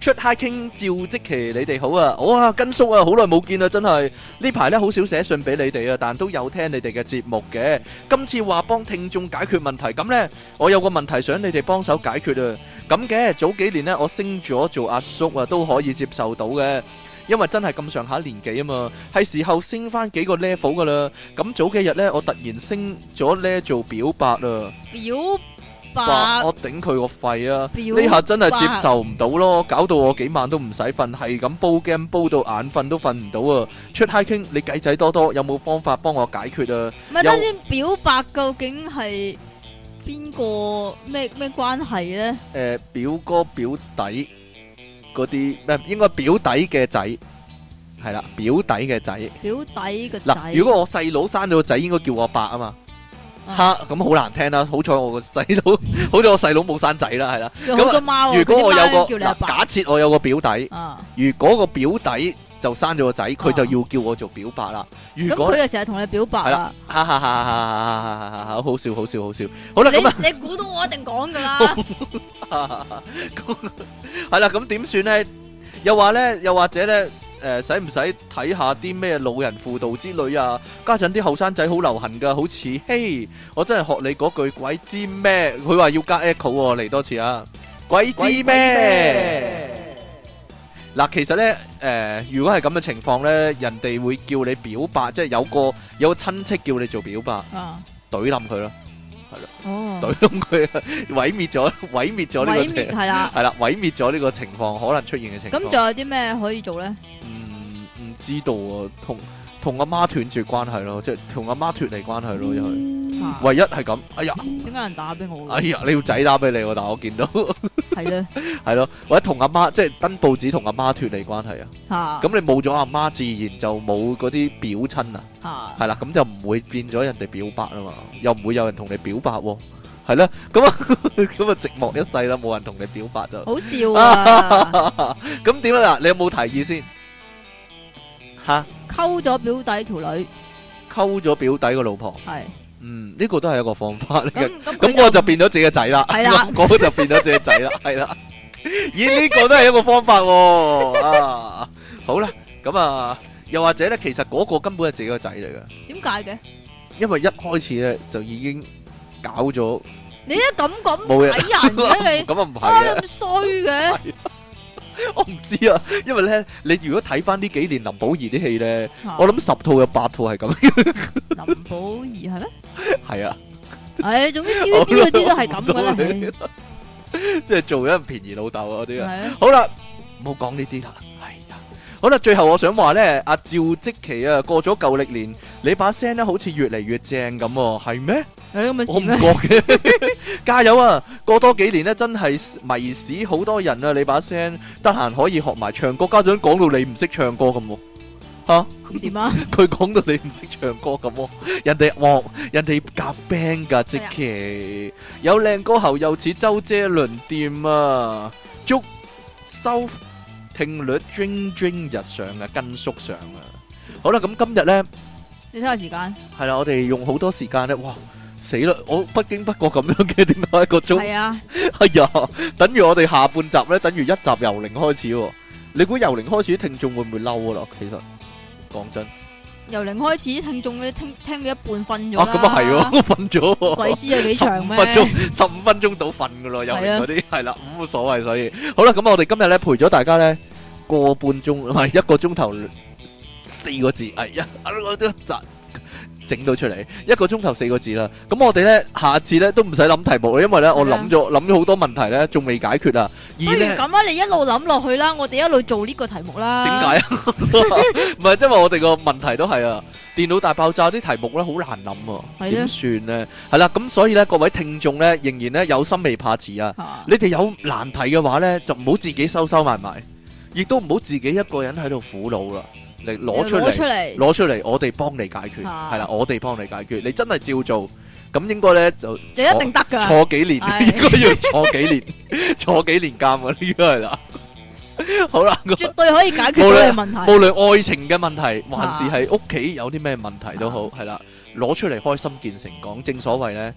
A: 出 high 傾趙即奇，你哋好啊！我啊，根叔啊，好耐冇見啦，真係呢排咧好少寫信俾你哋啊，但都有聽你哋嘅節目嘅。今次話幫聽眾解決問題，咁呢，我有個問題想你哋幫手解決啊。咁嘅早幾年呢，我升咗做阿叔啊，都可以接受到嘅，因為真係咁上下年紀啊嘛，係時候升翻幾個 level 噶啦。咁早幾日呢，我突然升咗呢做表白啦。
B: 表
A: 哇！
B: 白。
A: 我頂佢個肺啊！
B: 表
A: 呢下真係接受唔到咯，搞到我幾晚都唔使瞓，係咁煲 game 煲到眼瞓都瞓唔到啊！出 high king，你計仔多多，有冇方法幫我解決啊？
B: 唔係，等先表白究竟係邊個咩咩關係咧？
A: 誒、表哥表弟嗰啲咩？應該表弟嘅仔係啦，表弟嘅仔
B: 表弟個仔，
A: 嗱。如果我細佬生咗個仔，應該叫我伯啊嘛。
B: 啊
A: 哈，咁好難聽啦！好彩我個細佬， [laughs] 好彩我細佬冇生仔啦，係啦。
B: 有好多貓啊，
A: 如果我有
B: 個
A: 個
B: 叫你阿
A: 嗱，
B: 爸
A: 假設我有個表弟。
B: 啊，
A: 如果個表弟就生咗個仔，佢就要叫我做表白啦。
B: 咁
A: 如果
B: 佢就成日同你表白
A: 係
B: 啦。
A: 哈哈哈哈哈哈哈哈哈好笑好笑好笑，好啦咁啊
B: 你
A: [laughs]
B: 你估到我一定講噶啦，
A: 係啦，咁點算呢？又話咧，又或者咧，誒使唔使睇下啲咩老人輔導之類啊？家陣啲後生仔好流行噶，好似嘿，我真係學你嗰句鬼知咩？佢話要加 echo 喎、嚟多次啊！鬼知咩？嗱，其實咧，誒、如果係咁嘅情況咧，人哋會叫你表白，即係有個有個親戚叫你做表白，
B: 啊，
A: 懟冧佢咯，
B: 哦，
A: 懟冧佢，毀滅咗，毀滅咗呢個
B: 毀
A: 情，
B: 滅係啦。
A: 係啦，毀滅咗呢個情況可能出現嘅情況。
B: 咁仲有啲咩可以做咧？
A: 唔唔知道啊，同同阿媽斷絕關係咯，即係同阿媽脱離關係咯，又係
B: 啊
A: 唯一係咁。哎呀，
B: 點解有人打俾我
A: 哎
B: 嘅？
A: 呀，你要仔打俾你喎，但我見到 [laughs]
B: 係咧
A: 係咯，或者同阿媽即係登報紙同阿媽脱離關係啊。
B: 嚇
A: 咁你冇咗阿媽，自然就冇嗰啲表親啊，
B: 嚇
A: 係啦，咁就唔會變咗人哋表白啊嘛，又唔會有人同你表白喎，係啦，咁啊 [laughs] 咁啊寂寞一世啦，冇人同你表白就。
B: 好
A: [laughs]
B: 笑啊！
A: 咁點啊？嗱，你有冇提議先？吓，
B: 溝咗表弟條女
A: 溝咗表弟個老婆。
B: 係
A: 嗯，呢個都係一個方法嚟嘅。
B: 咁咁佢
A: 咁我就變咗自己嘅仔啦，
B: 係啦
A: 咁 [laughs] 我就變咗自己嘅仔啦，係啦。咦，呢個都係一個方法喎。啊，好啦，咁啊，又或者咧，其實嗰個根本係自己嘅仔嚟嘅，
B: 點解嘅？
A: 因為一開始咧就已經搞咗
B: 你一咁咁
A: 冇嘢
B: 睇人嘅你，
A: 咁啊唔 [laughs]
B: 啊
A: 係
B: 你
A: 嘅，
B: 咁衰嘅，
A: 我唔知啊，因為咧，你如果睇翻呢幾年林保怡啲戲咧，
B: 嚇
A: 我諗十套有八套係咁， [laughs]
B: 林保怡係咩？
A: 係啊。
B: 唉，總之
A: [laughs] 我
B: TVB 嗰啲都係咁噶啦，係
A: 即係做咗人便宜老豆啊嗰啲啊。
B: 啊，
A: 好啦，唔好講呢啲啦。係啊，好啦，最後我想話呢，阿趙積淇啊，過咗舊歷年，你把聲呢好似越嚟越正咁喎，係咩？
B: 有啲咁嘅
A: 我
B: 事
A: 唔
B: 咩？
A: 覺嘅， [laughs] 加油啊！過多幾年呢，真係迷死好多人啊！你把聲得閒可以學埋唱歌，家長講到你唔識唱歌咁喎。
B: 咁點啊？
A: [laughs] 佢講到你唔識唱歌咁喎，人哋哇，人哋夾 band 噶，即期有靚歌喉又似周姐輪店啊，祝收聽率蒸蒸日上啊，跟縮上啊！好啦，咁今日呢，
B: 你睇下時間，
A: 係啦，我哋用好多時間呢，哇死啦！我不經不覺咁樣嘅，點解一個鐘？
B: 係啊，
A: 哎呀，等於我哋下半集呢，等於一集由零開始喎。你估由零開始啲聽眾會唔會嬲啊？其實講真。
B: 由零開始，聽眾嘅聽聽到一半瞓咗
A: 啊，
B: 啦。
A: 咁啊係喎，瞓咗喎，
B: 鬼知有幾長咩
A: 15？分鐘， [laughs] 十五分鐘到瞓噶咯，有
B: 係啊
A: 嗰啲係啦，冇所謂，所以好啦，咁我哋今日咧陪咗大家咧個半鐘，唔係一個鐘頭四個字，哎呀，啊我都窒整到出嚟，一個鐘頭四個字啦。咁我哋咧下次咧都唔使諗題目啦，因為咧我
B: 係啊
A: 諗咗諗咗好多問題咧，仲未解決啊。而
B: 不如
A: 咧。
B: 咁啊，你一路諗落去啦，我哋一路做呢個題目啦。
A: 點解啊？唔係，因為我哋個問題都係啊，電腦大爆炸啲題目咧好難諗啊，
B: 係啊
A: 點算呢？係啦，咁所以呢，各位聽眾呢，仍然呢有心未怕遲啊！
B: 嚇？
A: 你哋有難題嘅話呢，就唔好自己收收埋埋，亦都唔好自己一個人喺度苦惱啦，嚟攞出
B: 攞出
A: 嚟，
B: 嚟，
A: 攞出嚟，我哋幫你解決，
B: 啊
A: 係啦，我哋幫你解決，你真係照做，咁應該呢就。
B: 你一定得㗎。
A: 坐幾年，[laughs]
B: 唉
A: 應該要坐幾年，坐幾年監啊！呢個係啦，好啦，咁啊
B: 絕對可以解決到你問題。
A: 無論愛情嘅問題，還是係屋企有啲咩問題都
B: 啊
A: 好，係啦，攞出嚟開心見誠講，正所謂呢，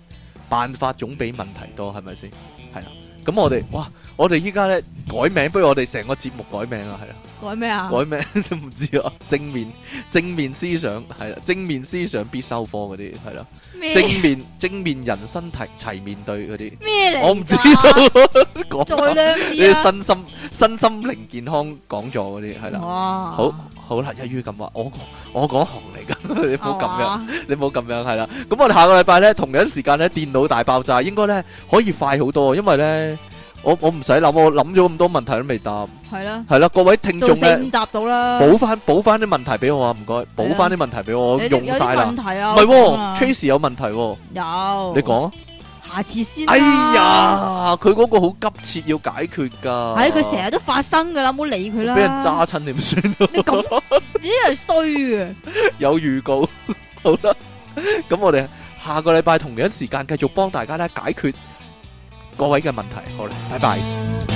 A: 辦法總比問題多，係咪先？係啦，咁我哋
B: 嗯
A: 哇，我哋依家呢，改名，不如我哋成個節目改名啊，係啦，
B: 改咩啊？
A: 改名 [laughs] 都唔知啊，正面正面思想係啦，正面思想必修科嗰啲係啦，正
B: 咩
A: 面正面人生提齊面對嗰啲，
B: 咩嚟？
A: 我唔知。道，
B: 再
A: [laughs] 講
B: 靚啲
A: 啲
B: 啊！
A: 身心身心靈健康講座嗰啲係啦。
B: 哇！
A: 好好啦，一於咁話，我我嗰行嚟噶， [laughs] 你唔好咁樣，
B: 啊嘛
A: 你唔好咁樣係啦。咁我哋下個禮拜咧，同樣時間咧，電腦大爆炸應該咧可以快好多，因為咧我我唔使諗，我諗咗咁多問題都未答，
B: 係啦，
A: 係啦，各位聽眾
B: 做四五
A: 咧
B: 集到啦。
A: 補翻補翻啲問題俾我啊，唔該，補翻啲問題俾我，我
B: 你哋
A: 用
B: 有啲
A: 晒啦
B: 問。題
A: 唔係
B: 啊？我講啊
A: 喎，Trace 有問題喎，
B: 有
A: 你講啊。
B: 下次先。
A: 哎，呀，佢嗰個好急切要解決㗎。
B: 係佢成日都發生噶啦，唔好理佢啦。
A: 俾人揸親點算？
B: 你咁，你呢係衰啊嘅。
A: 有預告。 [laughs] 好啦，咁我哋下個禮拜同樣時間繼續幫大家咧解決各位嘅問題。好啦，拜拜。